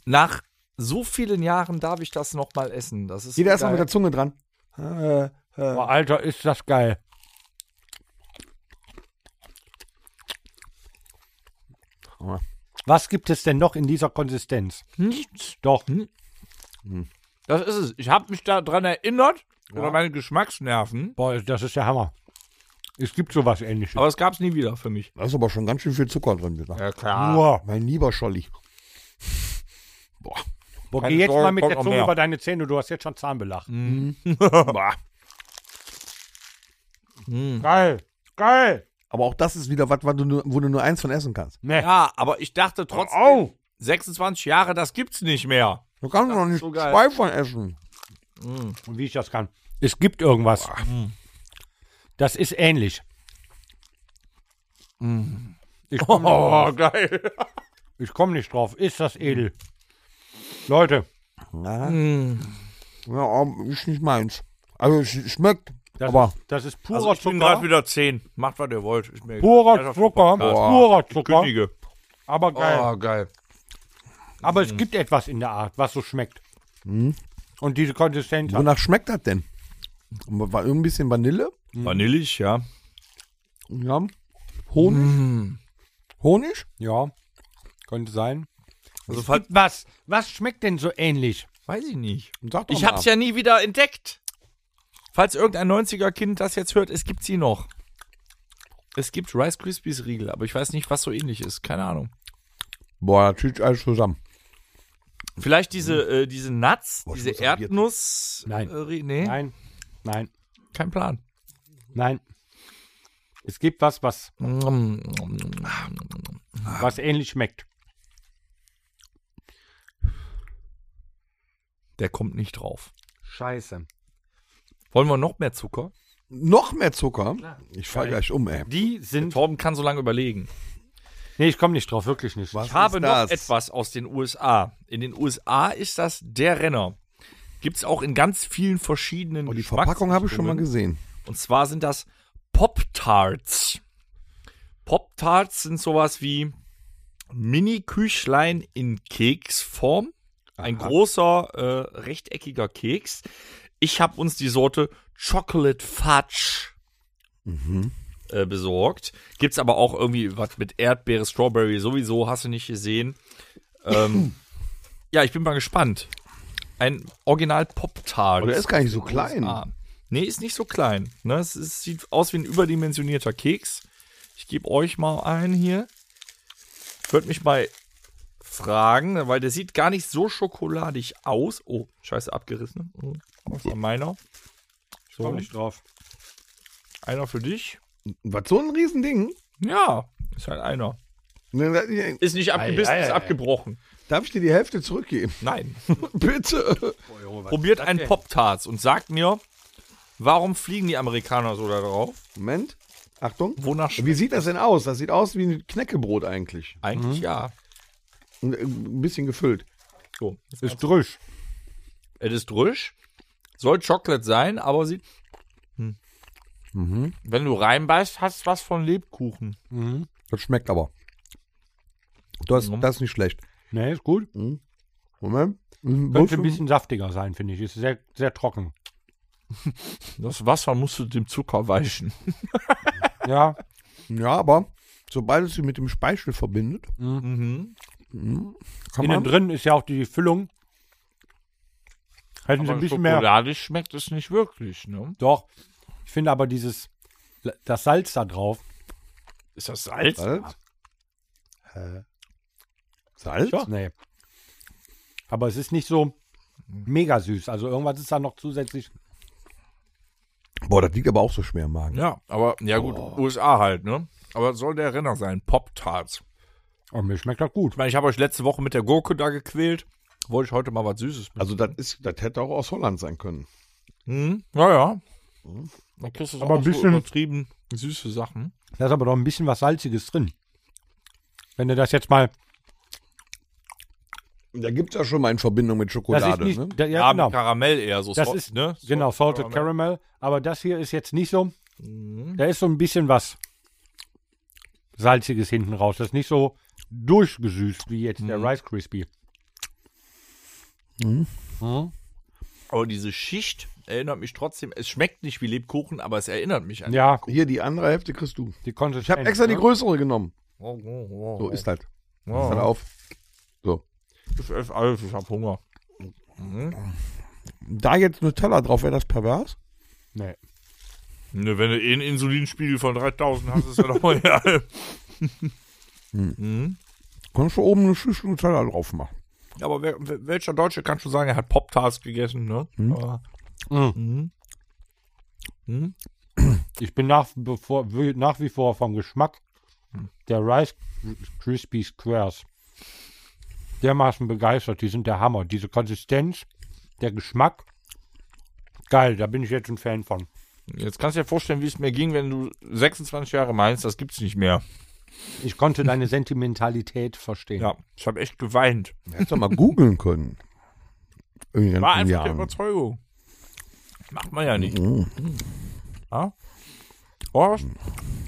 Speaker 3: nach so vielen Jahren darf ich das noch mal essen. Das ist
Speaker 4: Geht
Speaker 3: so
Speaker 4: erstmal mit
Speaker 3: geil.
Speaker 4: der Zunge dran.
Speaker 2: Boah, Alter, ist das geil. Was gibt es denn noch in dieser Konsistenz?
Speaker 3: nichts.
Speaker 2: Doch.
Speaker 3: Das ist es. Ich habe mich daran erinnert oder meine Geschmacksnerven,
Speaker 2: Boah, das ist der Hammer. Es gibt sowas ähnliches.
Speaker 3: aber es gab es nie wieder für mich.
Speaker 4: Da ist aber schon ganz schön viel Zucker drin. Wieder.
Speaker 3: Ja klar.
Speaker 2: Boah,
Speaker 4: Mein lieber Scholli.
Speaker 2: Boah,
Speaker 3: keine
Speaker 2: geh jetzt
Speaker 3: Sorge,
Speaker 2: mal mit
Speaker 3: kommt
Speaker 2: der
Speaker 3: noch
Speaker 2: Zunge
Speaker 3: mehr. Mhm.
Speaker 2: über deine Zähne, du hast jetzt schon Zahnbelach.
Speaker 3: (laughs)
Speaker 4: Bah.
Speaker 3: Mhm.
Speaker 2: Geil, geil.
Speaker 4: aber auch das ist wieder was, was du nur- wo du nur eins von essen kannst.
Speaker 2: Ne.
Speaker 3: Ja, aber ich dachte trotzdem,
Speaker 2: Au.
Speaker 3: 26 Jahre, das gibt's nicht mehr.
Speaker 4: Du kannst noch nicht
Speaker 3: so geil.
Speaker 4: zwei von essen.
Speaker 2: Und wie ich das kann. Es gibt irgendwas.
Speaker 3: Mhm.
Speaker 2: Das ist ähnlich. Ich komme
Speaker 3: Mhm. Oh, (laughs) geil.
Speaker 2: komm nicht drauf. Ist das edel? Leute,
Speaker 4: Ja, aber ist nicht meins. Also es schmeckt.
Speaker 2: das,
Speaker 4: aber
Speaker 2: ist, das ist purer
Speaker 3: Also ich bin gerade
Speaker 2: Zucker.
Speaker 3: wieder 10. Macht, was ihr wollt. Ist mir egal.
Speaker 2: Purer
Speaker 3: Einfach
Speaker 2: Zucker. Purer Zucker.
Speaker 3: Kündige.
Speaker 2: Aber geil.
Speaker 3: Oh, geil.
Speaker 2: Aber es gibt etwas in der Art, was so schmeckt. Mhm. Und diese Konsistenz. hat.
Speaker 4: wonach schmeckt das denn? War ein bisschen Vanille?
Speaker 2: Mhm.
Speaker 3: Vanillig, ja.
Speaker 4: Ja. Honig? Honig?
Speaker 2: Ja, könnte sein.
Speaker 3: Also,
Speaker 2: Gibt was? Was schmeckt denn so ähnlich?
Speaker 3: weiß ich nicht.
Speaker 4: Sag doch
Speaker 3: Ich
Speaker 4: mal.
Speaker 3: hab's ja nie wieder entdeckt. Falls irgendein 90er-Kind das jetzt hört, es gibt sie noch. Es gibt Rice Krispies Riegel, aber ich weiß nicht, was so ähnlich ist. Keine Ahnung.
Speaker 4: Boah, das zieht alles zusammen.
Speaker 3: Vielleicht
Speaker 2: Mhm.
Speaker 3: diese, äh, diese Nuts,
Speaker 4: ich
Speaker 3: diese
Speaker 4: muss ein Bier trinken.
Speaker 3: Erdnuss.
Speaker 2: Nein.
Speaker 3: Äh, Rie- nee,
Speaker 2: Nein, nein,
Speaker 3: kein Plan.
Speaker 2: nein. Es gibt was, was,
Speaker 3: Hm,
Speaker 2: was ähnlich schmeckt.
Speaker 3: Der kommt nicht drauf.
Speaker 2: Scheiße.
Speaker 3: Wollen wir noch mehr Zucker?
Speaker 4: Noch mehr Zucker? ich fall gleich um, ey.
Speaker 2: Die sind.
Speaker 3: Torben kann so lange überlegen.
Speaker 2: Nee, ich komme nicht drauf, wirklich nicht.
Speaker 4: Was
Speaker 3: Ich habe
Speaker 4: ist
Speaker 3: noch
Speaker 4: das?
Speaker 3: etwas aus den USA. In den USA ist das der Renner. Gibt es auch in ganz vielen verschiedenen
Speaker 4: Und Oh, die Verpackung habe ich schon mal
Speaker 3: Geschmacksrichtungen.
Speaker 4: gesehen.
Speaker 3: Und zwar sind das Pop-Tarts. Pop-Tarts sind sowas wie Mini-Küchlein in Keksform. Ein großer, äh, rechteckiger Keks. Ich habe uns die Sorte Chocolate Fudge
Speaker 4: Mhm.
Speaker 3: äh, besorgt. Gibt's aber auch irgendwie was mit Erdbeere, Strawberry, sowieso, hast du nicht gesehen.
Speaker 4: (clears throat)
Speaker 3: Ähm, ja, ich bin mal gespannt. Ein Original Pop-Tart.
Speaker 4: Aber der ist gar nicht so klein.
Speaker 3: Ah. Nee, ist nicht so klein. Ne? Es, ist, sieht aus wie ein überdimensionierter Keks. Ich gebe euch mal einen hier. Ich würde mich mal fragen, weil der sieht gar nicht so schokoladig aus. Oh, scheiße, abgerissen. Oh, Das war meiner.
Speaker 2: Ich
Speaker 3: So,
Speaker 2: komme nicht drauf.
Speaker 3: einer für dich.
Speaker 4: Was so ein Riesending? Ne,
Speaker 3: Ja, ist halt einer. Ist nicht abgebissen, ist abgebrochen. Oh,
Speaker 4: Darf ich dir die Hälfte zurückgeben? (laughs)
Speaker 3: (laughs) Nein.
Speaker 4: Bitte.
Speaker 3: Probiert einen Pop-Tarts und sagt mir, warum fliegen die Amerikaner so da drauf?
Speaker 4: Moment. Achtung.
Speaker 3: Wonach schmeckt
Speaker 4: Wie sieht das denn aus? Das sieht aus wie ein Knäckebrot eigentlich.
Speaker 3: eigentlich? Ja.
Speaker 4: Und, äh, Ein bisschen gefüllt.
Speaker 3: So, jetzt
Speaker 2: Ist drüsch.
Speaker 3: Es ist drüsch. Soll Schokolade sein, aber sie. hm.
Speaker 2: Mhm.
Speaker 3: Wenn du reinbeißt, hast du was von Lebkuchen.
Speaker 4: Das schmeckt aber. Das,
Speaker 3: Mhm.
Speaker 4: das ist nicht schlecht.
Speaker 2: Nee, ist gut.
Speaker 4: Moment. Mhm,
Speaker 2: Könnte ein
Speaker 4: Wurst-
Speaker 2: bisschen saftiger sein, finde ich. Ist sehr, sehr trocken.
Speaker 3: Das Wasser musst du dem Zucker weichen.
Speaker 2: Ja.
Speaker 4: Ja, aber sobald es sich mit dem Speichel verbindet,
Speaker 2: Mhm.
Speaker 4: mhm, kann
Speaker 2: Innen
Speaker 4: man.
Speaker 2: drin ist ja auch die Füllung. Hätten sie ein bisschen mehr.
Speaker 3: Schokoladisch schmeckt es nicht wirklich, ne?
Speaker 2: Doch. Ich finde aber dieses, das Salz da drauf.
Speaker 3: Ist das Salz?
Speaker 4: Salz? Hä? Salz?
Speaker 2: Ja. Nee. Aber es ist nicht so mega süß. Also irgendwas ist da noch zusätzlich.
Speaker 4: Boah, das liegt aber auch so schwer im Magen.
Speaker 3: Ja, aber ja gut, USA halt, ne? Aber soll der Renner sein, Pop-Tarts.
Speaker 2: Und mir schmeckt das gut.
Speaker 3: Ich meine, ich habe euch letzte Woche mit der Gurke da gequält. Wollte ich heute mal was Süßes mit.
Speaker 4: Also, das, ist, das hätte auch aus Holland sein können.
Speaker 3: Hm? Ja, ja. Dann kriegst du
Speaker 2: Mhm. Aber ein bisschen-
Speaker 3: so übertrieben süße Sachen.
Speaker 2: Da ist aber doch ein bisschen was Salziges drin. Wenn du das jetzt mal.
Speaker 4: Da gibt es ja schon mal in Verbindung mit
Speaker 2: Das
Speaker 4: Schokolade.
Speaker 2: ist nicht,
Speaker 4: ne?
Speaker 2: da, ja,
Speaker 3: Ja, mit
Speaker 2: genau.
Speaker 3: Karamell eher so.
Speaker 2: Das
Speaker 3: Salt,
Speaker 2: ist,
Speaker 3: ne?
Speaker 2: genau,
Speaker 3: Salt
Speaker 2: Salted Caramel. Aber das hier ist jetzt nicht so. Da ist so ein bisschen was Salziges hinten raus. Das ist nicht so durchgesüßt wie jetzt der Rice Crispy.
Speaker 3: Aber diese Schicht erinnert mich trotzdem. Es schmeckt nicht wie Lebkuchen, aber es erinnert mich an.
Speaker 2: Ja,
Speaker 4: Hier, die andere Hälfte kriegst du.
Speaker 2: die Konsistenz. ne?
Speaker 4: Ich habe extra die größere genommen.
Speaker 3: Oh, oh,
Speaker 4: So,
Speaker 3: oh,
Speaker 4: ist halt.
Speaker 3: oh.
Speaker 4: Pass auf.
Speaker 3: Ich esse alles, ich hab Hunger.
Speaker 4: Da jetzt Nutella drauf, wäre das pervers?
Speaker 2: Nee.
Speaker 3: Ne, wenn du eh einen Insulinspiegel von 3000 hast, ist ja (laughs) doch mal egal.
Speaker 4: Kannst du oben eine Schüssel Nutella drauf machen?
Speaker 3: Aber wer, wel- welcher Deutsche kann schon sagen, er hat Pop-Tarts gegessen, ne?
Speaker 4: Hm.
Speaker 3: Aber-
Speaker 2: Ich bin nach, bevor, nach wie vor vom Geschmack der Rice Krispy Squares. dermaßen begeistert. Die sind der Hammer. Diese Konsistenz, der Geschmack. Geil, da bin ich jetzt ein Fan von.
Speaker 3: Jetzt kannst du dir vorstellen, wie es mir ging, wenn du 26 Jahre meinst, das gibt's nicht mehr.
Speaker 2: Ich konnte deine Sentimentalität verstehen.
Speaker 3: Ja, ich habe echt geweint.
Speaker 4: Hättest du mal googeln können. In den
Speaker 3: War einfach
Speaker 4: ganzen
Speaker 3: der
Speaker 4: Jahren. Mhm.
Speaker 3: Überzeugung. Macht man ja nicht. Ja? Oh,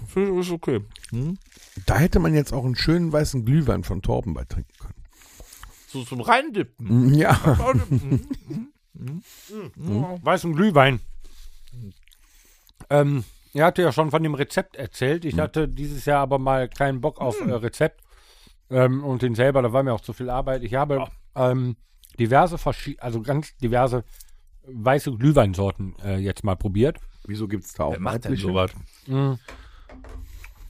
Speaker 3: finde ich ist okay. Hm?
Speaker 4: Da hätte man jetzt auch einen schönen weißen Glühwein von Torben bei trinken können.
Speaker 3: So zum Reindippen.
Speaker 4: Mhm. (laughs) Ja.
Speaker 2: Weißen Glühwein. Ähm, ihr hatte ja schon von dem Rezept erzählt. Ich hatte dieses Jahr aber mal keinen Bock auf äh, Rezept. Ähm, und den selber, da war mir auch zu viel Arbeit. Ich habe ähm, diverse, verschi- also ganz diverse weiße Glühweinsorten äh, jetzt mal probiert.
Speaker 4: Wieso gibt es da auch weibliche?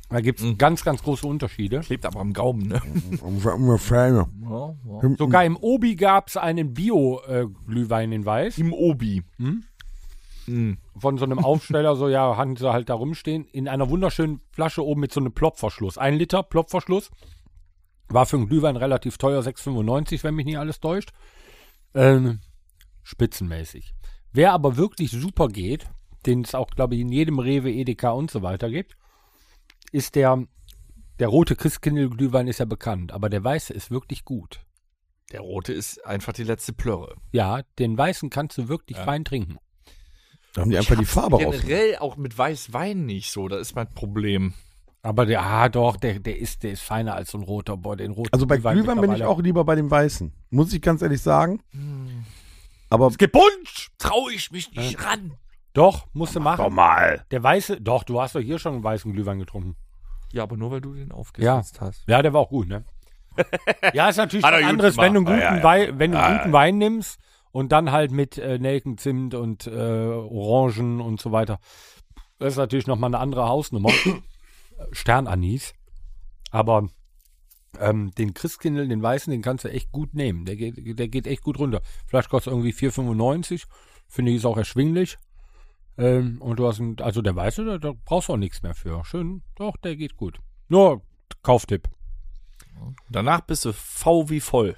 Speaker 2: Da gibt es ganz, ganz große Unterschiede.
Speaker 3: Klebt aber am Gaumen, ne?
Speaker 4: Ungefähr.
Speaker 3: Ja, ja.
Speaker 2: Sogar im Obi gab es einen Bio-Glühwein in Weiß.
Speaker 3: (laughs) Im Obi.
Speaker 2: von so einem Aufsteller, so ja, hatten sie halt da rumstehen, in einer wunderschönen Flasche oben mit so einem Plopverschluss. Ein Liter Plopverschluss. War für einen Glühwein relativ teuer, 6,95, wenn mich nicht alles täuscht. Ähm, spitzenmäßig. Wer aber wirklich super geht, den es auch, glaube ich, in jedem Rewe, Edeka und so weiter gibt, ist der, der rote Christkindl-Glühwein ist ja bekannt, aber der weiße ist wirklich gut.
Speaker 3: Der rote ist einfach die letzte Plörre.
Speaker 2: Ja, den weißen kannst du wirklich fein trinken.
Speaker 4: Da haben die einfach die Farbe raus.
Speaker 3: Generell auch mit Weißwein nicht so, das ist mein Problem.
Speaker 2: Aber der, ah doch, der, der ist, der ist feiner als so ein roter Boy, den roten.
Speaker 4: Also bei Glühwein bin ich
Speaker 2: mittlerweile-
Speaker 4: auch lieber bei dem Weißen. Muss ich ganz ehrlich sagen. Aber
Speaker 3: Gebunsch! Trau ich mich nicht ran.
Speaker 2: Doch, musst du machen.
Speaker 4: normal.
Speaker 2: Der weiße, doch, du hast doch hier schon einen weißen Glühwein getrunken.
Speaker 3: Ja, aber nur weil du den aufgesetzt hast.
Speaker 2: Ja, der war auch gut, ne? (laughs) ja, ist natürlich
Speaker 3: Hat er
Speaker 2: was
Speaker 3: gut
Speaker 2: anderes, wenn du einen guten,
Speaker 4: Ja, ja, ja.
Speaker 2: Wei- wenn du einen guten Wein nimmst und dann halt mit äh, Nelkenzimt und äh, Orangen und so weiter. Das ist natürlich nochmal eine andere Hausnummer. (coughs) Sternanis. Aber ähm, den Christkindl, den weißen, den kannst du echt gut nehmen. Der geht, der geht echt gut runter. Flasch kostet irgendwie 4,95. Finde ich, ist auch erschwinglich. Ähm, und du hast, einen, also der weiße, da, da brauchst du auch nichts mehr für. Schön, doch, der geht gut. Nur Kauftipp.
Speaker 3: Danach bist du V wie voll.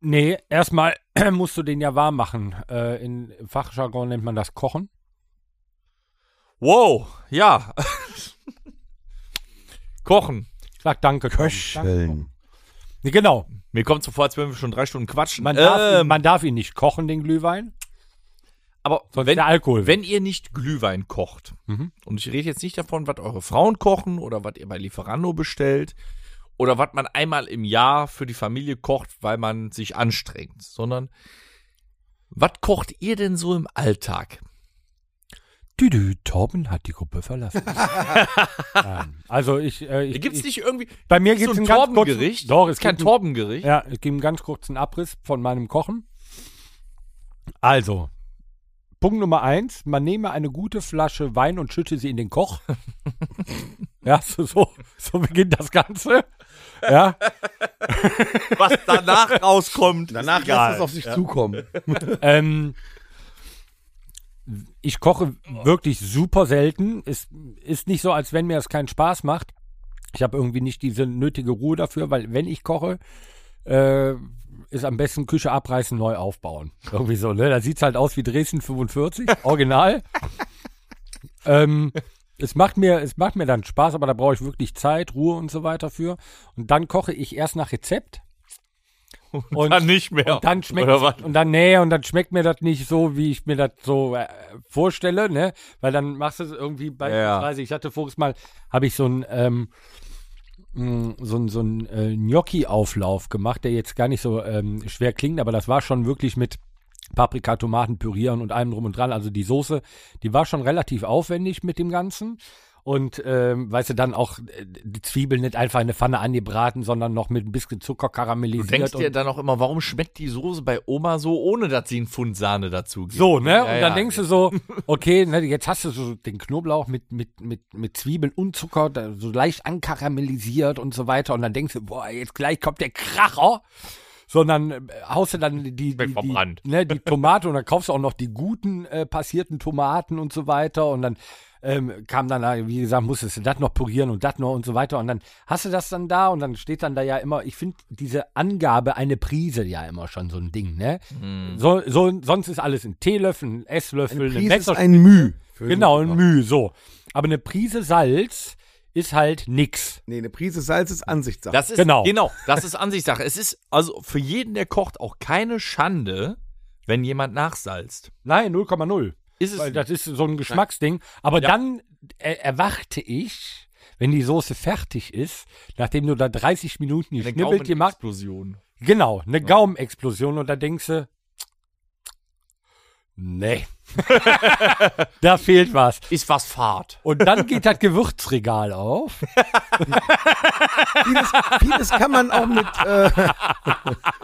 Speaker 2: Nee, erstmal (clears throat) musst du den ja warm machen. Äh, in Fachjargon nennt man das Kochen.
Speaker 3: Wow, ja. (laughs) Kochen.
Speaker 2: Ich sag danke. Tom. Danke, Tom.
Speaker 4: Köcheln.
Speaker 2: Nee, genau.
Speaker 3: Mir kommt so vor, als würden wir schon drei Stunden quatschen.
Speaker 2: Man darf, ihn,
Speaker 3: Ähm,
Speaker 2: man darf ihn nicht kochen, den Glühwein.
Speaker 3: aber
Speaker 2: Sonst
Speaker 3: wenn,
Speaker 2: der Alkohol. weg.
Speaker 3: wenn ihr nicht Glühwein kocht,
Speaker 2: Mhm.
Speaker 3: und ich rede jetzt nicht davon, was eure Frauen kochen oder was ihr bei Lieferando bestellt oder was man einmal im Jahr für die Familie kocht, weil man sich anstrengt, sondern was kocht ihr denn so im Alltag?
Speaker 2: Düdü, Torben hat die Gruppe (laughs) verlassen. ähm, also ich, äh, ich,
Speaker 3: Gibt es
Speaker 2: ich
Speaker 3: nicht irgendwie
Speaker 2: bei mir
Speaker 3: so
Speaker 2: gibt's
Speaker 3: ein
Speaker 2: einen ganz kurzen-
Speaker 3: Torbengericht?
Speaker 2: Doch, es
Speaker 3: kein
Speaker 2: gibt ein-
Speaker 3: Torbengericht.
Speaker 2: Ja, ich gebe einen ganz kurzen Abriss von meinem Kochen. Also, Punkt Nummer eins, man nehme eine gute Flasche Wein und schütte sie in den Koch. ja, so, so, so beginnt das Ganze. Ja,
Speaker 3: Was (laughs) danach rauskommt.
Speaker 4: Danach lässt es auf sich zukommen.
Speaker 2: ähm, ich koche wirklich super selten. Es ist nicht so, als wenn mir das keinen Spaß macht. Ich habe irgendwie nicht diese nötige Ruhe dafür, weil wenn ich koche, äh, ist am besten Küche abreißen, neu aufbauen. Irgendwie so, ne? Da sieht's halt aus wie Dresden 45, original. ähm, es macht mir, es macht mir dann Spaß, aber da brauche ich wirklich Zeit, Ruhe und so weiter für. Und dann koche ich erst nach Rezept. Und
Speaker 3: Dann nicht mehr.
Speaker 2: und dann schmeckt
Speaker 3: Oder was?
Speaker 2: und dann nee und dann schmeckt mir das nicht so, wie ich mir das so äh, vorstelle, ne? Weil dann machst du es irgendwie beispielsweise. Ich hatte voriges Mal habe ich so ein ähm, mh, so ein so ein äh, Gnocchi-Auflauf gemacht, der jetzt gar nicht so ähm, schwer klingt, aber das war schon wirklich mit Paprika, Tomaten pürieren und allem drum und dran. Also die Soße, die war schon relativ aufwendig mit dem Ganzen. Und ähm, weißt du, dann auch äh, die Zwiebeln nicht einfach in eine Pfanne angebraten, sondern noch mit ein bisschen Zucker
Speaker 3: Du
Speaker 2: karamellisiert.
Speaker 3: denkst
Speaker 2: und
Speaker 3: dir dann auch immer, warum schmeckt die Soße bei Oma so, ohne dass sie einen Pfund Sahne dazu gibt?
Speaker 2: So, ne? und dann
Speaker 3: ja.
Speaker 2: denkst du so, okay, ne, jetzt hast du so den Knoblauch mit, mit, mit, mit Zwiebeln und Zucker, da, so leicht ankaramellisiert und so weiter. Und dann denkst du, boah, jetzt gleich kommt der Kracher. sondern äh, haust du dann die, die,
Speaker 3: Weg vom
Speaker 2: die,
Speaker 3: Brand.
Speaker 2: ne, die Tomate und dann kaufst du auch noch die guten äh, passierten Tomaten und so weiter und dann ähm, kam dann, äh, wie gesagt, musstest du das noch purieren und das noch und so weiter und dann hast du das dann da und dann steht dann da ja immer, ich finde diese Angabe, eine Prise ja immer schon so ein Ding, ne? So, so, sonst ist alles in Teelöffeln, Esslöffel,
Speaker 4: Pries ist
Speaker 2: Messerspitze.
Speaker 4: ein Müh. Für
Speaker 2: Genau,
Speaker 4: den
Speaker 2: ein
Speaker 4: Supermarkt.
Speaker 2: Müh, so. Aber eine Prise Salz ist halt nix.
Speaker 4: Nee, eine Prise Salz ist Ansichtssache.
Speaker 3: Das ist,
Speaker 2: Genau.
Speaker 3: genau, das ist Ansichtssache. Es ist also für jeden, der kocht, auch keine Schande, wenn jemand nachsalzt.
Speaker 2: Nein, 0,0.
Speaker 3: Ist es
Speaker 2: Weil das ist so ein Geschmacksding. Aber dann äh, erwarte ich, wenn die Soße fertig ist, nachdem du da 30 Minuten
Speaker 3: eine
Speaker 2: geschnibbelt gemacht
Speaker 3: Gaumenexplosion.
Speaker 2: Genau, eine Gaumenexplosion und da denkst du, nee, (laughs) da fehlt was.
Speaker 3: Ist was Fahrt.
Speaker 2: Und dann geht das Gewürzregal
Speaker 3: (laughs)
Speaker 2: auf.
Speaker 4: vieles, vieles kann man auch mit. Äh,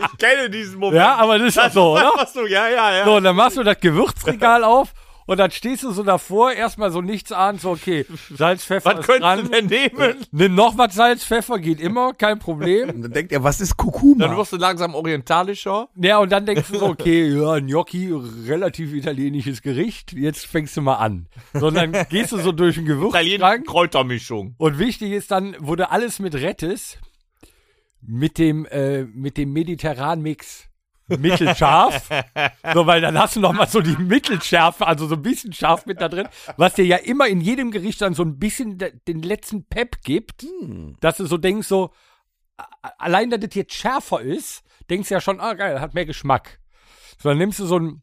Speaker 3: Ich kenne diesen Moment.
Speaker 2: Ja, aber das ist doch so, oder?
Speaker 3: was du, ja, ja, ja.
Speaker 2: So, und dann machst du das
Speaker 3: (laughs)
Speaker 2: Gewürzregal auf und dann stehst du so davor, erstmal so nichts an, so okay, Salz, Pfeffer
Speaker 3: was
Speaker 2: ist dran.
Speaker 3: könntest du denn nehmen?
Speaker 2: Nimm noch was Salz, Pfeffer geht immer, kein Problem.
Speaker 4: und dann denkt er, was ist Kurkuma?
Speaker 3: Dann wirst du langsam orientalischer.
Speaker 2: Ja, und dann denkst du so, okay, ja, Gnocchi, relativ italienisches Gericht, jetzt fängst du mal an. So, und dann gehst du so durch den Gewürzschrank
Speaker 3: Kräutermischung.
Speaker 2: und wichtig ist dann, wo du alles mit rettest, mit dem, äh, mit dem mediterranen Mix. Mittelscharf. so, weil dann hast du nochmal so die Mittelschärfe, also so ein bisschen scharf mit da drin, was dir ja immer in jedem Gericht dann so ein bisschen de- den letzten Pep gibt, dass du so denkst, so, a- allein, dass das jetzt schärfer ist, denkst du ja schon, ah, geil, hat mehr Geschmack. So, dann nimmst du so einen,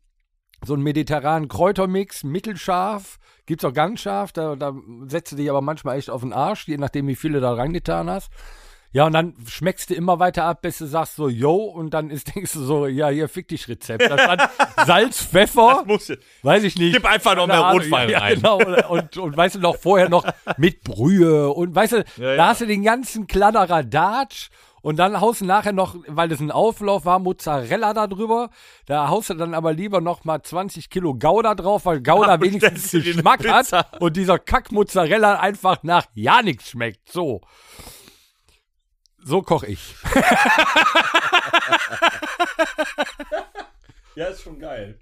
Speaker 2: so einen mediterranen Kräutermix, mittelscharf, gibt's auch ganz scharf, da, da setzt du dich aber manchmal echt auf den Arsch, je nachdem, wie viel du da reingetan hast. Ja, und dann schmeckst du immer weiter ab, bis du sagst so, yo, und dann ist, (laughs) denkst du so, ja, hier fick dich Rezept. Das stand Salz, Pfeffer, weiß ich nicht.
Speaker 3: Gib einfach noch
Speaker 2: Keine
Speaker 3: mehr
Speaker 2: Ahnung,
Speaker 3: Rotwein
Speaker 2: ja,
Speaker 3: rein.
Speaker 2: Genau, und, und, und weißt du noch, vorher noch mit Brühe und weißt du, da
Speaker 3: ja.
Speaker 2: hast du den ganzen Kladderadatsch und dann haust du nachher noch, weil es ein Auflauf war, Mozzarella da drüber. Da haust du dann aber lieber noch mal 20 Kilo Gouda drauf, weil
Speaker 3: (laughs)
Speaker 2: Gouda wenigstens
Speaker 3: stellst du dir eine
Speaker 2: Geschmack
Speaker 3: Pizza.
Speaker 2: hat und dieser Kack-Mozzarella einfach nach ja nichts schmeckt. So. So koche ich.
Speaker 3: Ja, ist schon geil.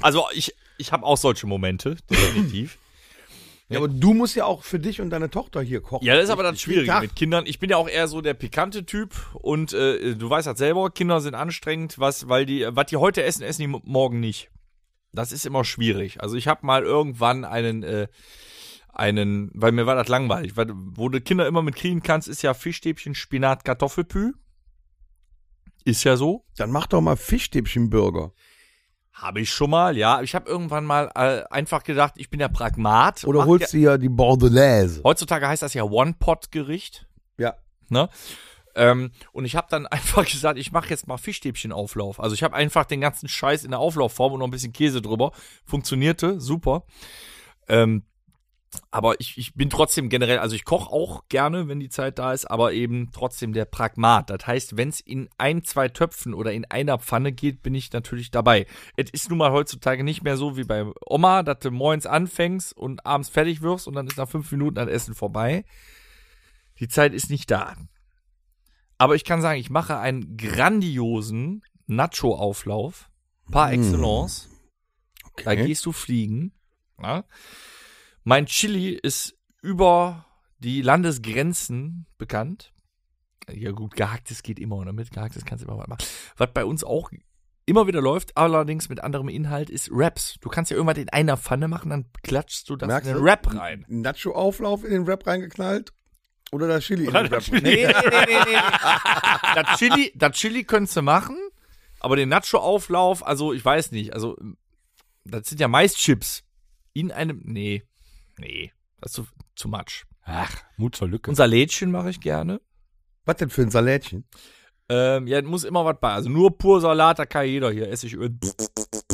Speaker 3: Also ich, ich habe auch solche Momente, definitiv.
Speaker 4: Ja, aber du musst ja auch für dich und deine Tochter hier kochen.
Speaker 3: Ja, das ist aber das
Speaker 4: Jeden
Speaker 3: Schwierige
Speaker 4: Tag.
Speaker 3: mit Kindern. Ich bin ja auch eher so der pikante Typ und äh, du weißt das selber, Kinder sind anstrengend, was, weil die, was die heute essen, essen die mo- morgen nicht. Das ist immer schwierig. Also ich habe mal irgendwann einen, äh, einen, weil mir war das langweilig, weil, wo du Kinder immer mit kriegen kannst, ist ja Fischstäbchen, Spinat, Kartoffelpü. Ist ja so.
Speaker 4: Dann mach doch mal Fischstäbchenburger.
Speaker 3: Habe ich schon mal, ja. Ich habe irgendwann mal äh, einfach gedacht, ich bin der Pragmat.
Speaker 4: Oder
Speaker 3: Mach ja,
Speaker 4: holst dir ja die Bordelaise.
Speaker 3: Heutzutage heißt das ja One-Pot-Gericht.
Speaker 4: Ja.
Speaker 3: Ne? Ähm, und ich habe dann (laughs) einfach gesagt, ich mache jetzt mal Fischstäbchenauflauf. Also ich habe einfach den ganzen Scheiß in der Auflaufform und noch ein bisschen Käse drüber. Funktionierte, super. Ähm, aber ich, ich bin trotzdem generell, also ich koche auch gerne, wenn die Zeit da ist, aber eben trotzdem der Pragmat. Das heißt, wenn es in ein, zwei Töpfen oder in einer Pfanne geht, bin ich natürlich dabei. Es ist nun mal heutzutage nicht mehr so wie bei Oma, dass du moins anfängst und abends fertig wirst und dann ist nach fünf Minuten das Essen vorbei. Die Zeit ist nicht da. Aber ich kann sagen, ich mache einen grandiosen Nacho-Auflauf par excellence. Da gehst du fliegen. Ja? Mein Chili ist über die Landesgrenzen bekannt. Ja gut, gehacktes geht immer, ne? Mit gehacktes kannst du immer was machen. Was bei uns auch immer wieder läuft, allerdings mit anderem Inhalt, ist Raps. Du kannst ja irgendwas in einer Pfanne machen, dann klatschst du das
Speaker 4: Merkst
Speaker 3: in
Speaker 4: du?
Speaker 3: den Rap rein.
Speaker 4: Nacho-Auflauf in den Wrap reingeknallt. Oder das Chili in den Wrap rein.
Speaker 3: Nee, nee, nee, nee, nee. das Chili, das Chili könntest du machen, aber den Nacho-Auflauf, also ich weiß nicht, also das sind ja Maischips. In einem, nee, nee, das ist zu, too much.
Speaker 2: Ach, Mut zur Lücke.
Speaker 3: Und Salätchen mache ich gerne.
Speaker 4: Was denn für ein Salätchen?
Speaker 3: Ähm, ja, muss immer was bei. Also nur pur Salat, da kann jeder hier. Essigöl.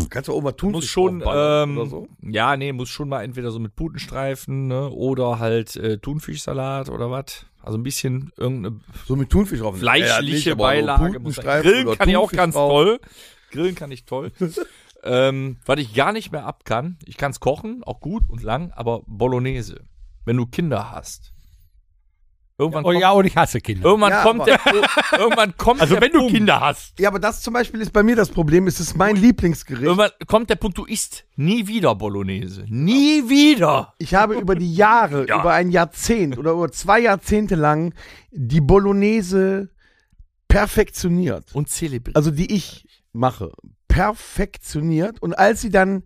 Speaker 4: Kannst du auch mal tun.
Speaker 3: Muss schon,
Speaker 4: draufballern
Speaker 3: ähm,
Speaker 4: oder so.
Speaker 3: ja, nee, muss schon mal entweder so mit Putenstreifen ne, oder halt äh, Thunfischsalat oder was. Also ein bisschen irgendeine
Speaker 4: So mit Thunfisch drauf.
Speaker 3: fleischliche Beilage. muss sein.
Speaker 4: Grillen
Speaker 3: Grillen kann ich auch ganz toll. Grillen kann ich
Speaker 4: (laughs)
Speaker 3: toll. ähm, was ich gar nicht mehr ab kann, ich kann es kochen, auch gut und lang, aber Bolognese. Wenn du Kinder hast, Irgendwann
Speaker 2: Oh
Speaker 3: kommt,
Speaker 2: ja, und ich hasse Kinder.
Speaker 3: irgendwann
Speaker 4: Ja,
Speaker 3: kommt
Speaker 4: aber- Also
Speaker 3: der, irgendwann
Speaker 4: (laughs)
Speaker 3: kommt
Speaker 2: Also
Speaker 3: der Punkt,
Speaker 2: hast.
Speaker 4: Ja, aber das zum Beispiel ist bei mir das Problem. Es ist mein Lieblingsgericht.
Speaker 3: Irgendwann kommt der Punkt, du isst nie wieder Bolognese. Nie wieder.
Speaker 4: Ich habe über die
Speaker 3: (laughs)
Speaker 4: Jahre, über ein Jahrzehnt oder über zwei Jahrzehnte lang die Bolognese perfektioniert.
Speaker 3: Und zelebriert.
Speaker 4: Also die ich mache. Perfektioniert. Und als sie dann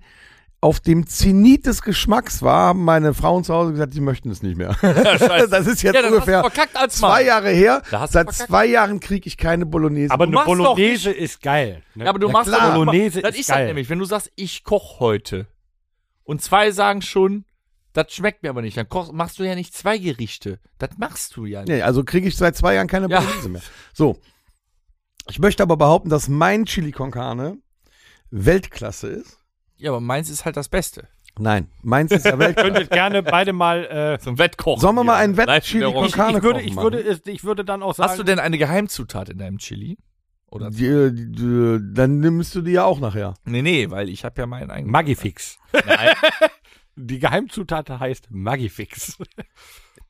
Speaker 4: auf dem Zenit des Geschmacks war, haben meine Frauen zu Hause gesagt, die möchten es nicht mehr. das
Speaker 3: (laughs)
Speaker 4: ist jetzt
Speaker 3: ja, dann
Speaker 4: ungefähr
Speaker 3: hast du verkackt als Mann.
Speaker 4: zwei Jahre her.
Speaker 3: Da hast du
Speaker 4: Seit
Speaker 3: verkackt.
Speaker 4: zwei Jahren kriege ich keine Bolognese.
Speaker 2: Aber
Speaker 3: Du
Speaker 2: eine
Speaker 3: machst doch
Speaker 2: Bolognese ist geil. Ne?
Speaker 3: Ja, aber du
Speaker 4: Ja,
Speaker 3: machst
Speaker 4: klar.
Speaker 3: doch-
Speaker 2: Bolognese
Speaker 3: das
Speaker 2: ist
Speaker 3: das
Speaker 2: geil.
Speaker 3: nämlich, wenn du sagst, ich koche heute und zwei sagen schon, das schmeckt mir aber nicht, dann koch, machst du ja nicht zwei Gerichte. Das machst du ja nicht.
Speaker 4: Nee, also kriege ich seit zwei Jahren keine
Speaker 3: Ja.
Speaker 4: Bolognese mehr. So. Ich möchte aber behaupten, dass mein Chili con Carne Weltklasse ist.
Speaker 3: Ja, aber meins ist halt das Beste.
Speaker 4: Nein, meins
Speaker 3: (laughs)
Speaker 4: ist ja Weltklasse.
Speaker 2: Könntet gerne beide mal. Äh,
Speaker 3: So ein Wettkoch.
Speaker 4: Sollen wir mal einen
Speaker 3: Live in der
Speaker 4: Wett-Chili con
Speaker 3: Orange.
Speaker 4: Carne
Speaker 2: ich, würde,
Speaker 4: kochen
Speaker 2: ich,
Speaker 4: machen?
Speaker 2: würde, es- ich würde dann auch sagen.
Speaker 3: Hast du denn eine Geheimzutat in deinem Chili? Oder?
Speaker 4: Die, die, die, dann nimmst du die ja auch nachher.
Speaker 3: Nee, nee, weil ich habe ja meinen eigenen.
Speaker 2: Magifix? Die Geheimzutat heißt Magifix.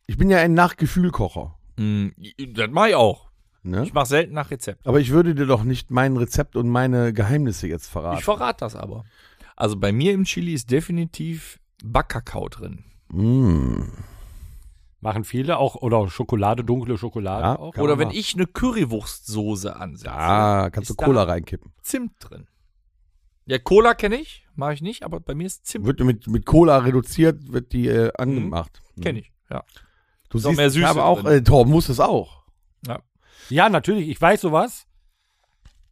Speaker 4: Ich bin ja ein Nachgefühlkocher.
Speaker 3: Mm, das mache ich auch.
Speaker 4: Ne?
Speaker 3: Ich mache selten nach Rezept.
Speaker 4: Aber ich würde dir doch nicht mein Rezept und meine Geheimnisse jetzt
Speaker 3: Ich
Speaker 4: verraten.
Speaker 3: verrate das aber. Also bei mir im Chili ist definitiv Backkakao drin. Hm.
Speaker 4: Mm.
Speaker 2: Machen viele auch, oder Schokolade, dunkle Schokolade
Speaker 4: Ja,
Speaker 2: auch.
Speaker 4: kann
Speaker 3: Oder
Speaker 4: man
Speaker 3: wenn
Speaker 4: machen.
Speaker 3: ich eine Currywurstsoße ansetze.
Speaker 4: Ah, kannst du
Speaker 3: Ist da-
Speaker 4: Cola reinkippen.
Speaker 3: Zimt drin. Ja, Cola kenne ich, mache ich nicht, aber bei mir ist Zimt.
Speaker 4: Wird mit, mit Cola reduziert, wird die äh, angemacht.
Speaker 3: Kenne Mhm. ich, ja.
Speaker 4: Du
Speaker 3: Ist auch
Speaker 4: siehst,
Speaker 3: mehr
Speaker 4: ich
Speaker 3: Süße
Speaker 4: habe auch,
Speaker 3: drin.
Speaker 4: äh, Torben muss es auch.
Speaker 2: Ja, natürlich, ich weiß sowas,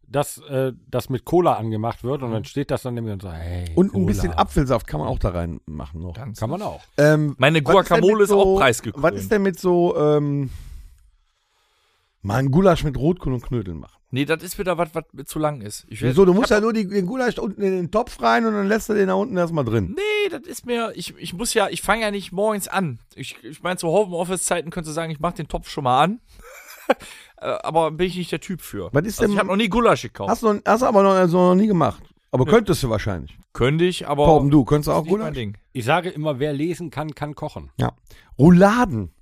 Speaker 2: dass äh, das mit Cola angemacht wird und dann steht das dann nämlich und so, hey.
Speaker 4: Mhm. Und
Speaker 2: Cola.
Speaker 4: ein bisschen Apfelsaft kann man auch da reinmachen noch.
Speaker 3: Ganz
Speaker 2: Kann man auch.
Speaker 4: Ähm,
Speaker 3: Meine
Speaker 4: was denn
Speaker 3: Guacamole
Speaker 4: mit
Speaker 3: ist, auch preisgekrönt.
Speaker 4: Was ist denn mit so, ähm, mal ein Gulasch mit Rotkohl und Knödeln machen?
Speaker 3: Nee, das ist wieder was, was mir zu lang ist. Ich werd-
Speaker 4: Wieso? Du musst ja nur die, den Gulasch unten in den Topf rein und dann lässt du den da unten erstmal drin.
Speaker 3: Nee, das ist mir, ich, ich muss ja, ich fange ja nicht morgens an. Ich, ich meine, zu Homeoffice-Zeiten könntest du sagen, ich mache den Topf schon mal an. (laughs) Äh, aber bin ich nicht der Typ für.
Speaker 4: Was ist
Speaker 3: also
Speaker 4: denn-
Speaker 3: ich habe noch nie Gulasch gekauft.
Speaker 4: Hast du noch, hast du aber noch, also noch nie gemacht. Aber könntest du wahrscheinlich.
Speaker 3: Könnte ich, aber
Speaker 4: Torben, du, könntest du auch
Speaker 3: nicht mein
Speaker 4: Gulasch?
Speaker 3: Ding.
Speaker 2: Ich sage immer, wer lesen kann, kann kochen.
Speaker 4: Ja. Rouladen.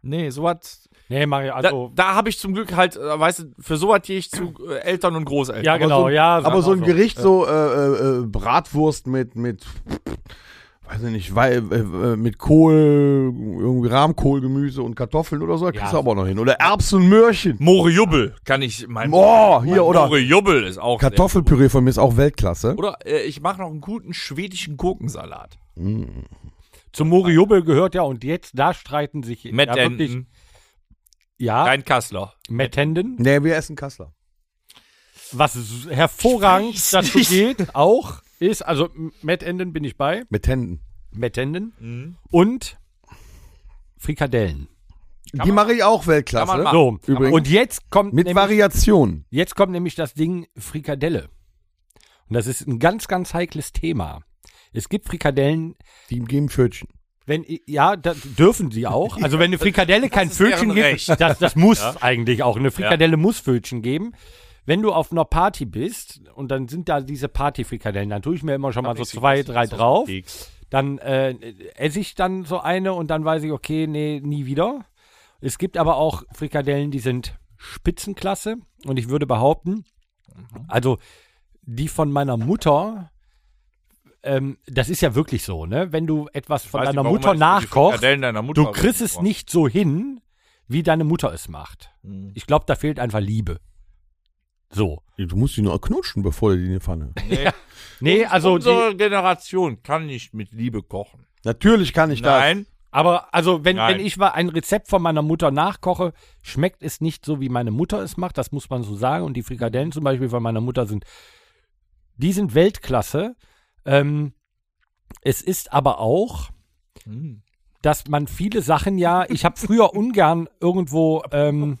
Speaker 3: Nee, sowas.
Speaker 2: Nee, Mario,
Speaker 3: Da,
Speaker 2: also.
Speaker 3: da habe ich zum Glück halt, äh, weißt du, für sowas gehe ich zu äh, Eltern und Großeltern.
Speaker 2: ja, genau,
Speaker 4: so
Speaker 3: Also
Speaker 4: ein-
Speaker 2: ja.
Speaker 4: Aber so ein
Speaker 2: auch
Speaker 4: Gericht, so äh, äh, äh, Bratwurst mit, mit, weiß ich nicht, Wei- äh, äh, mit Kohl, irgendwie Rahmkohlgemüse und Kartoffeln oder so, da kriegst du aber noch hin. Oder Erbsen und Möhrchen.
Speaker 3: Morejubbel kann ich mein
Speaker 4: Boah, hier,
Speaker 3: mein
Speaker 4: oder
Speaker 3: Morejubbel ist auch sehr
Speaker 4: Kartoffelpüree von mir ist auch Weltklasse.
Speaker 3: gut. Oder äh, ich mache noch einen guten schwedischen Gurkensalat.
Speaker 2: Zum Moriobel gehört ja, und jetzt, da streiten sich.
Speaker 3: Mit
Speaker 2: ja, wirklich. Ah.
Speaker 3: Enten,
Speaker 2: Ja,
Speaker 3: Rhein Kassler.
Speaker 2: Mettenden.
Speaker 4: Nee, wir essen Kassler.
Speaker 2: Was s- hervorragend
Speaker 3: Ich weiß
Speaker 2: dazu
Speaker 3: nicht.
Speaker 2: geht, auch, ist, also M- Mettenden bin ich bei.
Speaker 4: Mit Händen.
Speaker 2: Mettenden.
Speaker 3: Mhm.
Speaker 2: Und Frikadellen.
Speaker 4: Die mache ich auch
Speaker 3: Kann man
Speaker 4: Weltklasse.
Speaker 3: machen.
Speaker 2: So,
Speaker 4: Übrigens.
Speaker 2: und jetzt kommt,
Speaker 4: Mit
Speaker 2: nämlich,
Speaker 4: Variationen.
Speaker 2: jetzt kommt nämlich das Ding Frikadelle. Und das ist ein ganz, ganz heikles Thema. Es gibt Frikadellen,
Speaker 4: Die geben Pfötchen.
Speaker 2: wenn, ja, das dürfen sie auch. Also wenn eine Frikadelle kein
Speaker 3: ist
Speaker 2: Fötchen
Speaker 3: deren
Speaker 2: gibt,
Speaker 3: Recht.
Speaker 2: das, das muss eigentlich auch. Eine Frikadelle muss Fötchen geben. Wenn du auf einer Party bist und dann sind da diese Partyfrikadellen, dann tue ich mir immer schon mal so zwei, drei drauf. Dann äh, esse ich dann so eine und dann weiß ich, okay, nee, nie wieder. Es gibt aber auch Frikadellen, die sind Spitzenklasse und ich würde behaupten, also die von meiner Mutter, ähm, das ist ja wirklich so, ne? Wenn du etwas von
Speaker 3: Weiß
Speaker 2: deiner
Speaker 3: nicht, warum
Speaker 2: Mutter
Speaker 3: man jetzt über die
Speaker 2: nachkochst,
Speaker 3: Frikadellen deiner Mutter
Speaker 2: du kriegst es
Speaker 3: redet.
Speaker 2: nicht so hin, wie deine Mutter es macht.
Speaker 3: Mhm.
Speaker 2: Ich glaube, da fehlt einfach Liebe. So.
Speaker 4: Du musst die nur knutschen, bevor du die in
Speaker 3: (laughs)
Speaker 4: die Pfanne.
Speaker 2: Nee, also die,
Speaker 3: Unsere Generation kann nicht mit Liebe kochen.
Speaker 4: Natürlich kann ich das.
Speaker 3: Nein,
Speaker 2: aber also wenn,
Speaker 3: Nein.
Speaker 2: wenn ich mal ein Rezept von meiner Mutter nachkoche, schmeckt es nicht so, wie meine Mutter es macht, das muss man so sagen. Und die Frikadellen zum Beispiel von meiner Mutter sind, die sind Weltklasse. Ähm, es ist aber auch, dass man viele Sachen ja, ich habe früher ungern irgendwo ähm,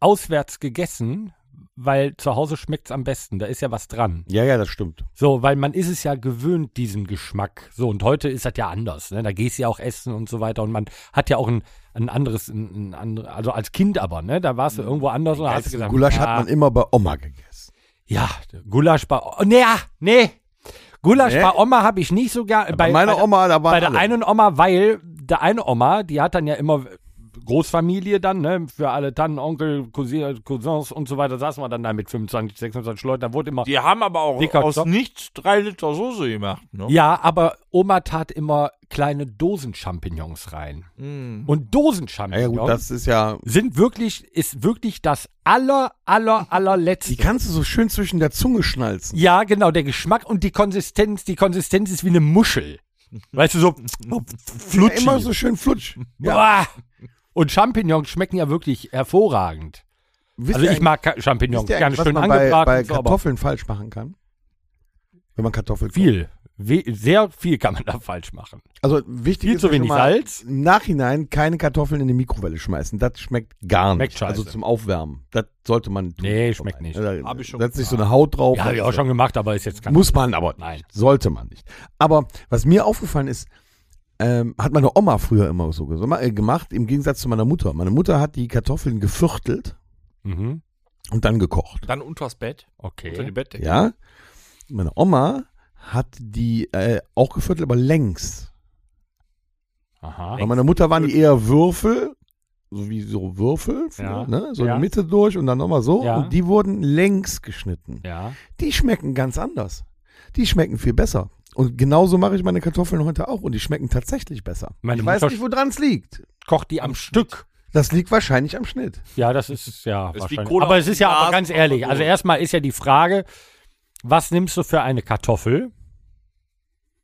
Speaker 2: auswärts gegessen, weil zu Hause schmeckt es am besten, da ist ja was dran.
Speaker 4: Ja, ja, das stimmt.
Speaker 2: So, weil man ist es ja gewöhnt, diesen Geschmack. So, und heute ist das ja anders. Ne? Da gehst du ja auch essen und so weiter. Und man hat ja auch ein, ein anderes, ein, ein andere, also als Kind aber, ne? Da warst du irgendwo anders und hast gesagt,
Speaker 4: Mhm. Gulasch
Speaker 2: ja,
Speaker 4: hat man immer bei Oma gegessen.
Speaker 2: Ja, Gulasch bei Oma. Nee, ja, nee. Gulasch
Speaker 4: Nee?
Speaker 2: bei Oma habe ich nicht so gern.
Speaker 4: Bei meiner Oma, da waren
Speaker 2: Bei der
Speaker 4: alle.
Speaker 2: einen Oma, weil der eine Oma, die hat dann ja immer Großfamilie dann, ne? Für alle Tanten, Onkel, Cousine, Cousins und so weiter saßen wir dann da mit 25, 26 Leuten. Da wurde immer.
Speaker 3: Die haben aber auch
Speaker 2: Dicker
Speaker 3: aus
Speaker 2: Zopf.
Speaker 3: nichts drei Liter Soße gemacht, ne?
Speaker 2: Ja, aber Oma tat immer kleine Dosen Champignons rein.
Speaker 3: Mm.
Speaker 2: Und Dosen Champignons
Speaker 4: Ja, gut, das ist ja.
Speaker 2: sind wirklich, ist wirklich das aller, aller, allerletzte.
Speaker 4: Die kannst du so schön zwischen der Zunge schnalzen.
Speaker 2: Ja, genau, der Geschmack und die Konsistenz. Die Konsistenz ist wie eine Muschel. Weißt du, so
Speaker 4: Ja,
Speaker 2: flutschig.
Speaker 4: immer so schön flutsch.
Speaker 2: Boah. Und Champignons schmecken ja wirklich hervorragend.
Speaker 4: Wisst
Speaker 2: also
Speaker 4: ihr
Speaker 2: ich mag Ka- Champignons,
Speaker 4: wisst ihr
Speaker 2: gerne
Speaker 4: eigentlich, was
Speaker 2: schön
Speaker 4: man bei,
Speaker 2: angebraten.
Speaker 4: bei
Speaker 2: und so, aber
Speaker 4: Kartoffeln falsch machen kann? Wenn man Kartoffeln kocht.
Speaker 2: viel, we sehr viel kann man da falsch machen.
Speaker 4: Also wichtig
Speaker 2: Viel
Speaker 4: ist
Speaker 2: zu
Speaker 4: ja schon
Speaker 2: wenig
Speaker 4: mal,
Speaker 2: Salz.
Speaker 4: Im Nachhinein keine Kartoffeln in die Mikrowelle schmeißen. Das schmeckt gar
Speaker 2: Schmeckt
Speaker 4: nicht. also
Speaker 2: scheiße.
Speaker 4: zum Aufwärmen. Das sollte man tun.
Speaker 2: Nee, schmeckt nicht.
Speaker 4: Da
Speaker 3: Hab ich schon
Speaker 4: setzt sich so eine Haut drauf. Also,
Speaker 2: Ja, habe ich auch schon gemacht, aber ist jetzt kein
Speaker 4: Muss man aber nicht.
Speaker 2: Nein.
Speaker 4: Sollte man nicht. Aber was mir aufgefallen ist, ähm, hat meine Oma früher immer so ges- äh, gemacht, im Gegensatz zu meiner Mutter. Meine Mutter hat die Kartoffeln geviertelt
Speaker 2: Mhm.
Speaker 4: und dann gekocht.
Speaker 3: Dann unters Bett. Unter die
Speaker 2: Okay.
Speaker 3: Bettdecke.
Speaker 4: Ja? Meine Oma hat die äh, auch geviertelt, aber längs.
Speaker 2: Aha.
Speaker 4: Bei meiner Mutter waren die eher Würfel, so wie so Würfel,
Speaker 2: Ja.
Speaker 4: ne? so
Speaker 2: Ja.
Speaker 4: in die Mitte durch und dann nochmal so.
Speaker 2: Ja.
Speaker 4: Und die wurden längs geschnitten.
Speaker 2: Ja.
Speaker 4: Die schmecken ganz anders. Die schmecken viel besser. Und genauso mache ich meine Kartoffeln heute auch und die schmecken tatsächlich besser.
Speaker 2: Meine
Speaker 4: ich
Speaker 2: Mutter
Speaker 4: weiß nicht, woran es liegt.
Speaker 2: kocht die am Stück.
Speaker 4: Das liegt wahrscheinlich am Schnitt.
Speaker 2: Ja, das ist ja
Speaker 3: wie
Speaker 2: wahrscheinlich.
Speaker 3: Cola
Speaker 2: aber
Speaker 3: auf
Speaker 2: es ist
Speaker 3: dem
Speaker 2: ja aber
Speaker 3: Glas,
Speaker 2: ganz
Speaker 3: aber
Speaker 2: ehrlich.
Speaker 3: so.
Speaker 2: Also erstmal ist ja die Frage, was nimmst du für eine Kartoffel?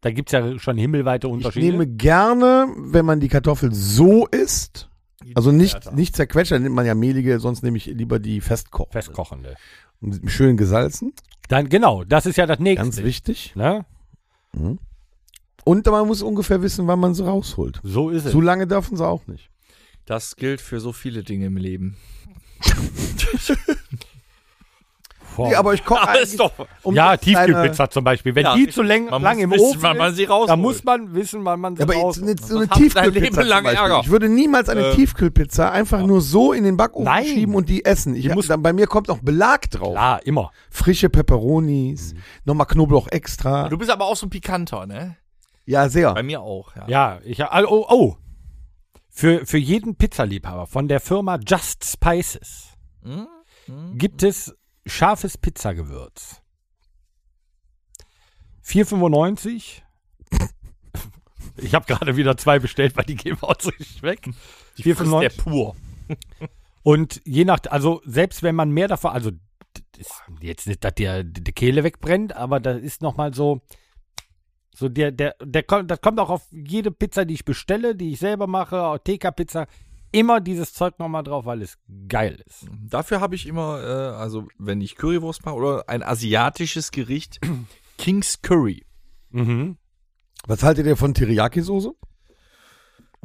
Speaker 2: Da gibt es ja schon himmelweite
Speaker 4: Ich
Speaker 2: Unterschiede.
Speaker 4: nehme gerne, wenn man die Kartoffel so isst, also nicht, nicht zerquetscht, dann nimmt man ja mehlige, sonst nehme ich lieber die festkochen.
Speaker 2: festkochende.
Speaker 4: Schön gesalzen,
Speaker 2: Dann genau, das ist ja das nächste.
Speaker 4: ganz wichtig.
Speaker 2: Ne?
Speaker 4: Und man muss ungefähr wissen, wann man sie rausholt.
Speaker 2: So ist es.
Speaker 4: Zu lange dürfen sie auch nicht.
Speaker 3: Das gilt für so viele Dinge im Leben. (laughs)
Speaker 2: Boah.
Speaker 3: (laughs)
Speaker 4: ich koche
Speaker 3: Alles doch.
Speaker 4: um
Speaker 2: ja,
Speaker 4: das kleine-
Speaker 2: Tiefkühlpizza zum Beispiel. Wenn
Speaker 3: Ja,
Speaker 2: die zu lang,
Speaker 3: man
Speaker 2: lang
Speaker 3: muss
Speaker 2: im
Speaker 3: wissen,
Speaker 2: Ofen
Speaker 3: wann man
Speaker 2: ist,
Speaker 3: sie rausholt.
Speaker 2: da muss man wissen, wann man sie
Speaker 4: Aber jetzt,
Speaker 2: rausholt.
Speaker 4: eine, so eine
Speaker 3: Sonst haben sie dein
Speaker 4: Tiefkühlpizza
Speaker 3: Leben lang
Speaker 4: zum Beispiel.
Speaker 3: Ärger.
Speaker 4: Ich würde niemals eine
Speaker 3: Äh.
Speaker 4: Tiefkühlpizza einfach nur so in den Backofen
Speaker 2: Nein.
Speaker 4: schieben und die essen. Ich,
Speaker 2: muss-
Speaker 4: dann, bei mir kommt noch Belag drauf.
Speaker 2: Klar, immer.
Speaker 4: Frische Peperonis, nochmal Knoblauch extra.
Speaker 3: Du bist aber auch so ein pikanter, ne?
Speaker 4: Ja,
Speaker 3: Bei
Speaker 4: sehr.
Speaker 3: mir auch, ja.
Speaker 2: Ja, ich oh, oh, oh. Für, für jeden Pizzaliebhaber von der Firma Just Spices gibt es scharfes Pizzagewürz. 4,95. (laughs) Ich habe gerade wieder zwei bestellt, weil die gehen auch so weg.
Speaker 3: Das ist
Speaker 2: 4,95.
Speaker 3: der pur.
Speaker 2: Und je nach, also selbst wenn man mehr davon, also das ist jetzt nicht, dass dir die Kehle wegbrennt, aber da ist nochmal so, so der, der, der kommt, das kommt auch auf jede Pizza, die ich bestelle, die ich selber mache, auch TK-Pizza, immer dieses Zeug nochmal drauf, weil es geil ist.
Speaker 3: Dafür habe ich immer, äh, also wenn ich Currywurst mache oder ein asiatisches (clears throat) Gericht, King's Curry.
Speaker 2: Mhm.
Speaker 4: Was haltet ihr von Teriyaki-Soße?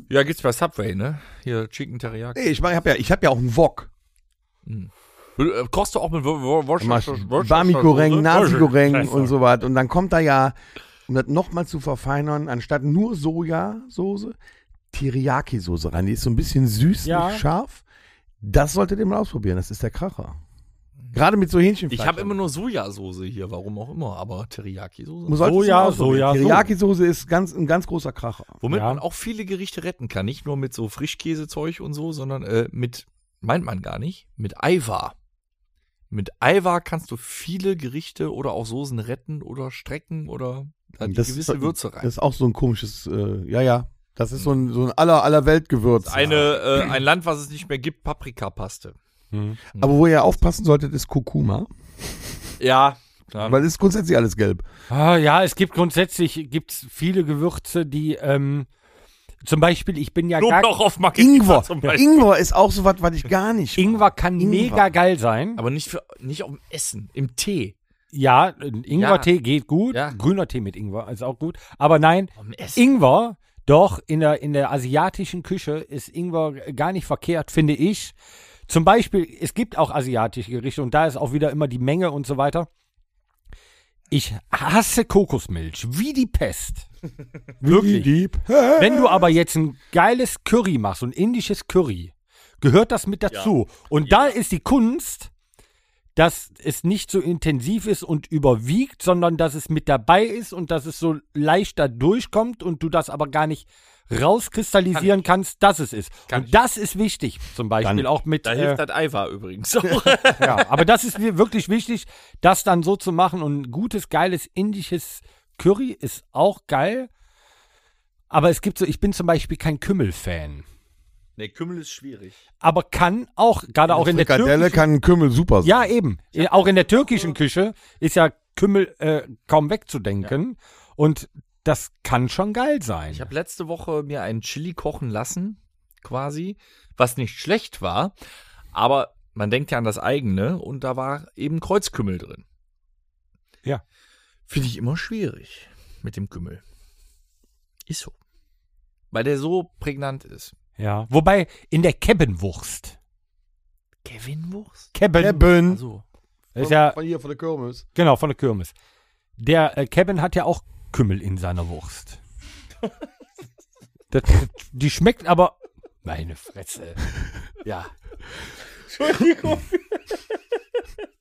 Speaker 3: Ja, gibt's bei Subway, ne? Hier Chicken Teriyaki.
Speaker 4: Nee, ich, mein, ich habe ja, ich hab ja auch einen Wok.
Speaker 3: Äh, Kochst du auch mit Worcestershire-Soße?
Speaker 4: Barmi-Goreng, Nasi-Goreng und so was. Und dann kommt da ja, um das nochmal zu verfeinern, anstatt nur Sojasoße, Teriyaki-Soße rein. Die ist so ein bisschen süß,
Speaker 2: Ja.
Speaker 4: nicht scharf. Das solltet ihr mal ausprobieren. Das ist der Kracher. Gerade mit so Hähnchenfleisch.
Speaker 3: Ich habe immer nur Sojasoße hier, warum auch immer, aber Teriyaki-Soße.
Speaker 4: Man sollte es
Speaker 2: Soja,
Speaker 4: mal ausprobieren.
Speaker 2: Soja, Soja.
Speaker 4: Teriyaki-Soße ist ganz, ein ganz großer Kracher.
Speaker 3: Womit
Speaker 2: Ja.
Speaker 3: man auch viele Gerichte retten kann. Nicht nur mit so Frischkäsezeug und so, sondern äh, mit, meint man gar nicht, mit Aiwa. Mit Aiwa kannst du viele Gerichte oder auch Soßen retten oder strecken oder da die gewisse
Speaker 4: ist,
Speaker 3: Würze
Speaker 4: Das
Speaker 3: rein.
Speaker 4: ist auch so ein komisches, äh, ja, ja. Das ist so ein, so ein aller, aller Weltgewürz.
Speaker 3: Eine, äh, ein Land, was es nicht mehr gibt, Paprikapaste.
Speaker 2: Mhm.
Speaker 4: Mhm. Aber wo ihr aufpassen solltet, ist Kurkuma.
Speaker 3: Ja, klar.
Speaker 4: Weil es ist grundsätzlich
Speaker 2: (laughs)
Speaker 4: alles gelb.
Speaker 2: Ah, ja, es gibt grundsätzlich gibt's viele Gewürze, die, ähm, zum Beispiel, ich bin ja gar
Speaker 3: Knoblauch auf Margarita
Speaker 4: Ingwer.
Speaker 3: zum Beispiel.
Speaker 4: Ingwer ist auch so was, was ich gar nicht.
Speaker 2: Ingwer kann
Speaker 4: Ingwer.
Speaker 2: mega geil sein.
Speaker 3: Aber nicht, für, nicht auf dem Essen, im Tee.
Speaker 2: Ja, ein Ingwertee geht gut.
Speaker 3: Ja.
Speaker 2: Grüner Tee mit Ingwer ist auch gut. Aber nein,
Speaker 3: Auf dem Um Essen.
Speaker 2: Ingwer, doch, in der, in der asiatischen Küche ist Ingwer gar nicht verkehrt, finde ich. Zum Beispiel, es gibt auch asiatische Gerichte und da ist auch wieder immer die Menge und so weiter. Ich hasse Kokosmilch, wie die Pest. Wirklich.
Speaker 4: Dieb.
Speaker 2: Wenn du aber jetzt ein geiles Curry machst, so ein indisches Curry, gehört das mit dazu. Und da ist die Kunst, dass es nicht so intensiv ist und überwiegt, sondern dass es mit dabei ist und dass es so leicht da durchkommt und du das aber gar nicht rauskristallisieren kannst, dass es ist.
Speaker 3: Kann
Speaker 2: und
Speaker 3: ich.
Speaker 2: das ist wichtig, zum Beispiel
Speaker 4: Dann-
Speaker 2: auch mit.
Speaker 3: Da
Speaker 2: äh,
Speaker 3: hilft das Eifer übrigens. auch.
Speaker 2: ja, aber das ist mir wirklich wichtig, das dann so zu machen. Und ein gutes, geiles indisches Curry ist auch geil. Aber es gibt so, ich bin zum Beispiel kein Kümmel-Fan.
Speaker 3: (laughs) nee, Kümmel ist schwierig.
Speaker 2: Aber kann auch, gerade auch in der
Speaker 4: Frikadelle
Speaker 2: türkischen,
Speaker 4: kann Kümmel super sein.
Speaker 2: Ja, eben. Auch in der türkischen Küche ist ja Kümmel äh, kaum wegzudenken. Und das kann schon geil sein.
Speaker 3: Ich habe letzte Woche mir einen Chili kochen lassen, quasi, was nicht schlecht war, aber man denkt ja an das eigene und da war eben Kreuzkümmel drin.
Speaker 2: Ja.
Speaker 3: Finde ich immer schwierig mit dem Kümmel. Ist so. Weil der so prägnant ist.
Speaker 2: ja. Wobei in der Kebbenwurst.
Speaker 3: Kevin Wurst?
Speaker 2: Kebben.
Speaker 4: Eben.
Speaker 3: Also,
Speaker 2: Ist ja,
Speaker 4: Von hier, von der Kirmes.
Speaker 2: genau, von der Kirmes. Der äh, Kebben hat ja auch Kümmel in seiner Wurst. das, die schmeckt aber. Meine Fresse. Ja.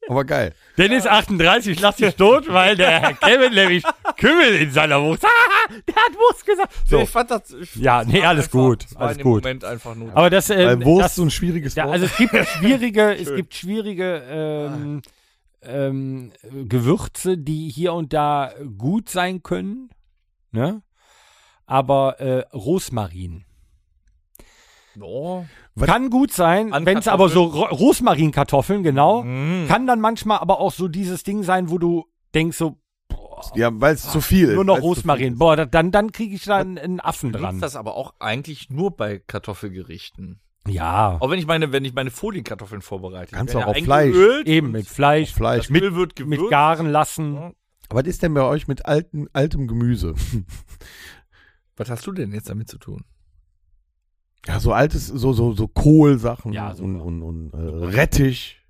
Speaker 4: Aber geil.
Speaker 2: Dennis 38 lacht sich tot, weil der Herr Kevin nämlich Kümmel in seiner Wurst. (laughs) der hat Wurst gesagt. So.
Speaker 3: Ich fand das. Ich
Speaker 2: Ja, nee, alles
Speaker 3: einfach,
Speaker 2: gut,
Speaker 3: es war
Speaker 2: alles
Speaker 3: in dem
Speaker 2: gut.
Speaker 3: Moment einfach nur.
Speaker 2: Aber das, äh,
Speaker 4: Weil Wurst
Speaker 2: das,
Speaker 4: so ein schwieriges
Speaker 2: ja,
Speaker 4: Wort.
Speaker 2: also es gibt schwierige, es gibt schwierige ähm, ähm, Gewürze, die hier und da gut sein können. Ne? Aber äh, Rosmarin
Speaker 3: Oh.
Speaker 2: kann gut sein,
Speaker 3: An Mhm.
Speaker 2: wenn es aber so Ro Rosmarinkartoffeln genau, kann dann manchmal aber auch so dieses Ding sein, wo du denkst so
Speaker 4: ja, weil es zu viel ist.
Speaker 2: Ah, nur noch
Speaker 4: Weil's zu
Speaker 2: Rosmarin. Boah, da- dann dann kriege ich dann einen Affen
Speaker 3: Benutzt
Speaker 2: dran.
Speaker 3: das aber auch eigentlich nur bei Kartoffelgerichten.
Speaker 2: Ja,
Speaker 3: Auch wenn ich meine, wenn ich meine Folienkartoffeln vorbereite. die
Speaker 4: Kannst du
Speaker 3: werden
Speaker 4: auch auf
Speaker 3: ja
Speaker 4: Fleisch.
Speaker 3: eingeölt
Speaker 2: eben
Speaker 3: und
Speaker 2: mit Fleisch,
Speaker 4: Fleisch.
Speaker 3: Das Öl wird gewürzt.
Speaker 2: mit garen lassen.
Speaker 4: viel. Aber was ist denn bei euch mit alten, altem Gemüse? (laughs)
Speaker 3: Was hast du denn jetzt damit zu tun?
Speaker 4: Ja, so altes, so, so, so Kohlsachen
Speaker 2: Ja, super.
Speaker 4: und, und, und äh, Rettich.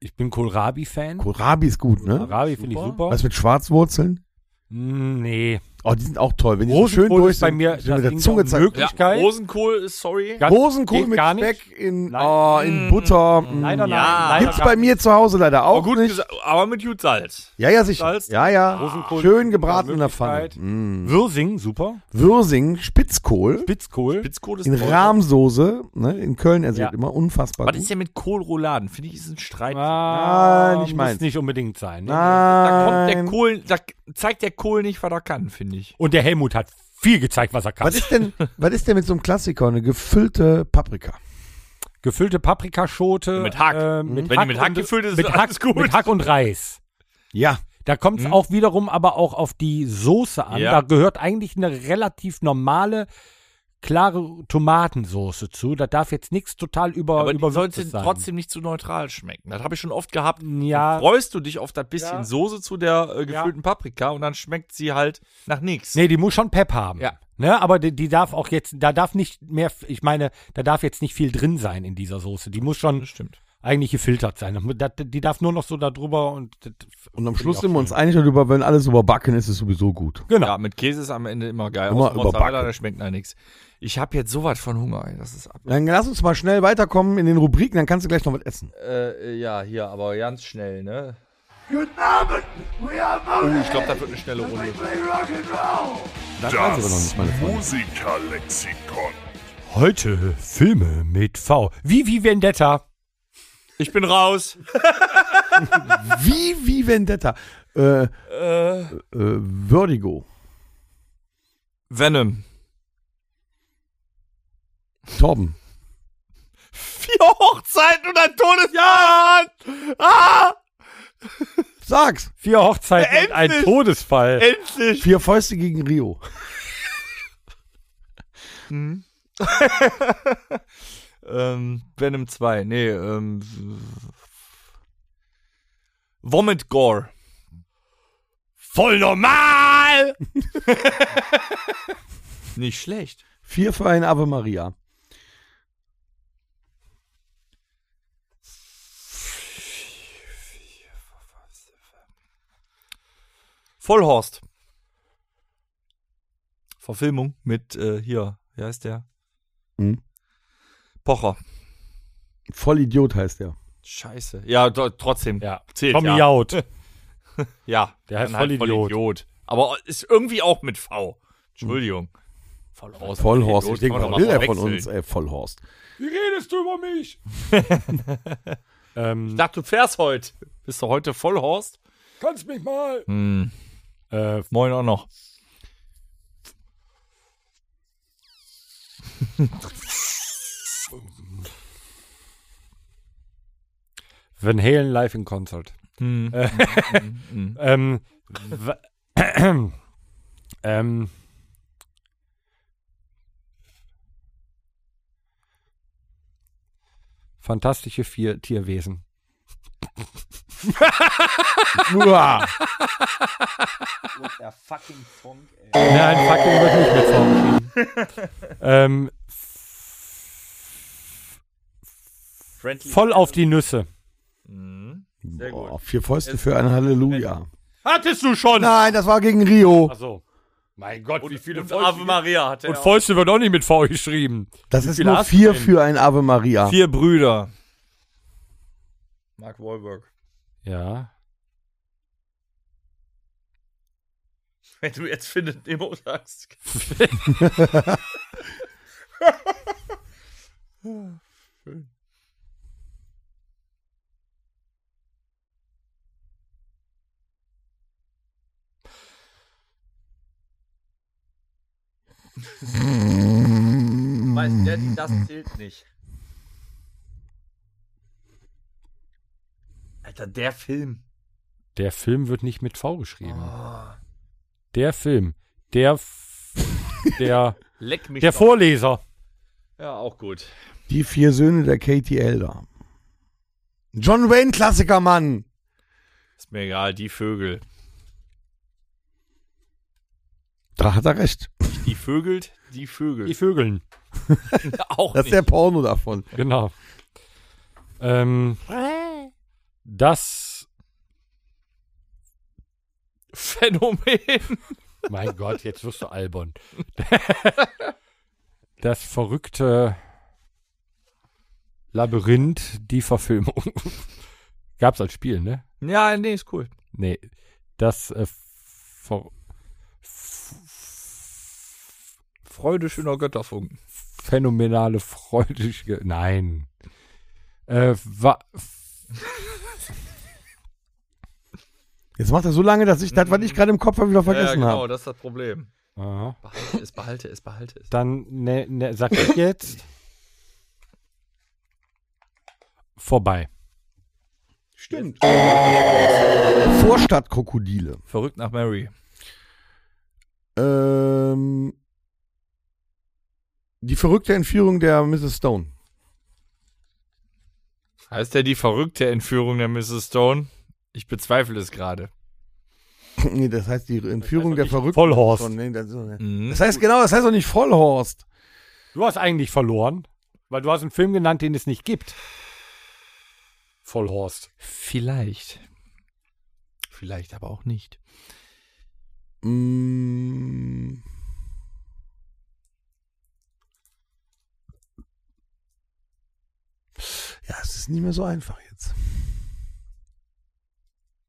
Speaker 2: Ich bin Kohlrabi-Fan.
Speaker 4: Kohlrabi ist gut, ne?
Speaker 2: Kohlrabi finde ich super.
Speaker 4: Was mit Schwarzwurzeln?
Speaker 2: Mm, Nee.
Speaker 4: Oh, die sind auch toll. Wenn die so schön
Speaker 2: Rosenkohl
Speaker 4: durch
Speaker 2: ist bei
Speaker 4: sind,
Speaker 2: mir
Speaker 4: sind mit der
Speaker 2: Ding
Speaker 4: Zunge
Speaker 2: der
Speaker 4: zack-
Speaker 2: Möglichkeit.
Speaker 3: Rosenkohl ist sorry.
Speaker 2: Ganz-
Speaker 4: Rosenkohl
Speaker 2: geht
Speaker 4: mit
Speaker 2: gar nicht.
Speaker 4: Speck in,
Speaker 2: Nein.
Speaker 4: oh, in Butter. mm.
Speaker 2: Leider nein.
Speaker 3: Ja.
Speaker 2: Leider
Speaker 4: Gibt's
Speaker 2: gar
Speaker 4: bei
Speaker 2: nicht.
Speaker 4: mir zu Hause leider auch
Speaker 3: aber gut,
Speaker 4: nicht.
Speaker 3: gesa- aber mit gut Salz.
Speaker 4: Ja, ja, sicher.
Speaker 3: Salz.
Speaker 4: Ja, ja.
Speaker 2: Rosenkohl.
Speaker 4: Schön gebraten in der Pfanne.
Speaker 2: Möglichkeit.
Speaker 4: Mm.
Speaker 2: Würsing, super.
Speaker 4: Würsing, Spitzkohl
Speaker 2: Spitzkohl.
Speaker 3: Spitzkohl ist
Speaker 4: in
Speaker 3: toll.
Speaker 4: Rahmsoße, ne, in Köln erzählt
Speaker 2: Ja.
Speaker 4: immer unfassbar
Speaker 3: Was
Speaker 4: gut.
Speaker 3: ist denn mit Kohlrouladen? Finde ich, ist ein Streit.
Speaker 2: Ah,
Speaker 4: Nein, nicht meins.
Speaker 2: Muss nicht unbedingt sein. ne?
Speaker 3: Da kommt der
Speaker 4: Nein.
Speaker 3: Kohl, da zeigt der Kohl nicht, was er kann, finde ich.
Speaker 2: Und der Helmut hat viel gezeigt, was er kann.
Speaker 4: Was ist denn, was ist denn mit so einem Klassiker? Eine gefüllte Paprika.
Speaker 2: Gefüllte Paprikaschote.
Speaker 3: Mit Hack.
Speaker 2: äh,
Speaker 3: Wenn
Speaker 2: mit
Speaker 3: die
Speaker 2: Hack
Speaker 3: mit Hack
Speaker 2: und,
Speaker 3: gefüllt ist,
Speaker 2: mit
Speaker 3: ist
Speaker 2: Hack,
Speaker 3: alles gut.
Speaker 2: Mit Hack und Reis.
Speaker 4: Ja.
Speaker 2: Da kommt es auch wiederum aber auch auf die Soße an.
Speaker 3: Ja.
Speaker 2: Da gehört eigentlich eine relativ normale, klare Tomatensoße zu. Da darf jetzt nichts total über,
Speaker 3: Aber die
Speaker 2: überwürzt
Speaker 3: sollte
Speaker 2: sein.
Speaker 3: trotzdem nicht zu neutral schmecken. Das habe ich schon oft gehabt.
Speaker 2: Ja.
Speaker 3: Dann freust du dich auf das bisschen
Speaker 2: Ja.
Speaker 3: Soße zu der äh, gefüllten Paprika und dann schmeckt sie halt nach nichts.
Speaker 2: Nee, die muss schon Pep haben.
Speaker 3: Ja.
Speaker 2: Ne, aber die, die darf auch jetzt, da darf nicht mehr, ich meine, da darf jetzt nicht viel drin sein in dieser Soße. Die muss schon
Speaker 3: Stimmt.
Speaker 2: eigentlich gefiltert sein. Da- Die darf nur noch so da drüber und. das-
Speaker 4: Und am Schluss sind wir uns einig darüber, wenn alles überbacken ist, ist sowieso gut.
Speaker 2: Genau.
Speaker 3: Ja, mit Käse ist am Ende immer geil.
Speaker 4: Immer
Speaker 3: Außer Mozzarella,
Speaker 4: überbacken.
Speaker 3: da schmeckt nach nichts. Ich habe jetzt sowas von Hunger. ey. Das ist ab.
Speaker 4: Dann lass uns mal schnell weiterkommen in den Rubriken, dann kannst du gleich noch was essen.
Speaker 3: Äh, ja, hier, aber ganz schnell, ne? Uh, ich glaube, das wird eine schnelle Runde.
Speaker 4: Das, weiß ich aber noch
Speaker 1: Das
Speaker 4: nicht, meine Freunde.
Speaker 1: Musikerlexikon.
Speaker 2: Heute Filme mit V. Wie, wie Vendetta.
Speaker 3: Ich bin raus.
Speaker 4: Wie, wie Vendetta. Äh, äh, Vertigo.
Speaker 3: Venom.
Speaker 4: Torben.
Speaker 3: Vier Hochzeiten und ein Todesjahr! Ah!
Speaker 4: Sag's.
Speaker 2: Vier Hochzeiten und ein
Speaker 3: Endlich!
Speaker 2: Todesfall.
Speaker 3: Endlich!
Speaker 4: Vier Fäuste gegen Rio.
Speaker 3: Ähm, Venom 2. Nee, ähm. Vomit Gore.
Speaker 2: Voll normal!
Speaker 3: (laughs) Nicht schlecht.
Speaker 4: Vier für ein Ave Maria.
Speaker 3: Vollhorst. Verfilmung mit, äh, hier, wie heißt der?
Speaker 4: Hm.
Speaker 3: Pocher.
Speaker 4: Vollidiot heißt er.
Speaker 3: Scheiße. Ja, do, trotzdem.
Speaker 2: Ja.
Speaker 3: Zählt,
Speaker 2: Tommy
Speaker 3: ja.
Speaker 2: Jaut.
Speaker 3: Ja,
Speaker 2: Der heißt
Speaker 3: dann halt
Speaker 2: Vollidiot.
Speaker 3: Vollidiot. Aber ist irgendwie auch mit V. Entschuldigung. Vollhorst.
Speaker 4: Vollhorst, ich denke,
Speaker 7: kann man
Speaker 4: was
Speaker 7: doch mal
Speaker 4: will der von uns?
Speaker 7: verwechseln.
Speaker 4: Ey, (laughs) Vollhorst.
Speaker 2: Wie redest du über mich?
Speaker 3: Ich
Speaker 2: ähm,
Speaker 3: dachte, du fährst heute. Bist du heute Vollhorst?
Speaker 2: kannst mich mal.
Speaker 3: Hm.
Speaker 2: Äh,
Speaker 3: Moin auch noch.
Speaker 2: Van Halen live in Concert. Äh, (laughs) ähm, w- ähm, fantastische vier Tierwesen.
Speaker 4: Uah.
Speaker 2: Nein, fucking wird nicht mit vorgeschrieben. (laughs) ähm,
Speaker 7: Friendly.
Speaker 2: voll auf die Nüsse.
Speaker 4: Boah, vier Fäuste für ein Halleluja.
Speaker 2: Hattest du schon?
Speaker 4: Nein, das war gegen Rio.
Speaker 2: Achso. Mein Gott, wie viele
Speaker 7: Und Ave Maria hatte
Speaker 2: Und
Speaker 7: er auch.
Speaker 2: Fäuste wird auch nicht mit V geschrieben.
Speaker 4: Das ist
Speaker 2: viele
Speaker 4: nur
Speaker 2: hast du
Speaker 4: vier
Speaker 2: denn?
Speaker 4: für ein Ave Maria.
Speaker 3: Vier Brüder. Mark Wahlberg.
Speaker 2: Ja.
Speaker 7: Wenn du jetzt findet Nemo sagst. Weiß der, das zählt nicht. Alter, der Film.
Speaker 2: Der Film wird nicht mit V geschrieben. Der Film. Der. F- Der,
Speaker 7: Leck mich.
Speaker 2: der
Speaker 7: doch.
Speaker 2: Vorleser.
Speaker 7: ja, auch gut.
Speaker 4: Die vier Söhne der Katie Elder. John Wayne Klassiker, Mann.
Speaker 7: Ist mir egal, die Vögel.
Speaker 4: Da hat er recht.
Speaker 7: Die Vögelt, die Vögel.
Speaker 2: Die Vögeln.
Speaker 7: auch
Speaker 4: Das ist der Porno davon.
Speaker 2: Genau. Ähm, das.
Speaker 3: Phänomen.
Speaker 2: Mein Gott, jetzt wirst du albern. Das verrückte Labyrinth, die Verfilmung. (laughs) Gab's als Spiel, ne?
Speaker 3: Ja, nee, ist cool.
Speaker 2: Nee, das äh, ver
Speaker 3: Freude schöner Götterfunken.
Speaker 2: phänomenale freudige. Nein. Äh, wa
Speaker 4: Jetzt macht er so lange, dass ich das, was ich gerade im Kopf habe, wieder vergessen
Speaker 7: genau,
Speaker 4: habe.
Speaker 7: das ist das Problem.
Speaker 2: Aha.
Speaker 7: Behalte es, behalte es, behalte es.
Speaker 2: Dann ne, ne, sag ich jetzt. Vorbei.
Speaker 4: Stimmt. Vorstadtkrokodile.
Speaker 3: Verrückt nach Mary.
Speaker 4: Ähm, die verrückte Entführung der Mrs. Stone. (laughs)
Speaker 3: Heißt der die verrückte Entführung der Mrs. Stone? Ich bezweifle es gerade.
Speaker 4: Nee, das heißt die Entführung der verrückten.
Speaker 2: Vollhorst.
Speaker 4: Stone. Nee, das, ist doch nicht-
Speaker 3: Mhm.
Speaker 4: das heißt genau, das heißt doch nicht Vollhorst.
Speaker 2: Du hast eigentlich verloren, weil du hast einen Film genannt, den es nicht gibt. Vollhorst.
Speaker 3: Vielleicht. Vielleicht aber auch nicht.
Speaker 4: Mm. Ja, es ist nicht mehr so einfach jetzt.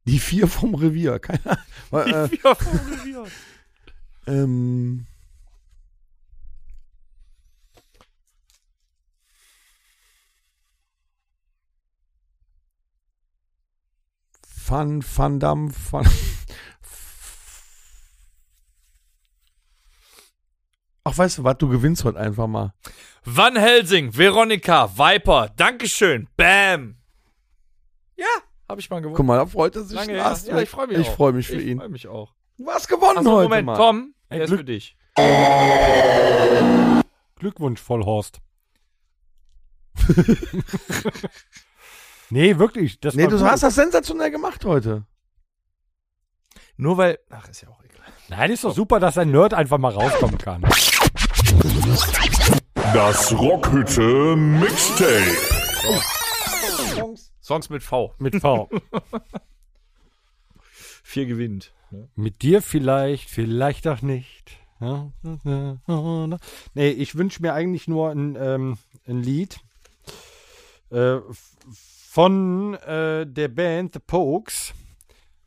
Speaker 4: Die vier vom Revier, keine Ahnung. Äh,
Speaker 3: Ja, formuliert.
Speaker 4: ähm, Van, Van Damme, Van. Ach, weißt du was, du gewinnst heute einfach mal.
Speaker 3: Van Helsing, Veronika, Viper, Dankeschön, Bam. Ja, habe ich mal gewonnen.
Speaker 4: Guck mal, da freut er sich.
Speaker 3: Lange her.
Speaker 4: Lars
Speaker 3: Ja,
Speaker 4: weg.
Speaker 3: ich freu mich
Speaker 4: Ich
Speaker 3: auch.
Speaker 4: freue mich für
Speaker 3: ich
Speaker 4: ihn.
Speaker 3: freue mich auch.
Speaker 4: Du hast gewonnen
Speaker 3: Achso,
Speaker 4: heute,
Speaker 3: Moment,
Speaker 4: Mann.
Speaker 3: Tom, der ist für dich.
Speaker 2: Glückwunsch, Vollhorst. (laughs) nee, wirklich. Das
Speaker 4: Nee,
Speaker 2: war
Speaker 4: du
Speaker 2: gut.
Speaker 4: hast das sensationell gemacht heute.
Speaker 3: Nur weil. Ach, ist ja auch egal.
Speaker 2: Nein, ist doch super, dass ein Nerd einfach mal rauskommen kann.
Speaker 1: Das Rockhütte Mixtape.
Speaker 3: Songs mit V.
Speaker 2: Mit V.
Speaker 3: (laughs) Vier gewinnt. ne?
Speaker 2: Mit dir vielleicht, vielleicht auch nicht. Nee, ich wünsche mir eigentlich nur ein, ähm, ein Lied äh, f- von äh, der Band The Pokes.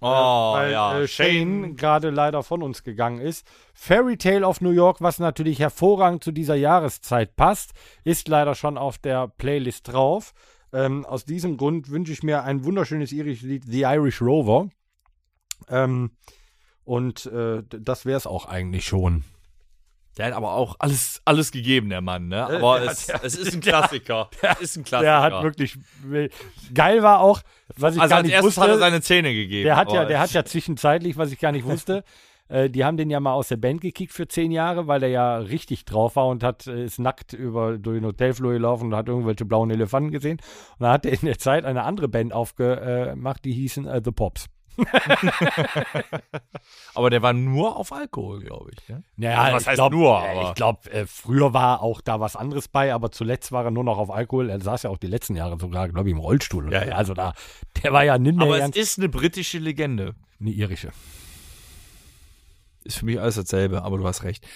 Speaker 3: Oh,
Speaker 2: weil
Speaker 3: ja.
Speaker 2: äh, Shane gerade leider von uns gegangen ist. Fairy Tale of New York, was natürlich hervorragend zu dieser Jahreszeit passt, ist leider schon auf der Playlist drauf. Ähm, aus diesem Grund wünsche ich mir ein wunderschönes irisches Lied, The Irish Rover. Ähm, und äh, d- das wäre es auch eigentlich schon.
Speaker 3: Der hat aber auch alles, alles gegeben, der Mann, ne? Aber es, (laughs) es ist ein (laughs) Klassiker. Es ist ein Klassiker.
Speaker 2: Der hat wirklich äh, geil war auch, was ich
Speaker 3: also
Speaker 2: gar
Speaker 3: als
Speaker 2: nicht
Speaker 3: erstes hat er
Speaker 2: wusste.
Speaker 3: seine Zähne gegeben.
Speaker 2: Der hat ja,
Speaker 3: aber-
Speaker 2: der hat ja zwischenzeitlich, was ich gar nicht
Speaker 3: (laughs)
Speaker 2: wusste, äh, die haben den ja mal aus der Band gekickt für zehn Jahre, weil er ja richtig drauf war und hat äh, ist nackt über durch den Hotelflur gelaufen und hat irgendwelche blauen Elefanten gesehen. Und dann hat er in der Zeit eine andere Band aufgemacht, die hießen äh, The Pops.
Speaker 3: aber der war nur auf Alkohol, glaube ich. Ne?
Speaker 2: Naja,
Speaker 3: Also was
Speaker 2: ich
Speaker 3: heißt
Speaker 2: glaub,
Speaker 3: nur,
Speaker 2: äh,
Speaker 3: aber-
Speaker 2: Ich glaube, äh, früher war auch da was anderes bei, aber zuletzt war er nur noch auf Alkohol. Er saß ja auch die letzten Jahre sogar, glaube ich, im Rollstuhl. oder
Speaker 3: Ja,
Speaker 2: so.
Speaker 3: ja.
Speaker 2: Also da, der war ja nicht mehr
Speaker 3: Aber es
Speaker 2: ganz
Speaker 3: ist eine britische Legende.
Speaker 2: eine irische.
Speaker 3: Ist für mich alles dasselbe, aber du hast recht.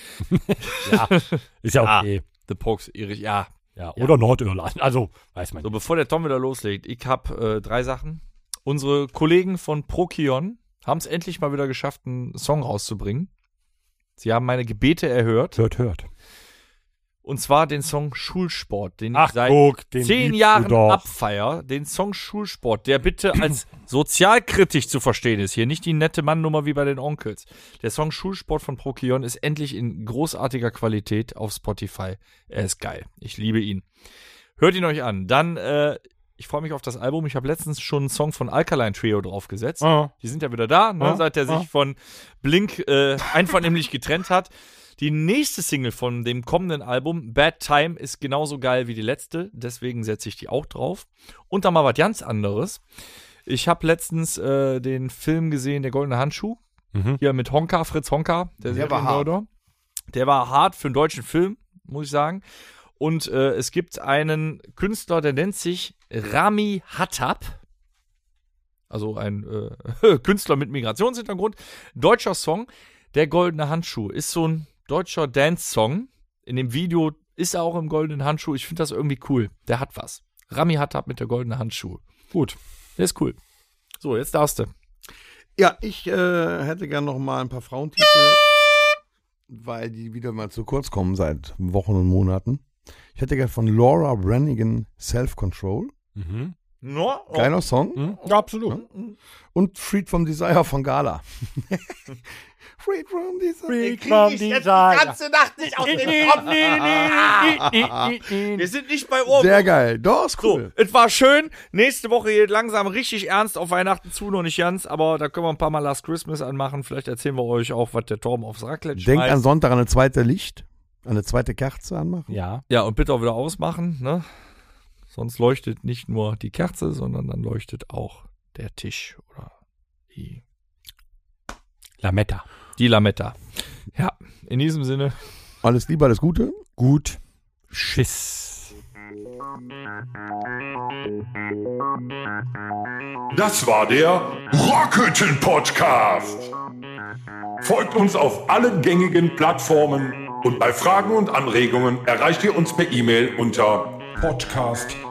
Speaker 2: Ist ja
Speaker 3: Ah.
Speaker 2: okay.
Speaker 3: The Pokes, irisch, ja.
Speaker 2: Ja, oder Nordirland. Also, weiß man
Speaker 3: So,
Speaker 2: nicht.
Speaker 3: bevor der Tom wieder loslegt, ich habe äh, drei Sachen. Unsere Kollegen von Prokion haben es endlich mal wieder geschafft, einen Song rauszubringen. Sie haben meine Gebete erhört.
Speaker 2: Hört, hört.
Speaker 3: Und zwar den Song Schulsport, den
Speaker 2: Ach,
Speaker 3: ich seit
Speaker 2: guck, den
Speaker 3: zehn
Speaker 2: liebst du
Speaker 3: Jahren
Speaker 2: doch.
Speaker 3: abfeier. Den Song Schulsport, der bitte als sozialkritisch zu verstehen ist. Hier nicht die nette Mannnummer wie bei den Onkels. Der Song Schulsport von Prokion ist endlich in großartiger Qualität auf Spotify. Er ist geil. Ich liebe ihn. Hört ihn euch an. Dann, äh, ich freue mich auf das Album. Ich habe letztens schon einen Song von Alkaline Trio draufgesetzt.
Speaker 2: Ah.
Speaker 3: Die sind ja wieder da, ne?
Speaker 2: Ah,
Speaker 3: seit er
Speaker 2: ah.
Speaker 3: sich von Blink äh, einvernehmlich getrennt hat. Die nächste Single von dem kommenden Album, Bad Time, ist genauso geil wie die letzte. Deswegen setze ich die auch drauf. Und dann mal was ganz anderes. Ich habe letztens äh, den Film gesehen, Der Goldene Handschuh.
Speaker 2: Mhm.
Speaker 3: Hier mit Honka, Fritz Honka, der,
Speaker 4: Der war
Speaker 3: Serienmörder. Der war hart für einen deutschen Film, muss ich sagen. Und äh, es gibt einen Künstler, der nennt sich Rami Hattab. Also ein äh, (laughs) Künstler mit Migrationshintergrund. Deutscher Song. Der Goldene Handschuh ist so ein deutscher Dance-Song. In dem Video ist er auch im Goldenen Handschuh. Ich finde das irgendwie cool. Der hat was. Rami Hattab mit der Goldenen Handschuh.
Speaker 2: Gut.
Speaker 3: Der ist cool. So, jetzt darfst du.
Speaker 4: Ja, ich äh, hätte gern noch mal ein paar Frauentitel, weil die wieder mal zu kurz kommen seit Wochen und Monaten. Ich hätte gern von Laura Brannigan Self Control.
Speaker 2: Mhm.
Speaker 7: No, oh. Hm?
Speaker 4: Geiler Song.
Speaker 2: Ja, absolut.
Speaker 4: Und Freed from Desire von Gala. (laughs) Freed from Desire.
Speaker 2: Freedom Desire.
Speaker 7: Nacht nicht aus dem Kopf. Wir sind nicht bei Ohr.
Speaker 4: Sehr geil. Doch, ist cool.
Speaker 3: So, es war schön. Nächste Woche geht langsam richtig ernst auf Weihnachten zu, noch nicht ganz, aber da können wir ein paar Mal Last Christmas anmachen. Vielleicht erzählen wir euch auch, was der Torben aufs Raclette
Speaker 4: Denkt
Speaker 3: schmeißt.
Speaker 4: an Sonntag an eine zweite Licht, an eine zweite Kerze anmachen.
Speaker 2: Ja.
Speaker 3: ja, und bitte auch wieder ausmachen, ne? Sonst leuchtet nicht nur die Kerze, sondern dann leuchtet auch der Tisch oder die,
Speaker 2: Lametta.
Speaker 3: die Lametta. Ja, in diesem Sinne.
Speaker 4: Alles Liebe, alles Gute.
Speaker 2: Gut. Schiss.
Speaker 1: Das war der Rockhütten Podcast. Folgt uns auf allen gängigen Plattformen und bei Fragen und Anregungen erreicht ihr uns per E-Mail unter podcast